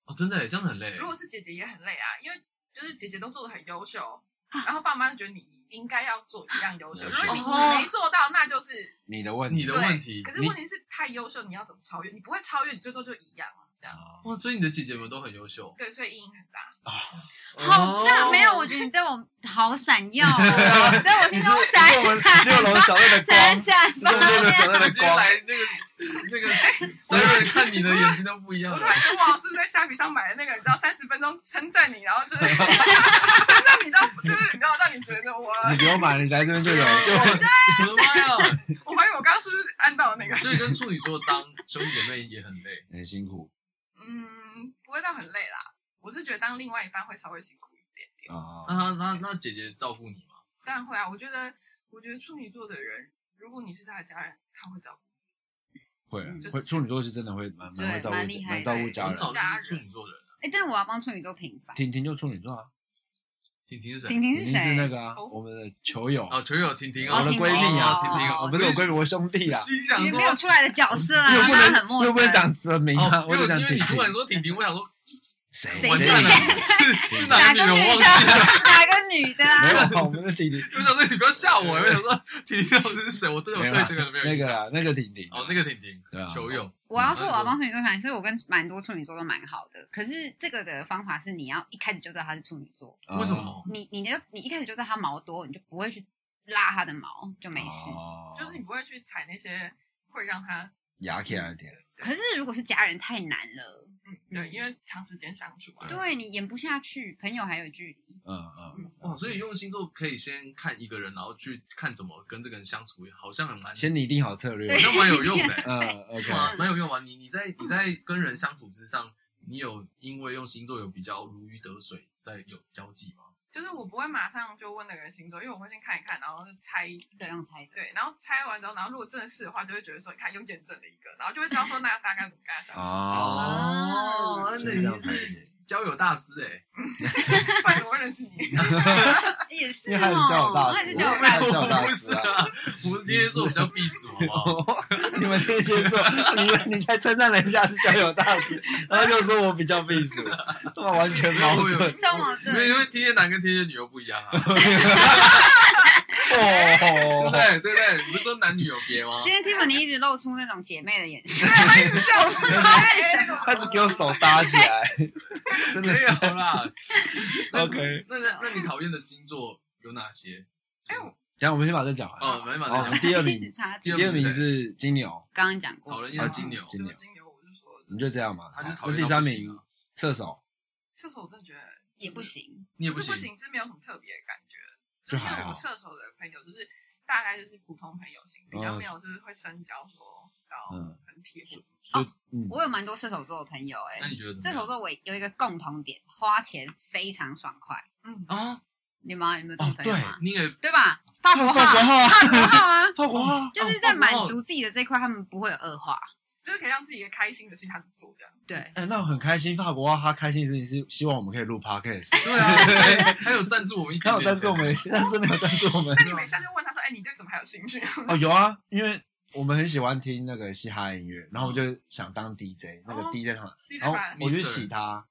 Speaker 3: 哦，真的哎，这样子很累
Speaker 4: 如。果是姐姐也很累啊，因为就是姐姐都做的很优秀，然后爸妈就觉得你应该要做一样优秀，
Speaker 1: 优
Speaker 4: 如
Speaker 1: 秀
Speaker 4: 果你
Speaker 3: 哦
Speaker 4: 你没做到，那就是
Speaker 1: 你的问题，
Speaker 3: 你的
Speaker 4: 对
Speaker 3: 问题
Speaker 4: 可是问题是太优秀，你要怎么超越？你不会超越，你最多就一样啊，这样。
Speaker 1: 啊
Speaker 3: 哇，所以你的姐姐们都很优秀。
Speaker 4: 对，所以阴影很大。
Speaker 2: 好大，
Speaker 3: 哦
Speaker 2: 没有，我觉得你在我好闪耀哦，你在我心中闪一闪，
Speaker 1: 六楼小队的
Speaker 2: 闪
Speaker 1: 光，
Speaker 2: 闪
Speaker 1: 你怎么六楼小队
Speaker 3: 我
Speaker 1: 的
Speaker 3: 今天
Speaker 1: 光？
Speaker 3: 来那个那个，所有人看你的眼睛都不一样
Speaker 4: 我突
Speaker 3: 了。
Speaker 4: 然觉得，哇，是不是在虾皮上买的那个？你知道，三十分钟称赞你，然后就是 <laughs> 称赞你到，就是你知道，让你觉得我
Speaker 1: 你不用买，你来这边就有，就
Speaker 3: 我的妈呀！
Speaker 4: <laughs> 我怀疑我刚刚是不是按到那个？
Speaker 3: 所以
Speaker 1: <laughs>
Speaker 3: 跟处女座当兄弟姐妹也很累。
Speaker 1: 很辛苦。
Speaker 4: 嗯，不会到很累啦。我是觉得当另外一半会稍微辛苦一点点，
Speaker 1: 啊、
Speaker 3: 那他那那姐姐照顾你吗？
Speaker 4: 当然会啊。我觉得，我觉得处女座的人，如果你是他的家人，他会照顾
Speaker 1: 会啊
Speaker 2: 嗯
Speaker 4: 就，是
Speaker 1: 会处女座是真的会蛮蛮会
Speaker 2: 对
Speaker 1: 照
Speaker 2: 蛮厉
Speaker 1: 顾
Speaker 2: 害
Speaker 1: 蛮
Speaker 2: 的
Speaker 1: 照顾家
Speaker 3: 很
Speaker 1: 人
Speaker 3: 早
Speaker 1: 的。
Speaker 3: 就是处女座的人啊。
Speaker 2: 哎，但我要帮处女座平反。
Speaker 1: 婷婷就处女座啊，
Speaker 3: 婷婷是谁
Speaker 2: 婷？婷
Speaker 1: 婷
Speaker 2: 是
Speaker 1: 婷是
Speaker 2: 谁？
Speaker 1: 那个啊
Speaker 4: 哦，
Speaker 1: 我们的球友，
Speaker 3: 哦，球友婷婷
Speaker 1: 我
Speaker 3: 哦，
Speaker 1: 的
Speaker 2: 婷
Speaker 1: 闺蜜
Speaker 2: 哦
Speaker 1: 啊，
Speaker 3: 婷婷
Speaker 1: 哦
Speaker 3: 哦，
Speaker 1: 我不是我闺蜜，我兄弟啊，
Speaker 3: 心想
Speaker 2: 因为
Speaker 3: 说
Speaker 2: 没有出来的角色啊，
Speaker 1: 又
Speaker 2: 大
Speaker 1: 不
Speaker 2: 家很
Speaker 1: 能
Speaker 2: 陌
Speaker 1: 又
Speaker 2: 生。
Speaker 1: 不能讲人名啊，
Speaker 3: 哦，
Speaker 1: 我
Speaker 3: 因
Speaker 1: 就讲
Speaker 3: 为因为
Speaker 1: 婷
Speaker 3: 你突然
Speaker 1: 婷，
Speaker 3: 说婷婷，我想说
Speaker 1: 谁
Speaker 2: <laughs> 谁
Speaker 1: 我
Speaker 3: 完
Speaker 1: 就
Speaker 2: 是
Speaker 1: 讲
Speaker 3: 蛋了，
Speaker 1: 婷
Speaker 3: 是是哪
Speaker 2: 哪
Speaker 3: 个女
Speaker 2: 个
Speaker 3: 人
Speaker 2: 女
Speaker 3: 忘
Speaker 2: 的？
Speaker 3: 记 <laughs> 了？
Speaker 2: <laughs> 哪个女的啊？
Speaker 1: 没有，我们的婷婷，
Speaker 3: 我想说你不要吓我，我想说婷婷到底是谁？我真的
Speaker 1: 没有
Speaker 3: 对
Speaker 1: 啊
Speaker 3: 这 <laughs> 个没有
Speaker 1: 那
Speaker 3: 印
Speaker 1: 个
Speaker 3: 象。
Speaker 1: 啊，那个婷婷啊，
Speaker 3: 哦，那个婷婷
Speaker 1: 对啊，
Speaker 3: 球友，
Speaker 2: 我要说我要帮处女座平反，是我跟蛮多处女座都蛮好的。可是这个的方法是你要一开始就知道他是处女座，
Speaker 1: 啊
Speaker 3: 为什？么？
Speaker 2: 你你就你一开始就知道他毛多，你就不会去拉他的毛，就没事。
Speaker 1: 哦
Speaker 4: 就是你不会去踩那些会让他
Speaker 1: 牙起来一点，
Speaker 2: 可是如果是家人太难了，
Speaker 4: 嗯，对，因为长时间相处嘛。
Speaker 2: 对你演不下去，朋友还有距离。
Speaker 1: 嗯嗯，
Speaker 3: 哦，所以用星座可以先看一个人，然后去看怎么跟这个人相处，好像很蛮，
Speaker 1: 先拟定好策略
Speaker 2: 对，
Speaker 3: 好像蛮有用的
Speaker 2: <laughs>
Speaker 3: 欸。
Speaker 1: 嗯
Speaker 3: 是
Speaker 1: ，OK，
Speaker 3: 吗？蛮有用啊！你你在你在跟人相处之上，你有因为用星座有比较如鱼得水，在有交际吗？
Speaker 4: 就是我不会马上就问那个人星座，因为我会先看一看，然后猜
Speaker 2: 对，用猜的。
Speaker 4: 对，然后猜完之后，然后如果真的是的话，就会觉得说，你看又验证了一个，然后就会知道说，那大概怎么跟他相处，
Speaker 2: 哦
Speaker 3: 那
Speaker 1: 是这样
Speaker 3: 你
Speaker 1: 排
Speaker 3: 是
Speaker 1: 解，
Speaker 3: 交友大师哎、
Speaker 4: 不然怎么会认识 <laughs> 你？
Speaker 2: 也是
Speaker 1: 因为他是
Speaker 2: 哦
Speaker 1: 交友，大
Speaker 2: 他
Speaker 1: 师
Speaker 2: 是
Speaker 1: 我
Speaker 2: 叫我
Speaker 1: 他
Speaker 2: 大
Speaker 1: 是交友大
Speaker 3: <laughs> 不
Speaker 1: 师
Speaker 3: 是
Speaker 1: 啊
Speaker 3: 啊，我们天蝎座比较避暑，好不好？
Speaker 1: <laughs> 你们天蝎
Speaker 3: <laughs>
Speaker 1: 座，你你才称赞人家是交友大师，然后就说我比较避暑，哇，完全矛
Speaker 3: <laughs>
Speaker 1: 盾
Speaker 3: 有
Speaker 2: 交
Speaker 1: <laughs>
Speaker 2: 往
Speaker 3: 因为因为天蝎男跟天蝎女又不一样啊，对不
Speaker 1: 哦。
Speaker 3: 对？对不对？你不是说男女有别吗
Speaker 2: 今？天 Tiffany 一直露出那种姐妹的眼神， <laughs>
Speaker 4: 我
Speaker 2: 不知道哎为什 <laughs> 么。
Speaker 1: 他只给我手搭起
Speaker 3: <laughs>
Speaker 1: 来， <laughs> 真
Speaker 3: 没
Speaker 1: 的是
Speaker 3: 有啦。那
Speaker 1: OK
Speaker 3: 那那那你讨厌的星座有哪些？
Speaker 4: 哎我啊
Speaker 1: 等一下我们先把这讲完。
Speaker 3: 哦，没法
Speaker 1: 好
Speaker 3: 再
Speaker 1: 我
Speaker 3: 讲
Speaker 1: 们。第二名
Speaker 2: 一直插
Speaker 3: 第
Speaker 2: 题
Speaker 3: 二
Speaker 1: 第二名是金牛，
Speaker 2: 刚刚讲
Speaker 3: 讨
Speaker 2: 过，
Speaker 3: 人
Speaker 1: 啊
Speaker 3: 厌金牛，
Speaker 1: 金牛
Speaker 4: 金牛，我就说
Speaker 1: 你就这样嘛。
Speaker 3: 他就讨
Speaker 1: 那
Speaker 3: 厌到不行啊
Speaker 1: 第三名射手，
Speaker 4: 射手，我真的觉得
Speaker 2: 也不，行，
Speaker 3: 你也
Speaker 4: 不是
Speaker 3: 行
Speaker 4: 不。行，是没有什么特别的感觉，就是
Speaker 1: 就还
Speaker 4: 因为我
Speaker 1: 好
Speaker 4: 射手的朋友就是大概就是普通朋友型，比较没有就是会深交说到
Speaker 1: 嗯
Speaker 4: 很铁或什么。
Speaker 1: 所以嗯，
Speaker 2: 我有蛮多射手座的朋友哎、
Speaker 3: 那你觉得怎么
Speaker 2: 射
Speaker 3: 样
Speaker 2: 手座我有一个共同点，花钱非常爽快。
Speaker 4: 嗯，
Speaker 3: 啊？
Speaker 2: 你们有没有这种朋友吗？
Speaker 3: 你也
Speaker 2: 对吧？法国号
Speaker 1: 法国
Speaker 2: 啊，
Speaker 1: 号啊，
Speaker 2: 法国号
Speaker 1: <laughs>
Speaker 2: 啊，
Speaker 1: 法国号啊，
Speaker 2: 就是在满
Speaker 3: 法国
Speaker 2: 足自己的这块，他们不会有恶化。
Speaker 4: 就是可以让自己的开心的事情他们做这样。
Speaker 2: 对，啊
Speaker 1: 哎，那我很开心。法国啊号他开心的事情是希望我们可以录
Speaker 3: <laughs>
Speaker 1: podcast，
Speaker 3: 对啊，所以还有赞助我们一
Speaker 1: 他
Speaker 3: 点
Speaker 1: 有赞
Speaker 3: 点
Speaker 1: 助
Speaker 3: 钱
Speaker 1: 我们，他真的有赞助我们
Speaker 4: 那。你每下就问他说，哎，你对什么还有兴趣？ <laughs>
Speaker 1: 哦，有啊，因为我们很喜欢听那个嘻哈音乐，然后我们就想当 DJ，那个
Speaker 4: 哦
Speaker 1: DJ 他，
Speaker 4: 地
Speaker 1: 然
Speaker 4: 震
Speaker 1: 后
Speaker 4: 版
Speaker 1: 我就洗他，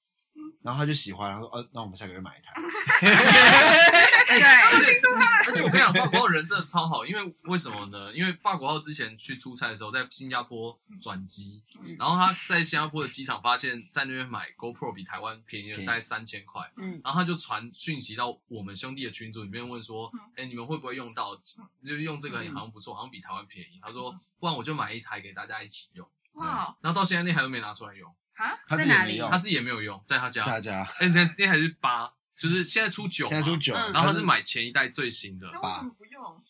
Speaker 1: 然后他就喜欢，然后说，呃，那我们下个月买一台。
Speaker 2: 嗯
Speaker 3: 而
Speaker 2: 对，
Speaker 3: 且而且我跟你讲，法国号人真的超好，因为为什么呢？因为法国号之前去出差的时候，在新加坡转机，
Speaker 4: 嗯
Speaker 3: 然后他在新加坡的机场发现，在那边买 GoPro 比台湾便宜了
Speaker 1: 便宜
Speaker 3: 大概三千块，
Speaker 2: 嗯，
Speaker 3: 然后他就传讯息到我们兄弟的群组里面问说
Speaker 4: 嗯：“
Speaker 3: 哎、你们会不会用到？就是用这个好像不错，好像比台湾便宜。”他说：“不然我就买一台给大家一起用。
Speaker 4: 哇”
Speaker 3: 然后到现在那台都没拿出来用，
Speaker 4: 啊，
Speaker 1: 他自
Speaker 2: 在
Speaker 1: 己
Speaker 2: 哪
Speaker 1: 也没
Speaker 2: 里
Speaker 1: 用
Speaker 3: 他，自己也没有用，在他家。
Speaker 1: 大家
Speaker 3: 哎、那那台是八，就是现在出九嘛，
Speaker 1: 现在出九，
Speaker 2: 嗯
Speaker 3: 然后他
Speaker 1: 可
Speaker 3: 是，买前一代最新的，
Speaker 4: 那为什么不用？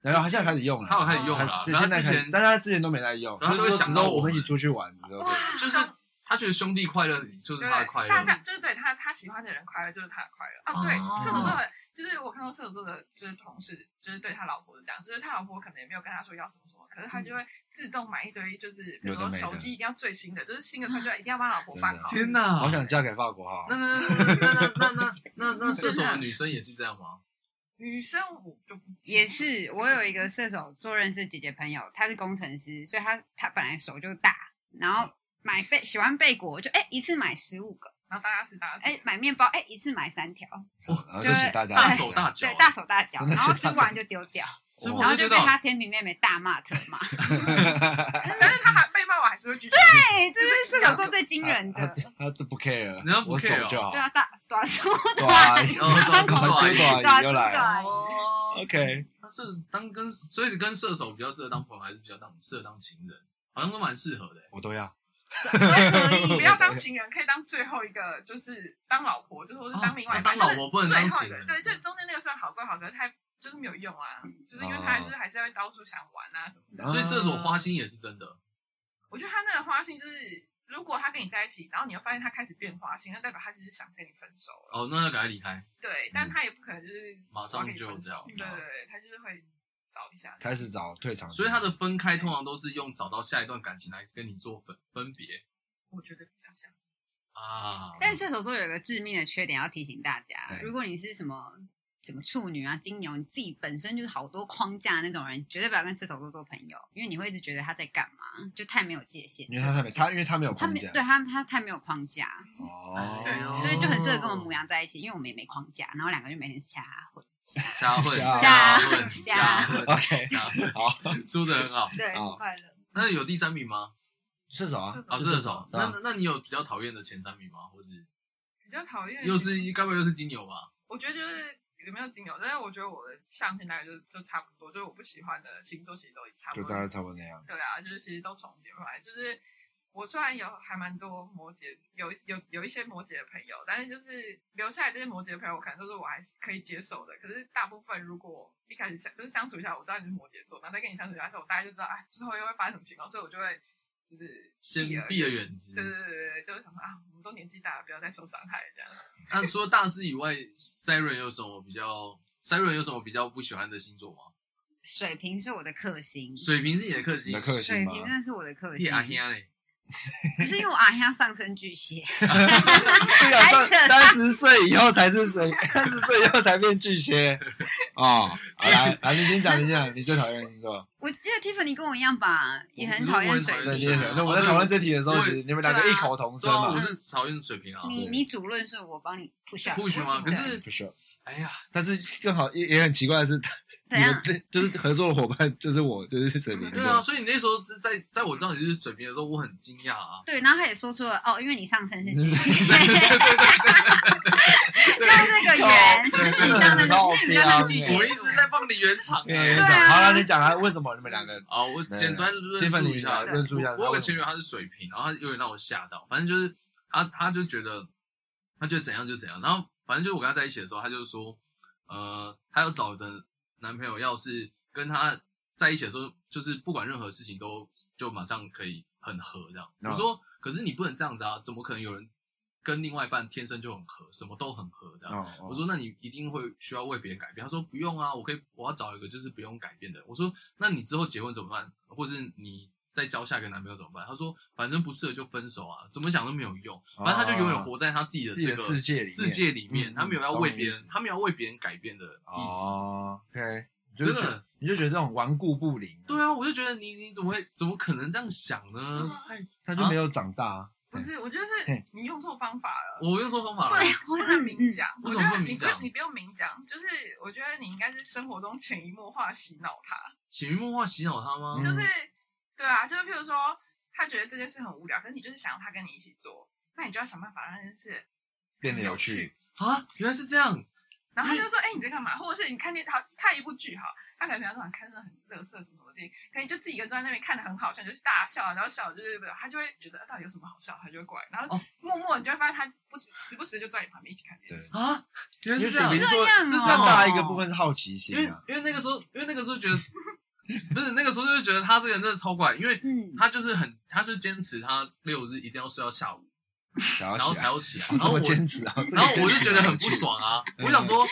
Speaker 1: 然后他现在开始用了，
Speaker 3: 他有开始用了啦
Speaker 1: 他。
Speaker 3: 然后
Speaker 1: 现
Speaker 3: 他
Speaker 1: 在
Speaker 3: 之
Speaker 1: 开始
Speaker 3: 前，
Speaker 1: 但是他之前都没在用，
Speaker 3: 然后他
Speaker 1: 就
Speaker 3: 都
Speaker 1: 是
Speaker 3: 会
Speaker 1: 说
Speaker 3: 想
Speaker 1: 只
Speaker 3: 到
Speaker 1: 是我
Speaker 3: 我们
Speaker 1: 们一起出去玩的时候，
Speaker 3: 就是他觉得兄弟快乐就是他的快
Speaker 4: 对，
Speaker 3: 乐
Speaker 4: 大。家就是对他他喜欢的人快乐就是他的快乐哦。对，
Speaker 3: 哦
Speaker 4: 射手座的，就是我看过射手座的，就是同事，就是对他老婆这样，就是他老婆可能也没有跟他说要什么什么，可是他
Speaker 3: 嗯
Speaker 4: 就会自动买一堆，就是比
Speaker 1: 有
Speaker 4: 如
Speaker 1: 的
Speaker 4: 说
Speaker 1: 没的
Speaker 4: 手机一定要最新的，就是新的出来就一定要帮老婆
Speaker 1: 真的啊
Speaker 4: 办好。
Speaker 3: 天哪！
Speaker 1: 好想嫁给法国号
Speaker 3: 那。那那那那那那那射手的女生也是这样吗？
Speaker 4: 女生我就不记
Speaker 2: 也是。我有一个射手座认识姐姐朋友，她是工程师，所以她她本来手就大，然后买贝喜欢贝果，就哎、一次买十五个，
Speaker 4: 然后大家是大家
Speaker 2: 哎、买面包哎、一次买三条，
Speaker 1: 然后就请大家
Speaker 3: 大手大脚
Speaker 2: 对，，大手大脚，
Speaker 1: 真的
Speaker 2: 然
Speaker 1: 是
Speaker 2: 后
Speaker 1: 大
Speaker 2: 吃
Speaker 1: 手
Speaker 2: 完就丢掉，
Speaker 3: 吃不
Speaker 2: 然
Speaker 3: 完
Speaker 2: 后
Speaker 3: 就
Speaker 2: 就
Speaker 3: 知
Speaker 2: 被
Speaker 3: 道。
Speaker 2: 她天平妹妹大骂特
Speaker 1: <laughs>
Speaker 2: 骂。 <laughs>
Speaker 4: 但是他还被骂完还是会继续。
Speaker 2: 哎，这是射手座最惊人
Speaker 1: 他 <laughs>
Speaker 2: 的。
Speaker 1: 他他都不 care，
Speaker 3: 人家不
Speaker 1: 我手
Speaker 3: care 哦
Speaker 1: 就好
Speaker 2: 对。啊，大短粗
Speaker 1: <laughs> 对啊
Speaker 2: 短， <laughs>
Speaker 3: 哦短粗短
Speaker 2: 短
Speaker 1: 又
Speaker 2: 粗
Speaker 1: 来了
Speaker 2: 短，
Speaker 3: 哦，
Speaker 1: OK，
Speaker 3: 他是当跟所以跟射手比较适合当朋友，还是比较当适合当情人？好像都蛮适合的。
Speaker 1: 我都要。
Speaker 2: 所以可以
Speaker 4: 不要当情人，可以当最后一个，就是当老婆，就是或是当另外一半
Speaker 3: 哦当老婆不能当情人
Speaker 4: 就是最后一个对，就是中间那个虽然好归好，可是他就是没有用啊，就是因为他就是还是会到处想玩
Speaker 3: 欸
Speaker 4: 啊什么的。
Speaker 3: 所以射手花心也是真的。
Speaker 4: 我觉得他那个花心就是，如果他跟你在一一起，然后你又发现他开始变花心，那代表他就是想跟你分手了。
Speaker 3: 哦，那要赶快离开，
Speaker 4: 对，但他也不可能就是
Speaker 3: 马上
Speaker 4: 跟你分
Speaker 3: 就这
Speaker 4: 手
Speaker 3: 样
Speaker 4: 对对对，他就是会找一下你。
Speaker 1: 开始找退场，
Speaker 3: 所以他的分开通常都是用找到下一段感情来跟你做分分别
Speaker 4: 我觉得比较像，
Speaker 3: 啊。
Speaker 2: 但射手座有一个致命的缺点要提醒大家
Speaker 1: 对：
Speaker 2: 如果你是什么什么处女啊、金牛，你自己本身就是好多框架那种人，绝对不要跟射手座做朋友，因为你会一直觉得他在干嘛，就太没有界限。
Speaker 1: 因为他太没他，因为他没有
Speaker 2: 他
Speaker 1: 框
Speaker 2: 没
Speaker 1: 架，
Speaker 2: 对他他太没有框架，
Speaker 3: 哎呦
Speaker 1: 哦，
Speaker 2: 所以就很适合跟我们母羊在一起，因为我们也没框架，然后两个就每天瞎混。
Speaker 3: 瞎混
Speaker 1: 瞎
Speaker 3: 混瞎
Speaker 2: 瞎
Speaker 3: 混
Speaker 1: OK，
Speaker 3: 瞎混，
Speaker 1: 好，
Speaker 3: 输的很好。
Speaker 2: 对
Speaker 1: 哦
Speaker 2: 快乐。
Speaker 3: 那有第三名吗？
Speaker 1: 射手啊
Speaker 4: 射，手
Speaker 3: 啊，
Speaker 1: 就
Speaker 3: 射
Speaker 1: 是
Speaker 3: 手。
Speaker 1: 对啊
Speaker 3: 那那你有比较讨厌的前三名吗？或是
Speaker 4: 比较讨厌。
Speaker 3: 又是该不会又是金牛吧？
Speaker 4: 我觉得就是有没有金牛，但是我觉得我的象限大概就就差不多，就是我不喜欢的星座其实都差不
Speaker 1: 就
Speaker 4: 多。
Speaker 1: 大概差不多那样。
Speaker 4: 对啊，就是其实都重叠回来。就是我虽然有还蛮多摩羯，有有有一些摩羯的朋友，但是就是留下来这些摩羯的朋友，我可能都是我还是可以接受的。可是大部分如果一开始相就是相处一下，我知道你是摩羯座，然后再跟你相处一下的时候，我大概就知道啊之后又会发生什么情况，所以我就会就是
Speaker 3: 先
Speaker 4: 避而
Speaker 3: 避而远之
Speaker 4: 对。对对对对，就是想说啊，我们都年纪大了，不要再受伤害这样。
Speaker 3: 那除了大师以外，Siren 有什么比较？Siren 有什么比较不喜欢的星座吗？
Speaker 2: 水瓶是我的克星，
Speaker 3: 水瓶是你的克
Speaker 1: 你
Speaker 3: 星，
Speaker 1: 的克
Speaker 2: 水
Speaker 1: 星吗
Speaker 2: 瓶？真的是我的克
Speaker 3: 你
Speaker 2: 星。
Speaker 3: 阿兄嘞，
Speaker 2: 可是因为我阿香上升巨蟹，
Speaker 1: 对啊，
Speaker 2: 还扯
Speaker 1: 三三十岁以后才是水，三十岁以后才变巨蟹哦。好来，来，你先讲，你先讲，你最讨厌的星座。
Speaker 2: 我记得 Tiffany 跟我一样吧，也很
Speaker 3: 我
Speaker 2: 讨厌
Speaker 3: 我也讨
Speaker 2: 水
Speaker 1: 对，
Speaker 3: 厌水
Speaker 1: 你
Speaker 2: 瓶
Speaker 1: 也
Speaker 3: 瓶
Speaker 1: 讨
Speaker 2: 啊、
Speaker 1: 厌。那我在讨论这题的时候，
Speaker 3: 对
Speaker 1: 其实你们两个异口同
Speaker 3: 对
Speaker 1: 声
Speaker 3: 啊，
Speaker 1: 嘛
Speaker 3: 我。是讨厌水瓶啊。
Speaker 2: 你
Speaker 1: 对
Speaker 2: 你主论是我帮你 push up
Speaker 3: push 吗
Speaker 2: 我
Speaker 3: 可是
Speaker 1: 不是，
Speaker 3: 哎呀，
Speaker 1: 但是更好也也很奇怪的是，
Speaker 2: 怎
Speaker 1: 你的
Speaker 2: 样？
Speaker 1: 对就是合作的伙伴就是我，就是水瓶
Speaker 3: 对啊，
Speaker 1: 座。
Speaker 3: 所以你那时候在在我知道你是水瓶的时候，我很惊讶啊。
Speaker 2: 对，然后他也说出了哦，因为你上身是巨蟹，
Speaker 3: 对对对对
Speaker 2: 就是个圆，
Speaker 3: 对对
Speaker 2: 你上身
Speaker 1: 好
Speaker 2: 是你上身巨
Speaker 1: 对
Speaker 3: 对，我
Speaker 2: 蟹
Speaker 3: 一
Speaker 2: 座
Speaker 3: 直。在帮你圆场
Speaker 1: 因为
Speaker 3: 哎
Speaker 2: 对。啊
Speaker 1: 好了，你讲啊，为什么你们两个
Speaker 3: 啊，我简单论述一
Speaker 1: Tiffany
Speaker 3: 下
Speaker 1: 来，论述一下
Speaker 3: 我我有个前女友，她是水瓶，然后她有点让我吓到。反正就是她，她就觉得，她觉得怎样就怎样。然后反正就是我跟她在一起的时候，她就说，呃，她要找的男朋友要是跟她在一起的时候，就是不管任何事情都就马上可以很合这样。
Speaker 1: 嗯
Speaker 3: 我说，可是你不能这样子啊，怎么可能有人跟另外一半天生就很合，什么都很合这样？
Speaker 1: 哦，
Speaker 3: 我
Speaker 1: 哦
Speaker 3: 说那你一定会需要为别人改变。他说不用啊，我可以，我要找一个就是不用改变的人。我说那你之后结婚怎么办？或是你再交下一个男朋友怎么办？他说反正不适合就分手啊，怎么讲都没有用。反正他就永远活在他自己的
Speaker 1: 哦自己
Speaker 3: 这
Speaker 1: 的
Speaker 3: 个
Speaker 1: 世界里面
Speaker 3: 世界里面，
Speaker 1: 嗯
Speaker 3: 他没有要为别
Speaker 1: 懂你意
Speaker 3: 人
Speaker 1: 思，
Speaker 3: 他没有要为别人改变的意思。
Speaker 1: 哦，OK，你就
Speaker 3: 真
Speaker 1: 觉得
Speaker 3: 的，
Speaker 1: 你就觉得这种顽固不灵，
Speaker 3: 对啊，我就觉得你你怎么会怎么可能这样想呢？哎
Speaker 1: 他就没有长大。
Speaker 4: 不
Speaker 3: 嗯
Speaker 4: 是，我觉得是
Speaker 1: 嘿
Speaker 4: 你用错方法了。
Speaker 3: 我用错方法了
Speaker 4: 不能
Speaker 2: 对， <laughs>
Speaker 4: 不能明讲，
Speaker 3: 哦嗯
Speaker 4: 我
Speaker 3: 为
Speaker 4: 觉
Speaker 3: 什么
Speaker 4: 得
Speaker 3: 不
Speaker 4: 你
Speaker 3: 明
Speaker 4: 不
Speaker 3: 讲
Speaker 4: 你不用明讲，就是我觉得你应该是生活中潜移默化洗脑他，
Speaker 3: 潜移默化洗脑他吗？
Speaker 1: 嗯
Speaker 4: 就是对啊，就是譬如说他觉得这件事很无聊，可是你就是想要他跟你一起做，那你就要想办法让这件事
Speaker 1: 变得
Speaker 4: 很有
Speaker 1: 有趣。
Speaker 3: 啊，原来是这样。
Speaker 4: 然后他就说：“哎、你在干嘛？”或者是你看电好看一部剧哈，他可能平常说很看着很乐色什么什么的，可能你就自己一个人坐在那边看的很好笑，你就是大笑，然后笑就是他就会觉得啊到底有什么好笑，他就会过来，然后
Speaker 3: 哦
Speaker 4: 默默你就会发现他不时时不时就坐在你旁边一起看电视。
Speaker 3: 啊，原来
Speaker 1: 因为
Speaker 3: 是这
Speaker 1: 水瓶。座
Speaker 3: 样
Speaker 2: 这样哦
Speaker 1: 是占大一个部分是好奇心
Speaker 3: 因为
Speaker 1: 啊，
Speaker 3: 因为那个时候，因为那个时候觉得 <laughs> 不是那个时候就觉得他这个人真的超怪，因为
Speaker 2: 嗯，
Speaker 3: 他就是很，他是坚持他六日一定要睡到下午，
Speaker 1: 想
Speaker 3: 然后
Speaker 1: 要起
Speaker 3: 才
Speaker 1: 来，
Speaker 3: 要起来，
Speaker 1: 你
Speaker 3: 然
Speaker 1: <laughs> 这么
Speaker 3: 后我
Speaker 1: 坚持啊，这个
Speaker 3: 然后我就
Speaker 1: 坚持
Speaker 3: 觉得很不爽啊，
Speaker 1: 嗯
Speaker 3: 我想说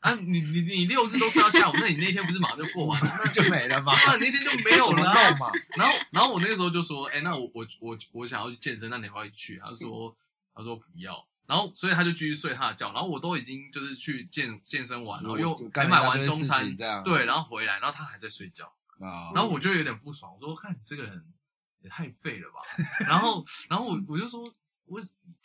Speaker 3: 啊，你你你六日都睡到下午，那你那天不是马上就过完了？
Speaker 1: <laughs>
Speaker 3: <laughs>
Speaker 1: 那就没了嘛，
Speaker 3: 那你那天就没有
Speaker 1: <laughs> 怎么
Speaker 3: 了啊、 <laughs>
Speaker 1: 弄嘛？
Speaker 3: 然后然后我那个时候就说，哎、那我我我我想要去健身，那你要不要去？他说他说不要。然后，所以他就继续睡他的觉，然后我都已经就是去健健身完，然后又
Speaker 1: 干了
Speaker 3: 还买
Speaker 1: 一大
Speaker 3: 完
Speaker 1: 堆
Speaker 3: 中
Speaker 1: 事
Speaker 3: 餐
Speaker 1: 情，这样
Speaker 3: 对，然后回来，然后他还在睡觉，
Speaker 1: 啊，
Speaker 3: 然后我就有点不爽，我说看你这个人也太废
Speaker 1: <laughs>
Speaker 3: 了吧。然后，然后我我就说，我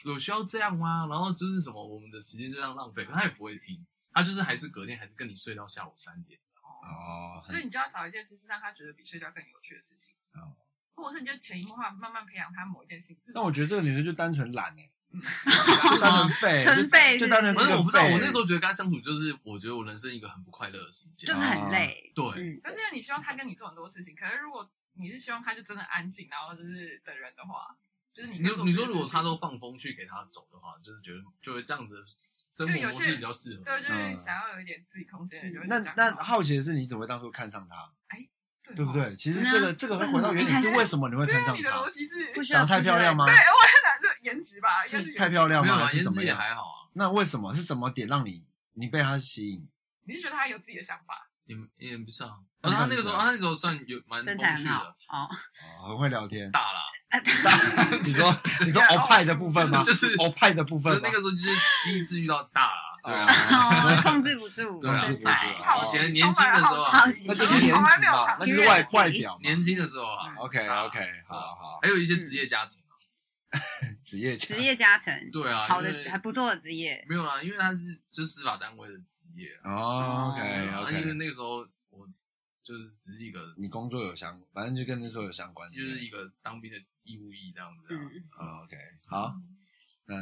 Speaker 3: 有需要这样吗？然后就是什么，我们的时间就这样浪费，可他也不会听，他就是还是隔天还是跟你睡到下午三点。
Speaker 1: 哦，
Speaker 4: 所以你就要找一件事是让他觉得比睡觉更有趣的事情，
Speaker 1: 哦
Speaker 4: 或者是你就潜移默化慢慢培养他某一件事情。
Speaker 1: 那我觉得这个女生就单纯懒哎，
Speaker 3: 是
Speaker 1: 就单
Speaker 3: 吗
Speaker 1: 纯废，
Speaker 2: 纯废
Speaker 1: 就是就
Speaker 2: 不是
Speaker 1: 单纯
Speaker 3: 反
Speaker 1: 是
Speaker 3: 正
Speaker 1: 个
Speaker 3: 我不知道，
Speaker 1: 废
Speaker 3: 我那时候觉得跟他相处就是，我觉得我人生一个很不快乐的时间
Speaker 2: 就是。很累。
Speaker 3: 对，
Speaker 2: 嗯，
Speaker 4: 但是因为你希望他跟你做很多事情，可是如果你是希望他就真的安静，然后就是的人的话，就是你
Speaker 3: 你
Speaker 4: 在做
Speaker 3: 你
Speaker 4: 这
Speaker 3: 说
Speaker 4: 件
Speaker 3: 如果
Speaker 4: 事
Speaker 3: 他
Speaker 4: 情
Speaker 3: 都放风去给他走的话，就是觉得就会这样子生
Speaker 4: 就有
Speaker 3: 活模
Speaker 4: 些
Speaker 3: 式比较适合。
Speaker 4: 对，就是
Speaker 1: 嗯
Speaker 4: 想要有一点自己空间的人就会
Speaker 1: 那
Speaker 4: 讲
Speaker 1: 那
Speaker 4: 话
Speaker 1: 好奇的是，你怎么会当初看上他，
Speaker 4: 对
Speaker 1: 对不
Speaker 4: 哦？
Speaker 1: 对？其实这个这个回到原点是为什么你会
Speaker 4: 对
Speaker 1: 看
Speaker 4: 啊，
Speaker 1: 上
Speaker 4: 你的逻
Speaker 1: 他？
Speaker 4: 辑是
Speaker 2: 不需要
Speaker 1: 长得太漂亮吗
Speaker 4: 对，？我很难就颜值吧？应该
Speaker 1: 是
Speaker 4: 原
Speaker 1: 太
Speaker 4: 值
Speaker 1: 漂亮
Speaker 3: 没有
Speaker 1: 吗？还
Speaker 3: 啊，
Speaker 1: 是
Speaker 3: 颜
Speaker 1: 怎
Speaker 3: 值
Speaker 1: 么
Speaker 3: 也
Speaker 1: 样？
Speaker 3: 还好啊，
Speaker 1: 那为什么是什么点让你你被他吸引？
Speaker 4: 你是觉得他有自己的想法？
Speaker 3: 也也不上。
Speaker 1: 那你
Speaker 3: 啊，他
Speaker 1: 看
Speaker 3: 那个
Speaker 1: 你
Speaker 3: 时
Speaker 1: 怎
Speaker 3: 候，
Speaker 1: 样
Speaker 3: 他那时候算有蛮风
Speaker 2: 身材很
Speaker 3: 趣
Speaker 2: 好
Speaker 3: 的，
Speaker 2: 哦，
Speaker 1: 哦，很会聊天。
Speaker 3: 大啦，
Speaker 1: <laughs> 你
Speaker 3: <laughs>
Speaker 1: 说你说
Speaker 4: 这样
Speaker 1: 欧派的部分吗？
Speaker 3: 就是
Speaker 1: 欧派的部
Speaker 3: 就
Speaker 1: 分
Speaker 3: 是
Speaker 1: 吗
Speaker 3: 那个时候就是第一次遇到大啦，对啊，
Speaker 2: 哦，控制不住
Speaker 1: 对
Speaker 2: 身
Speaker 1: 啊控制不
Speaker 2: 材
Speaker 1: 住，
Speaker 4: 好
Speaker 3: 以
Speaker 4: 奇
Speaker 3: 前
Speaker 4: 充
Speaker 3: 年轻
Speaker 4: 满
Speaker 3: 的时
Speaker 4: 了好
Speaker 3: 候
Speaker 4: 奇
Speaker 3: 啊
Speaker 2: 好，奇
Speaker 1: 那
Speaker 2: 心
Speaker 1: 就是颜值
Speaker 4: 从来没有
Speaker 1: 嘛，
Speaker 4: 尝
Speaker 1: 那就是
Speaker 2: 试
Speaker 1: 外
Speaker 2: 过
Speaker 1: 外表嘛。
Speaker 3: 年轻的时候啊，
Speaker 2: 嗯
Speaker 1: OK OK，好好，
Speaker 3: 还有一些职业加成啊，
Speaker 1: 职业
Speaker 2: 职业加成，
Speaker 3: 对啊，
Speaker 2: 好
Speaker 3: 因
Speaker 2: 的
Speaker 3: 为
Speaker 2: 还不错的职业，
Speaker 3: 没有啦，因为他是就是司法单位的职业啊，
Speaker 1: 哦
Speaker 3: 对
Speaker 1: ，OK
Speaker 3: 啊，因为
Speaker 1: OK，
Speaker 3: 那个时候我就是只是一个
Speaker 1: 你工作有相，反正就跟那时候有相关，
Speaker 3: 就是一个当兵的义务役这样子啊，
Speaker 2: 嗯。
Speaker 1: 哦 OK，好，那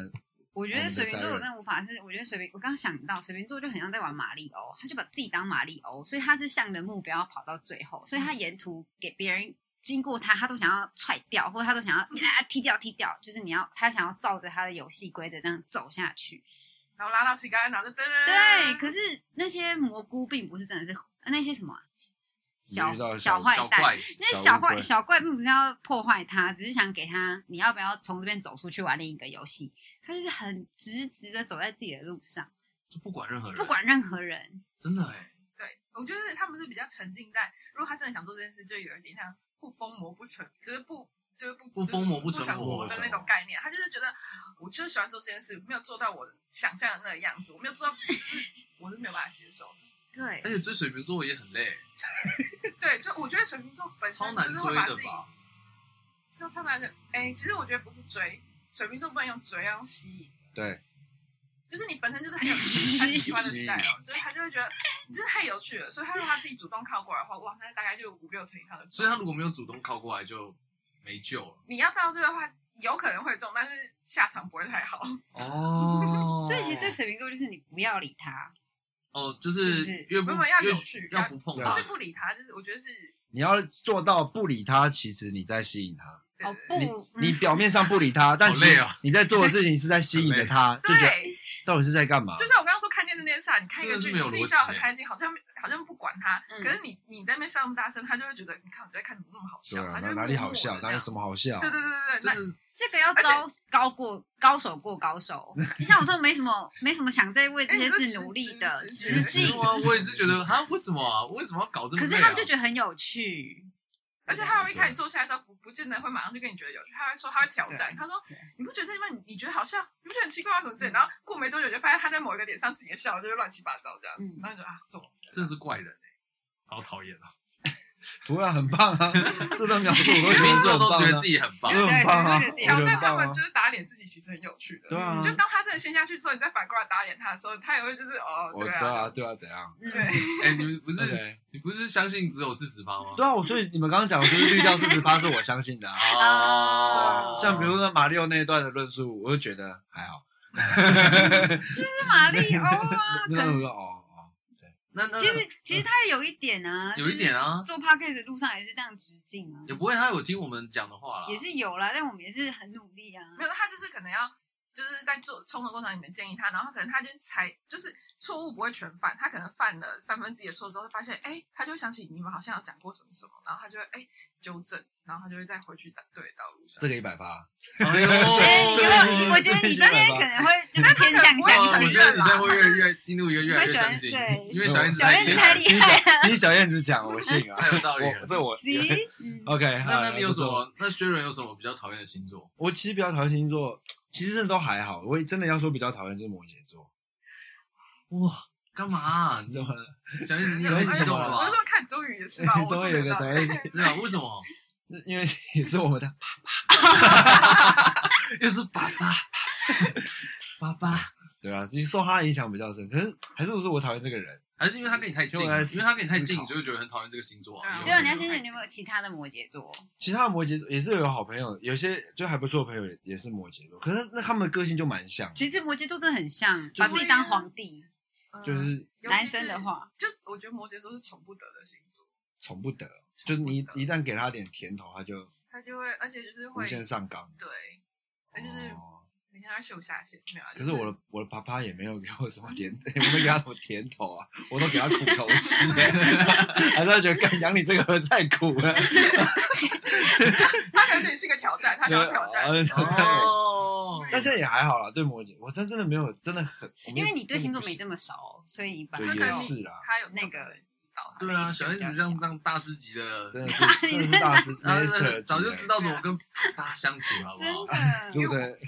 Speaker 2: 我觉得水瓶座
Speaker 1: 我
Speaker 2: 我
Speaker 1: 们的
Speaker 2: 真的无法是，我觉得水瓶，我刚想到水瓶座就很像在玩马里欧，他就把自己当马里欧，所以他是向着目标跑到最后，所以他沿途给别人经过他，他都想要踹掉，或者他都想要啊踢掉踢掉，就是你要他想要照着他的游戏规则这样走下去。
Speaker 4: 然后拉到旗杆，然后就噔。啊
Speaker 2: 对，可是那些蘑菇并不是真的是那些什么啊、
Speaker 1: 遇到
Speaker 2: 小
Speaker 1: 小
Speaker 2: 坏
Speaker 3: 小
Speaker 2: 蛋，
Speaker 3: 怪
Speaker 2: 那
Speaker 1: 小
Speaker 2: 小
Speaker 1: 乌
Speaker 2: 怪
Speaker 1: 龟
Speaker 2: 小怪并不是要破坏他，只是想给他你要不要从这边走出去玩另一个游戏。他就是很直直的走在自己的路上，
Speaker 3: 就不管任何人，
Speaker 2: 不管任何人。
Speaker 3: 真的哎，
Speaker 4: 对，我觉得他们是比较沉浸在，如果他真的想做这件事，就有一点像不疯魔不成，就是不就是不
Speaker 3: 不疯魔不
Speaker 4: 就是
Speaker 3: 成
Speaker 4: 成
Speaker 3: 魔
Speaker 4: 的那种概念。他就是觉得我就是喜欢做这件事，没有做到我想象的那个样子，我没有做到，就是我是没有办法接受的。
Speaker 2: 对
Speaker 3: 而，且追水瓶座也很累，
Speaker 4: 对，就我觉得水瓶座本
Speaker 3: 超
Speaker 4: 身
Speaker 3: 难
Speaker 4: 就是
Speaker 3: 追
Speaker 4: 会把自
Speaker 3: 的
Speaker 4: 己
Speaker 3: 吧？
Speaker 4: 就超难的。哎，其实我觉得不是追，水瓶座不能用追，要用吸引。
Speaker 1: 对，
Speaker 4: 就是你本身就是很
Speaker 3: <laughs>
Speaker 4: 有他喜欢的
Speaker 1: 吸引
Speaker 4: style，所以他就会觉得你真的太有趣了。所以他如果他自己主动靠过来的话，哇，那大概就有五六成以上的中。
Speaker 3: 所以他如果没有主动靠过来，就没救了。
Speaker 4: 你要到对的话，有可能会中，但是下场不会太好。
Speaker 3: 哦
Speaker 2: <laughs> 所以其实对水瓶座就是你不要理他，
Speaker 3: <laughs> 哦，就是是
Speaker 2: 不是
Speaker 3: 越不
Speaker 4: 没有要
Speaker 3: 越
Speaker 4: 有趣
Speaker 3: 要
Speaker 4: 要
Speaker 3: 不碰
Speaker 1: 对
Speaker 4: 不
Speaker 1: 啊
Speaker 3: 它
Speaker 4: 是，不理他，就是我觉得是
Speaker 1: 你要做到不理他，其实你在吸引他。
Speaker 4: 对
Speaker 2: 哦
Speaker 1: 你
Speaker 2: 不，
Speaker 1: 你
Speaker 2: 嗯
Speaker 1: 表面上不理他，但
Speaker 3: 好
Speaker 1: 其实
Speaker 3: 累哦
Speaker 1: 你在做的事情是在吸引着他，就觉得
Speaker 4: 对，
Speaker 1: 到底是在干嘛？
Speaker 4: 就像我刚刚说看电视那件事啊，你看一个
Speaker 3: 真的是
Speaker 4: 剧，
Speaker 3: 没有
Speaker 4: 你自己
Speaker 3: 逻辑
Speaker 4: 笑得很开心，好像好像不管他，
Speaker 2: 嗯
Speaker 4: 可是你你在那边笑那么大声，他就会觉得你看我在看什么那么好
Speaker 1: 对
Speaker 4: 笑，
Speaker 1: 啊，
Speaker 4: 他就
Speaker 1: 哪
Speaker 4: 会
Speaker 1: 哪里好笑，
Speaker 4: 默默
Speaker 1: 哪里
Speaker 4: 地这样
Speaker 1: 什么好笑？
Speaker 4: 对对对对
Speaker 3: 就
Speaker 4: 对，
Speaker 3: 是
Speaker 2: 这个要
Speaker 4: 而且
Speaker 2: 高高过高手过高
Speaker 4: <laughs>
Speaker 2: 手。你像我说没什么没什么想在为这
Speaker 4: 哎
Speaker 2: 些
Speaker 4: 你说
Speaker 2: 事
Speaker 4: 直
Speaker 2: 努力
Speaker 4: 直
Speaker 2: 的
Speaker 4: 直
Speaker 2: 直
Speaker 4: 直
Speaker 2: 径
Speaker 3: <laughs> 对，啊，我也是觉得啊，为什么啊？为什么要搞这
Speaker 2: 可是
Speaker 3: 么累啊？
Speaker 2: 他们就觉得很有趣。
Speaker 4: 而且他们一开始坐下来之后，不不见得会马上就跟你觉得有趣，他会说他会挑战，
Speaker 2: 对
Speaker 4: 他说
Speaker 2: 对
Speaker 4: 你不觉得这地方你你觉得好笑，你不觉得很奇怪吗？什么之类的，然后过没多久就发现他在某一个脸上自己笑，就是乱七八糟这样，
Speaker 2: 嗯
Speaker 4: 然后你就啊中了。
Speaker 3: 真的是怪人哎，好讨厌啊！
Speaker 1: 不会啊，很棒啊！这段描述我都
Speaker 3: 水
Speaker 1: 觉
Speaker 3: 瓶
Speaker 1: 得
Speaker 3: 座
Speaker 1: 很
Speaker 3: 都
Speaker 1: 棒
Speaker 3: 觉得
Speaker 1: 啊
Speaker 3: 自。己很棒
Speaker 1: 因，为很棒啊，
Speaker 2: 对
Speaker 1: 我觉
Speaker 4: 挑
Speaker 1: 得
Speaker 4: 战
Speaker 1: 很
Speaker 4: 他
Speaker 1: 棒啊
Speaker 4: 们就。是打脸自己，其实很有趣的。
Speaker 1: 对啊
Speaker 4: 就当他真的陷下去之后，你再反过来打脸他的时候，他也会就是哦，
Speaker 1: 我
Speaker 4: 对
Speaker 1: 对
Speaker 4: 啊，
Speaker 1: 啊，对啊，怎样？
Speaker 2: 嗯，
Speaker 4: 对
Speaker 3: 哎，你们不
Speaker 1: 不
Speaker 3: 是你不是相信只有四十八吗？
Speaker 1: 对啊，我所以你们刚刚讲的就是绿掉四十趴是我相信的啊。
Speaker 3: 哦
Speaker 2: 啊
Speaker 1: 像比如说马里奥那一段的论述，我就觉得还好。
Speaker 2: 是玛
Speaker 4: <laughs>
Speaker 2: 丽欧啊。
Speaker 4: 嗯
Speaker 1: 那段我就哦哦，
Speaker 3: 那那
Speaker 2: 其实其实他有一点啊，
Speaker 3: 有一点啊
Speaker 2: 就是，做 podcast 的路上也是这样直进啊，
Speaker 3: 也不会，他有听我们讲的话啦，
Speaker 2: 也是有啦，但我们也是很努力啊。
Speaker 4: 没有他就是可能要就是在做冲的过程里面建议他，然后可能他就才就是错误不会全犯，他可能犯了三分之一的错之后，会发现哎，他就会想起你们好像有讲过什么什么，然后他就会哎纠正，然后他就会再回去打对的道路上
Speaker 1: 这。个一百趴，
Speaker 3: 哎 <laughs> 呦，
Speaker 2: 哎
Speaker 1: 这个
Speaker 2: 因为我觉
Speaker 1: 这
Speaker 2: 得
Speaker 1: 个
Speaker 2: 你
Speaker 1: 是
Speaker 2: 这边
Speaker 1: 这个
Speaker 2: 可能会就是偏向
Speaker 4: 但
Speaker 3: 哇
Speaker 2: 相
Speaker 3: 哦我
Speaker 4: 他可能
Speaker 2: 信
Speaker 4: 不
Speaker 3: 觉，得
Speaker 4: 承认
Speaker 3: 你
Speaker 4: 啦
Speaker 3: 现在会越越进入一个越来
Speaker 2: 你会
Speaker 3: 越
Speaker 2: 喜欢
Speaker 3: 相信
Speaker 2: 对，
Speaker 3: 因为小燕子
Speaker 2: 小燕子
Speaker 3: 厉
Speaker 2: 太
Speaker 3: 害了
Speaker 2: 厉害了。
Speaker 4: 啊
Speaker 1: 你小燕子讲我信啊，
Speaker 3: 太有道理
Speaker 1: 我
Speaker 3: 了。
Speaker 1: 这 <laughs> 我
Speaker 2: 行，嗯
Speaker 1: OK 好。
Speaker 3: 那那你有什
Speaker 1: 不错？
Speaker 3: 么？那薛仁有什么比较讨厌的星座？
Speaker 1: 我其实比较讨厌星座，其实真的都还好。我真的要说比较讨厌就是摩羯座，
Speaker 3: 哇，干嘛啊？
Speaker 1: 你知道吗？
Speaker 3: 小燕子，你也
Speaker 1: 有
Speaker 3: 太
Speaker 1: 一
Speaker 3: 激动了
Speaker 1: 种，
Speaker 4: 我
Speaker 2: 哎
Speaker 3: 吧
Speaker 4: 是？说看周瑜也是吧
Speaker 1: <laughs>
Speaker 4: 我
Speaker 1: 终
Speaker 4: 说
Speaker 1: 于有一
Speaker 4: 得
Speaker 1: 个
Speaker 4: 到
Speaker 1: 讨。厌，
Speaker 3: 对啊，为什么？
Speaker 1: 因为 <laughs> 也是我们的
Speaker 3: 又是爸爸，爸爸，
Speaker 1: 对啊，其实受他影响比较深，可是还是不是我讨厌这个人？
Speaker 3: 还是因为他跟你太近，
Speaker 1: 就
Speaker 3: 因
Speaker 1: 来
Speaker 3: 为
Speaker 1: 思
Speaker 3: 他跟你太近，
Speaker 1: 思考
Speaker 3: 你就会觉得很讨厌这个星座啊。
Speaker 4: 对
Speaker 2: 对啊，
Speaker 4: 啊
Speaker 2: 你要先想你有没有其他的摩羯座，
Speaker 1: 其他的摩羯座也是有好朋友，有些就还不错的朋友也也是摩羯座，可是那他们的个性就蛮像，
Speaker 2: 其实摩羯座真的很像，
Speaker 1: 就是
Speaker 2: 把自己当皇帝。
Speaker 4: 嗯
Speaker 1: 就是
Speaker 4: 尤其
Speaker 2: 男生的
Speaker 4: 是
Speaker 2: 话，
Speaker 4: 就我觉得摩羯座是宠不得的星座，
Speaker 1: 宠不得，就是你
Speaker 4: 宠不得
Speaker 1: 一旦给他点甜头，他就
Speaker 4: 他就会，而且就是
Speaker 1: 无
Speaker 4: 会
Speaker 1: 限上纲。
Speaker 4: 对，那就是
Speaker 1: 哦
Speaker 4: 每天要秀下限，没有啊？
Speaker 1: 可是我的我的爸爸也没有给我什么甜，我没给他什么甜头啊，我都给他苦头吃、 <laughs> 还是他觉得干养你这个太苦了，
Speaker 4: 他感觉你是个挑战，他想要挑战，
Speaker 1: 对啊
Speaker 3: 哦，哦
Speaker 1: 但现在也还好啦，对摩羯，我真真的没有，真的很，我没
Speaker 2: 因
Speaker 1: 有
Speaker 2: 为你对星座
Speaker 1: 真
Speaker 2: 没
Speaker 1: 的
Speaker 2: 这么熟，所以你把
Speaker 1: 不
Speaker 4: 那
Speaker 1: 对，
Speaker 4: 可
Speaker 1: 也
Speaker 4: 能
Speaker 1: 是啊，
Speaker 4: 他有
Speaker 2: 那个
Speaker 4: 知道他
Speaker 3: 对
Speaker 4: 的
Speaker 3: 啊，
Speaker 4: 意思
Speaker 3: 小燕子这样这样大师级 <laughs> 的，
Speaker 1: 真的是真的是大师
Speaker 3: 然后
Speaker 1: master，
Speaker 3: 早就
Speaker 1: 级
Speaker 3: 知
Speaker 1: 欸，
Speaker 3: 道怎么跟大家相处，好不
Speaker 2: 啊真
Speaker 3: 好？
Speaker 2: 的。
Speaker 1: 对不对？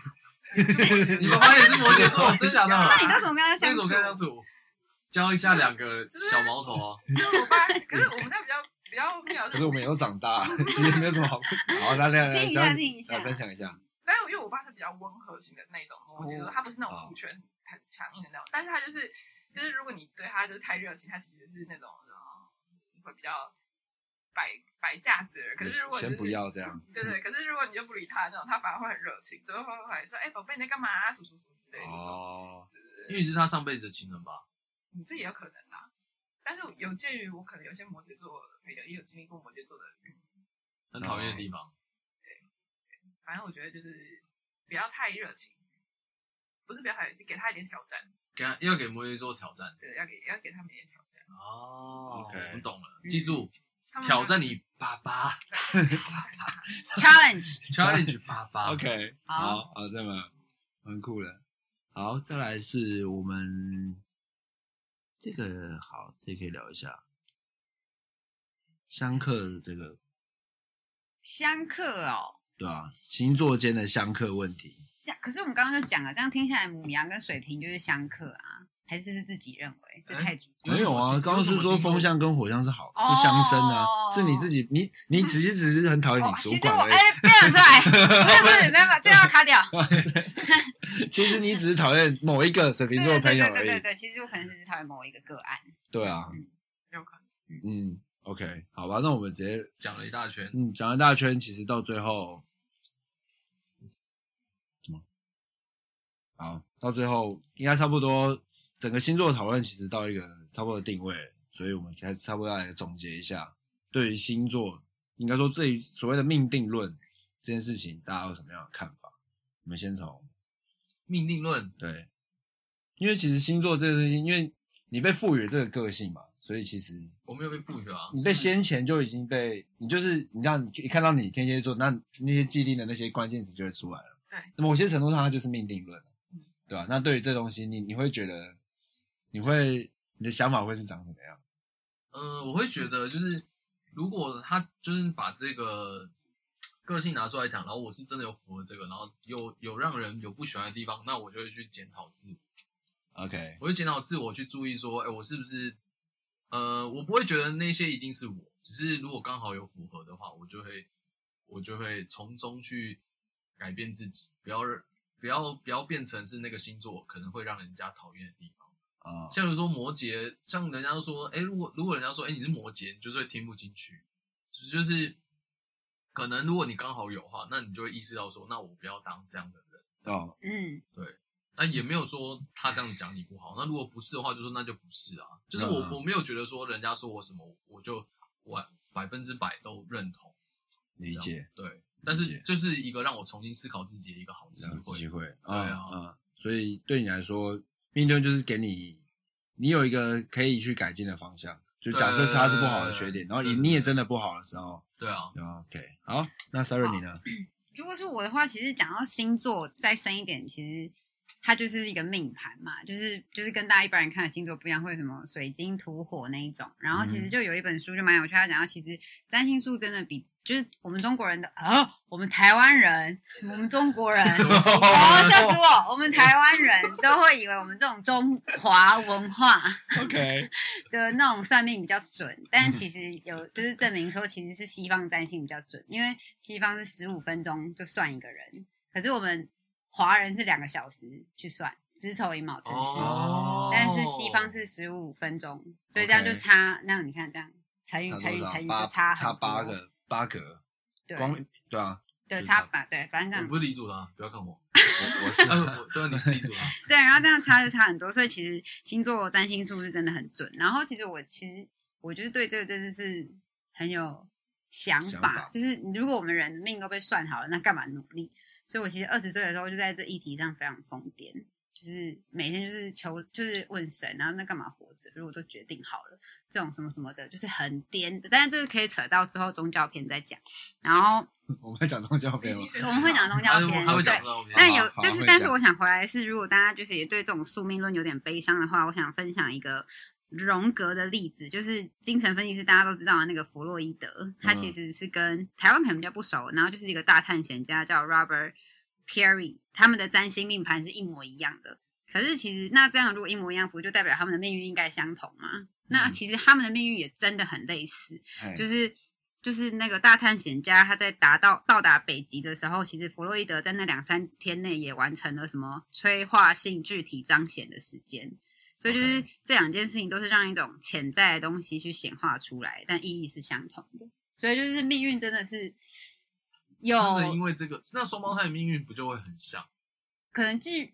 Speaker 3: 你爸爸也是摩
Speaker 1: <laughs>
Speaker 3: 羯座，真假的？
Speaker 4: 那
Speaker 2: 那你都怎么跟他
Speaker 3: 那
Speaker 2: 相
Speaker 3: 种
Speaker 2: 处？
Speaker 3: 跟相处，教一下两个小毛头啊，
Speaker 4: 就是我爸，可是我们家比较比较妙，
Speaker 1: 可是我们也都长大，其实没有什么好。好，来来来，
Speaker 2: 听一
Speaker 1: 小
Speaker 2: 下，
Speaker 1: 燕
Speaker 2: 听一下
Speaker 1: 来。分享一下。
Speaker 4: 但是因为我爸是比较温和型的那种摩羯座，
Speaker 1: 哦
Speaker 4: 他不是那种
Speaker 1: 哦
Speaker 4: 父权很强硬的那种，但是他就是就是如果你对他就是太热情，他其实是那种呃会比较摆摆架子的人。可是如果就
Speaker 1: 先
Speaker 4: 是
Speaker 1: 不要这样，
Speaker 4: 对对，可是如果你就不理他那种，他反而会很热情，就会会会说哎宝贝你在干嘛啊什么什么什么之类的这种。
Speaker 1: 哦，
Speaker 3: 因为是他上辈子的情人吧？
Speaker 4: 你这也有可能啦，但是有鉴于我可能有些摩羯座的朋友也有经历过摩羯座的运
Speaker 3: 很讨厌的地
Speaker 1: 哦
Speaker 3: 方。
Speaker 4: 反正我觉得就是不要太热情，不是不要太，就给他一点挑战，
Speaker 3: 给他要给摩羯座挑战
Speaker 4: 对，要给要给他们一点挑战。
Speaker 3: 哦
Speaker 1: OK
Speaker 3: 我们懂了，
Speaker 4: 嗯
Speaker 3: 记住
Speaker 4: 他们
Speaker 3: 挑战你爸
Speaker 1: <laughs>
Speaker 3: 爸
Speaker 4: 对挑战他
Speaker 2: Challenge，
Speaker 3: ，challenge 爸爸。
Speaker 1: OK，
Speaker 2: 好
Speaker 1: 好好，这么蛮酷的。好，再来是我们这个好，这个可以聊一下相克的这个
Speaker 2: 相克哦。
Speaker 1: 对吧、星座间的相克问题，
Speaker 2: 相，可是我们刚刚就讲了，这样听下来，母羊跟水瓶就是相克啊，还是是自己认为？这太主观。
Speaker 3: 有
Speaker 1: 没
Speaker 3: 什
Speaker 1: 有
Speaker 3: 么
Speaker 1: 啊？
Speaker 3: 星
Speaker 1: 刚刚是说风，象跟火象是好，
Speaker 2: 哦
Speaker 1: 是相生啊，是你自己，你你只是只是很讨厌
Speaker 2: 哦
Speaker 1: 你，主
Speaker 2: 其实
Speaker 1: 管
Speaker 2: 我
Speaker 1: 而已。
Speaker 2: 哎，不想出
Speaker 1: <laughs>
Speaker 2: 来，不是不是，没办法，这个要卡掉。
Speaker 1: 其实你只是讨厌某一个水
Speaker 2: 对
Speaker 1: 瓶座
Speaker 2: 对对
Speaker 1: 的朋友
Speaker 2: 对
Speaker 1: 而
Speaker 2: 对对
Speaker 1: 已。
Speaker 2: 对，其实我可能是讨厌某一个个案。
Speaker 1: 对啊，
Speaker 4: 有可能。
Speaker 1: 嗯，OK，好吧，那我们直接
Speaker 3: 有什么星座讲了一大圈，
Speaker 1: 嗯讲了大圈，其实到最后怎么？好，到最后应该差不多整个星座讨论其实到一个差不多的定位了，所以我们才差不多来总结一下对于星座，应该说这一所谓的命定论这件事情，大家有什么样的看法？我们先从
Speaker 3: 命定论
Speaker 1: 对，因为其实星座这个东西，因为你被赋予了这个个性嘛，所以其实
Speaker 3: 我没有被赋予啊，
Speaker 1: 你被先前就已经被你就是你让你一看到你天蝎座，那那些既定的那些关键词就会出来了。
Speaker 4: 对，
Speaker 1: 那某些程度上它就是命定论
Speaker 4: 嗯，
Speaker 1: 对吧、那对于这东西，你你会觉得你会你的想法会是长什么样？
Speaker 3: 呃，我会觉得就是，如果他就是把这个个性拿出来讲，然后我是真的有符合这个，然后有有让人有不喜欢的地方，那我就会去检讨自我，
Speaker 1: OK，
Speaker 3: 我会检讨自我去注意说，哎，我是不是呃，我不会觉得那些一定是我，只是如果刚好有符合的话，我就会我就会从中去改变自己，不要让不要不要变成是那个星座可能会让人家讨厌的地方。
Speaker 1: 啊、
Speaker 3: 像比如说摩羯，像人家都说，哎、如果如果人家说，哎、你是摩羯，你就是会听不进去，就是就是，可能如果你刚好有的话，那你就会意识到说，那我不要当这样的人。
Speaker 1: 哦，
Speaker 2: 嗯，
Speaker 3: 那也没有说他这样讲你不好，那如果不是的话，就说那就不是啊。就是我、
Speaker 1: 嗯
Speaker 3: 我没有觉得说人家说我什么，我就我百分之百都认同，
Speaker 1: 理解，
Speaker 3: 对。但
Speaker 1: 理
Speaker 3: 是
Speaker 1: 解
Speaker 3: 就是一个让我重新思考自己的一个好机
Speaker 1: 两次
Speaker 3: 会
Speaker 1: 机，会，
Speaker 3: 对啊
Speaker 1: 嗯嗯所以对你来说，命定论就是给你你有一个可以去改进的方向。就假设是它是不好的缺点，
Speaker 3: 对
Speaker 1: 然后
Speaker 3: 对
Speaker 1: 你
Speaker 3: 对
Speaker 1: 你也真的不好的时候
Speaker 3: 对啊，
Speaker 1: ，OK，好，那 Sarah
Speaker 3: <laughs>
Speaker 1: 你呢？
Speaker 2: 如果是我的话，其实讲到星座再深一点，其实它就是一个命盘嘛，就是就是跟大家一般人看的星座不一样，会有什么水晶、土火那一种。然后其实
Speaker 1: 嗯
Speaker 2: 就有一本书就蛮有趣，它讲到其实占星术真的比就是我们中国人的啊，我们台湾人，我们中国
Speaker 1: <laughs>
Speaker 2: 人。哦，吓死我！我们台湾人都会以为我们这种中华文化
Speaker 1: OK，
Speaker 2: 的那种算命比较准，
Speaker 1: 嗯
Speaker 2: 但其实有就是证明说其实是西方占星比较准，因为西方是十五分钟就算一个人，可是我们华人是两个小时去算，子丑寅卯辰巳，
Speaker 3: 哦，
Speaker 2: 但是西方是十五分钟，所以这样就差，那你看这样成语成语成语
Speaker 1: 八
Speaker 2: 就差
Speaker 1: 差
Speaker 2: 很多
Speaker 1: 八，个八格，
Speaker 2: 对
Speaker 1: 光对啊， <laughs>
Speaker 2: 对
Speaker 1: 就
Speaker 2: 差
Speaker 1: 差
Speaker 2: 八对，反正这
Speaker 3: 我
Speaker 2: 样
Speaker 3: 不是李主的、啊，不要看我，
Speaker 1: 我我是
Speaker 3: 啊我对啊，你是李主
Speaker 2: <laughs>
Speaker 3: 的、啊，
Speaker 2: 对，然后这样差就差很多，所以其实星座占星术是真的很准。然后其实我其实我就是对这个真的是很有想法，
Speaker 1: 想法
Speaker 2: 就是如果我们人命都被算好了，那干嘛努力？所以我其实二十岁的时候就在这议题上非常疯癫，就是每天就是求就是问神，然后那干嘛活着？如果都决定好了，这种什么什么的，就是很颠的。但是这个可以扯到之后宗教片再讲。然后
Speaker 1: 我们要讲宗教片吗？
Speaker 2: 我们会讲宗
Speaker 3: 他
Speaker 2: 教
Speaker 3: 就
Speaker 2: 片，
Speaker 3: 他会
Speaker 2: 对
Speaker 3: 讲。到啊
Speaker 2: 那
Speaker 1: 好
Speaker 2: 有
Speaker 1: 好
Speaker 2: 就
Speaker 1: 会
Speaker 2: 是，但是
Speaker 1: 讲
Speaker 2: 我想回来的是，如果大家就是也对这种宿命论有点悲伤的话，我想分享一个荣格的例子，就是精神分析师大家都知道的那个弗洛伊德，他其
Speaker 1: 嗯
Speaker 2: 实是跟台湾可能比较不熟，然后就是一个大探险家叫 Robert Perry，他们的占星命盘是一模一样的。可是其实那这样如果一模一样，不就代表他们的命运应该相同吗？那
Speaker 1: 嗯
Speaker 2: 其实他们的命运也真的很类似。
Speaker 1: 嘿
Speaker 2: 就是就是那个大探险家，他在达到到达北极的时候，其实弗洛伊德在那两三天内也完成了什么催化性具体彰显的时间。所以就是
Speaker 1: OK
Speaker 2: 这两件事情都是让一种潜在的东西去显化出来，但意义是相同的。所以就是命运真的是有
Speaker 3: 真的因为这个，那双胞胎的命运不就会很像？
Speaker 2: 可能基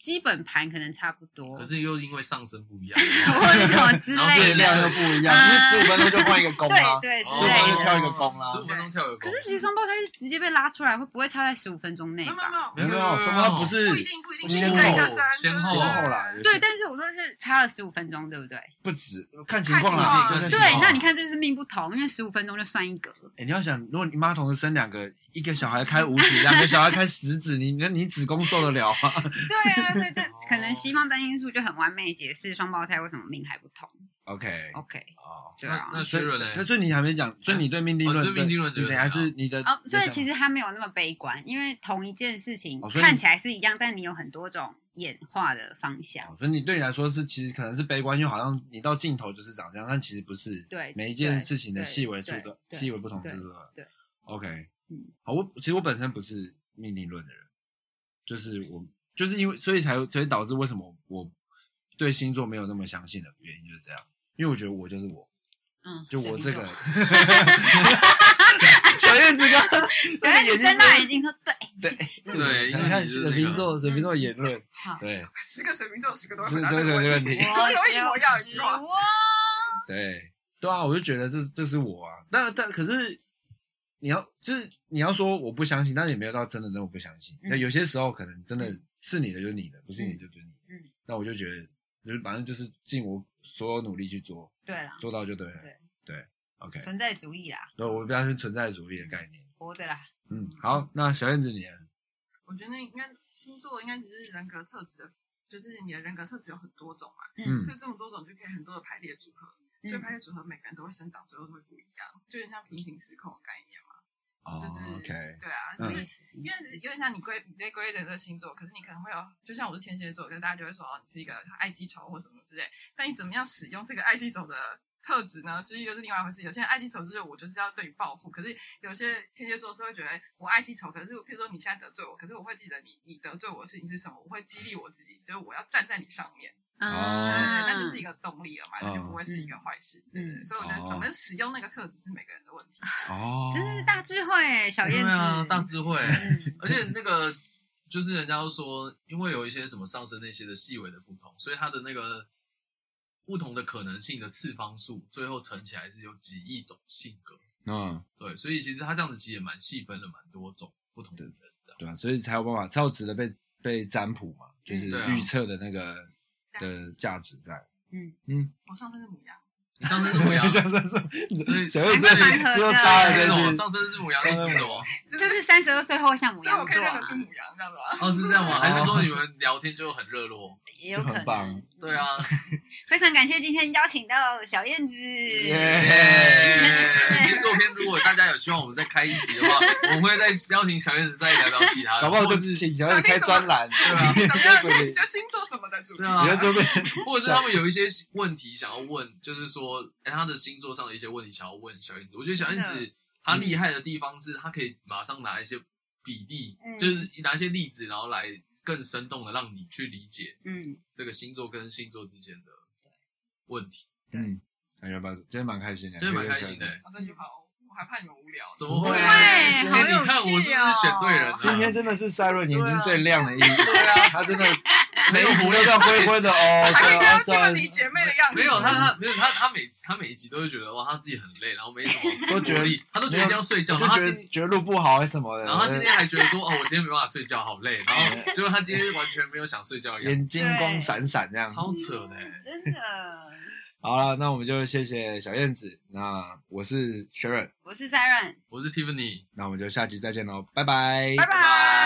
Speaker 2: 基本盘可能差不多，
Speaker 3: 可
Speaker 2: 或
Speaker 3: 是又因为上身不一样，
Speaker 2: <laughs> 者什么之
Speaker 3: 然后
Speaker 1: 质
Speaker 2: 类
Speaker 3: 是
Speaker 2: 的，
Speaker 1: 量又不一样，因为
Speaker 2: 啊
Speaker 1: 十五分钟就换一个弓啦，
Speaker 2: 对对
Speaker 1: 十五
Speaker 2: 之
Speaker 1: 分
Speaker 2: 类的
Speaker 1: 钟就。跳一个弓啊啦
Speaker 3: 十。五分钟跳一个
Speaker 2: 可
Speaker 3: 弓。
Speaker 2: 是其实双胞胎是直接被拉出来，会不会差在十五分钟内
Speaker 4: 没有
Speaker 2: 吧？
Speaker 4: 没有没
Speaker 1: 没有，
Speaker 4: 有，
Speaker 1: 没有什么不是
Speaker 4: 不一定不一定，
Speaker 1: 先
Speaker 4: 一
Speaker 1: 后
Speaker 4: 个一个删，
Speaker 3: 先
Speaker 4: 就是
Speaker 3: 后
Speaker 1: 先后啦，
Speaker 2: 哦
Speaker 1: 有
Speaker 2: 对，
Speaker 1: 些
Speaker 2: 但是我说的是差了十五分钟，对不对？
Speaker 1: 不止看情况啦，
Speaker 4: 看
Speaker 1: 就是
Speaker 4: 情况
Speaker 1: 看情
Speaker 2: 对
Speaker 1: 况，
Speaker 2: 那你看这就是命不同，因为十五分钟就算一格。
Speaker 1: <laughs> 欸，你要想，如果你妈同时生两个，一个小孩开五指，两个小孩开十指，你那你子宫受得了吗？ <laughs>
Speaker 2: 对啊，所以这可能
Speaker 3: 哦
Speaker 2: 西方单因素就很完美解释双胞胎为什么命还不同。
Speaker 1: OK，
Speaker 2: OK，
Speaker 1: 哦，
Speaker 2: 对啊
Speaker 3: 那那
Speaker 1: 所以
Speaker 3: Sharon 呢？
Speaker 1: 可是你还没讲，所以你对命定
Speaker 3: 哦
Speaker 1: 论
Speaker 3: 对
Speaker 1: 的，
Speaker 3: 命定论觉
Speaker 1: 你
Speaker 3: 得
Speaker 1: 等
Speaker 3: 怎
Speaker 1: 还
Speaker 3: 么
Speaker 1: 是你的
Speaker 2: 哦，所以其
Speaker 1: 实
Speaker 2: 实它没有那么悲观，因为同一件事情
Speaker 1: 哦所以你
Speaker 2: 看起来是一样，但你有很多种演化的方向。
Speaker 1: 哦所以你对你来说是其实可能是悲观，因为好像你到尽头就是长这样，但其实不是，
Speaker 2: 对
Speaker 1: 每一件
Speaker 2: 对
Speaker 1: 事情的
Speaker 2: 对
Speaker 1: 细微处
Speaker 2: 对
Speaker 1: 的
Speaker 2: 对
Speaker 1: 细微不同之
Speaker 2: 对
Speaker 1: 处。
Speaker 2: 对
Speaker 1: ，OK，
Speaker 2: 嗯
Speaker 1: 好，我其实我本身不是命定论的人，就是我就是因为所以才所以导致为什么我对星座没有那么相信的原因就是这样，因为我觉得我就是我。
Speaker 2: 嗯，
Speaker 1: 就我这
Speaker 2: 水
Speaker 1: 个 <laughs>
Speaker 2: 瓶
Speaker 1: 小燕子刚刚
Speaker 2: 座，小燕子睁大眼睛说：“
Speaker 1: <laughs>
Speaker 2: 对，
Speaker 1: 对
Speaker 3: 对，因
Speaker 1: 你
Speaker 3: 为
Speaker 1: 看
Speaker 3: 你是
Speaker 1: 水
Speaker 3: 那
Speaker 1: 瓶
Speaker 3: 个
Speaker 1: 座水瓶座的言论，
Speaker 2: 好，
Speaker 1: 对
Speaker 4: <laughs> 十个水瓶座十个都会
Speaker 1: 是
Speaker 4: 回答
Speaker 1: 对
Speaker 4: 这
Speaker 1: 对
Speaker 4: 个
Speaker 1: 对
Speaker 4: 问
Speaker 1: 问
Speaker 4: 题。
Speaker 1: 题，
Speaker 4: <laughs> 我有一模一样的一句话
Speaker 2: 我
Speaker 1: 对对啊，我就觉得这这是我啊，但但可是你要就是你要说我不相信，但也没有到真的那么不相信。
Speaker 2: 嗯
Speaker 1: 那有些时候可能真的是你的就是你的，不是你的就不是你的
Speaker 2: 嗯。
Speaker 1: 那我就觉得就是反正就是尽我所有努力去做，
Speaker 2: 对啦，
Speaker 1: 做到就对了
Speaker 2: 对。
Speaker 1: 对，OK，
Speaker 2: 存在主义啦，
Speaker 1: 对我比较是存在主义的概念。
Speaker 2: 活着啦。
Speaker 1: 嗯，好，那小燕子你呢
Speaker 4: 我觉得应该星座应该只是人格特质的，就是你的人格特质有很多种嘛，
Speaker 1: 嗯
Speaker 4: 所以这么多种就可以很多的排列组合，
Speaker 2: 嗯
Speaker 4: 所以排列组合每个人都会生长，最后都会不一样，就有点像平行时空的概念嘛。
Speaker 1: 哦
Speaker 4: 就是
Speaker 1: ，OK，
Speaker 4: 对啊，
Speaker 1: 嗯
Speaker 4: 就是因为有点像你归你在归类的星座，可是你可能会有，就像我是天蝎座，可是大家就会说哦，你是一个爱记仇或什么之类。但你怎么样使用这个爱记仇的特质呢？就是又是另外一回事。有些人爱记仇就是我就是要对你报复，可是有些天蝎座是会觉得我爱记仇，可是譬如说你现在得罪我，可是我会记得你你得罪我的事情是什么，我会激励我自己，就是我要站在你上面。对
Speaker 1: 哦
Speaker 2: 啊，
Speaker 4: 那就是一个动力了嘛，那就不会是一个坏事。对对
Speaker 2: 嗯
Speaker 4: 对，所以我
Speaker 3: 哦
Speaker 4: 觉得怎么使用那个特质是每个人的问题。
Speaker 1: 哦，
Speaker 2: 真的是大智慧，小
Speaker 3: 对
Speaker 2: 燕子。
Speaker 3: 啊，大智
Speaker 1: <laughs>
Speaker 3: 慧。
Speaker 2: 嗯
Speaker 3: 而且那个就是人家都说，因为有一些什么上升那些的细微的不同，所以它的那个不同的可能性的次方数，最后乘起来是有几亿种性格。
Speaker 1: 嗯，
Speaker 3: 对，所以其实它这样子其实也蛮细分了蛮多种不同的
Speaker 1: <laughs>
Speaker 3: 人的。
Speaker 1: 对啊，所以才有办法，才有值得被被占卜嘛，就是
Speaker 3: 对啊
Speaker 1: 预测的那个
Speaker 4: 这样子，
Speaker 1: 的价值在。
Speaker 2: 嗯
Speaker 1: 嗯，
Speaker 4: 我上升是母羊，
Speaker 3: 你上升
Speaker 1: <laughs>
Speaker 3: 是母羊，
Speaker 1: 像是是，
Speaker 3: 所以
Speaker 1: 谁会
Speaker 2: 还
Speaker 1: 这
Speaker 2: 是蛮合
Speaker 1: 里
Speaker 2: 的
Speaker 1: 只有插了
Speaker 3: 是什
Speaker 1: 这
Speaker 3: 么？
Speaker 1: 句？
Speaker 3: 上升是母羊，意思是什么？
Speaker 2: 就是三十二岁后像母
Speaker 4: 所以我
Speaker 2: 羊
Speaker 4: 可以
Speaker 2: 座、
Speaker 4: 认
Speaker 2: 啊
Speaker 3: <laughs>
Speaker 4: 得，出母羊，这样子吗？
Speaker 3: 哦，是这样吗？还是说你们聊天就很热络？
Speaker 2: 也有可
Speaker 1: 就很
Speaker 2: 能。
Speaker 1: 棒
Speaker 3: 对啊，
Speaker 2: 非常感谢今天邀请到小燕子。哎
Speaker 3: <laughs>
Speaker 1: 耶
Speaker 3: 其实后天如果大家有希望我们再开一集的话，
Speaker 2: <laughs>
Speaker 3: 我们会再邀请小燕子再聊聊其他的，
Speaker 1: 搞不好就
Speaker 3: 哎或者
Speaker 1: 是
Speaker 3: 是
Speaker 1: 请小姐开专栏，<laughs>
Speaker 3: 对啊
Speaker 1: 你
Speaker 4: 什么样
Speaker 1: 在
Speaker 4: 的
Speaker 1: 这里
Speaker 4: 星就星座什么的主题
Speaker 3: 对？啊
Speaker 1: <laughs> 你在
Speaker 2: <laughs>
Speaker 1: 这边，
Speaker 3: 或者是他们有一些问题想要问，就是说，哎、他的星座上的一些问题想要问小燕子。我觉得小燕
Speaker 2: 真
Speaker 3: 子她厉害的地方是，她可以马上拿一些比例，
Speaker 2: <laughs> 嗯
Speaker 3: 就是拿一些例子，然后来更生动的让你去理解
Speaker 2: 嗯，
Speaker 3: 这个星座跟星座之间的问题。
Speaker 1: 嗯，感觉蛮今天蛮开心的，
Speaker 3: 真的蛮开心的、
Speaker 4: 我这句话我我还怕你们无聊，
Speaker 3: 怎么
Speaker 1: 不
Speaker 3: 会？
Speaker 1: 会
Speaker 3: 哎
Speaker 1: 好有
Speaker 3: 你看我是不
Speaker 2: 趣
Speaker 3: 是选对人
Speaker 2: 哦
Speaker 3: 啊了？
Speaker 1: 今天真的是赛瑞眼睛最亮的一，
Speaker 3: <laughs> 对啊
Speaker 1: 他真的每一集都叫灰灰的哦，
Speaker 4: 还
Speaker 1: 对
Speaker 4: 会跟
Speaker 1: 啊
Speaker 4: 她，见到你姐妹的样子，
Speaker 3: 没有他，他没有他，他每次他每一集都会觉得哇，他自己很累，然后没什么
Speaker 1: <laughs> 都觉得
Speaker 3: 活力，他都觉得一定要睡觉，
Speaker 1: 就
Speaker 3: 然后
Speaker 1: 觉
Speaker 3: 他今
Speaker 1: 得觉得录不好还是什么的，
Speaker 3: 然后他今天还觉
Speaker 1: <laughs>
Speaker 3: 得说哦，我今天没办法睡觉，好累，然
Speaker 1: 哎
Speaker 3: 后结果他今天完全没有想睡觉一样，
Speaker 1: 眼睛光闪闪这样。
Speaker 3: 超扯的欸，
Speaker 2: 真的。
Speaker 1: 好了，那我们就谢谢小燕子，那我是 Sharon，
Speaker 2: 我是 Siren，
Speaker 3: 我是 Tiffany，
Speaker 1: 那我们就下集再见喽，拜拜
Speaker 4: 拜
Speaker 2: 拜。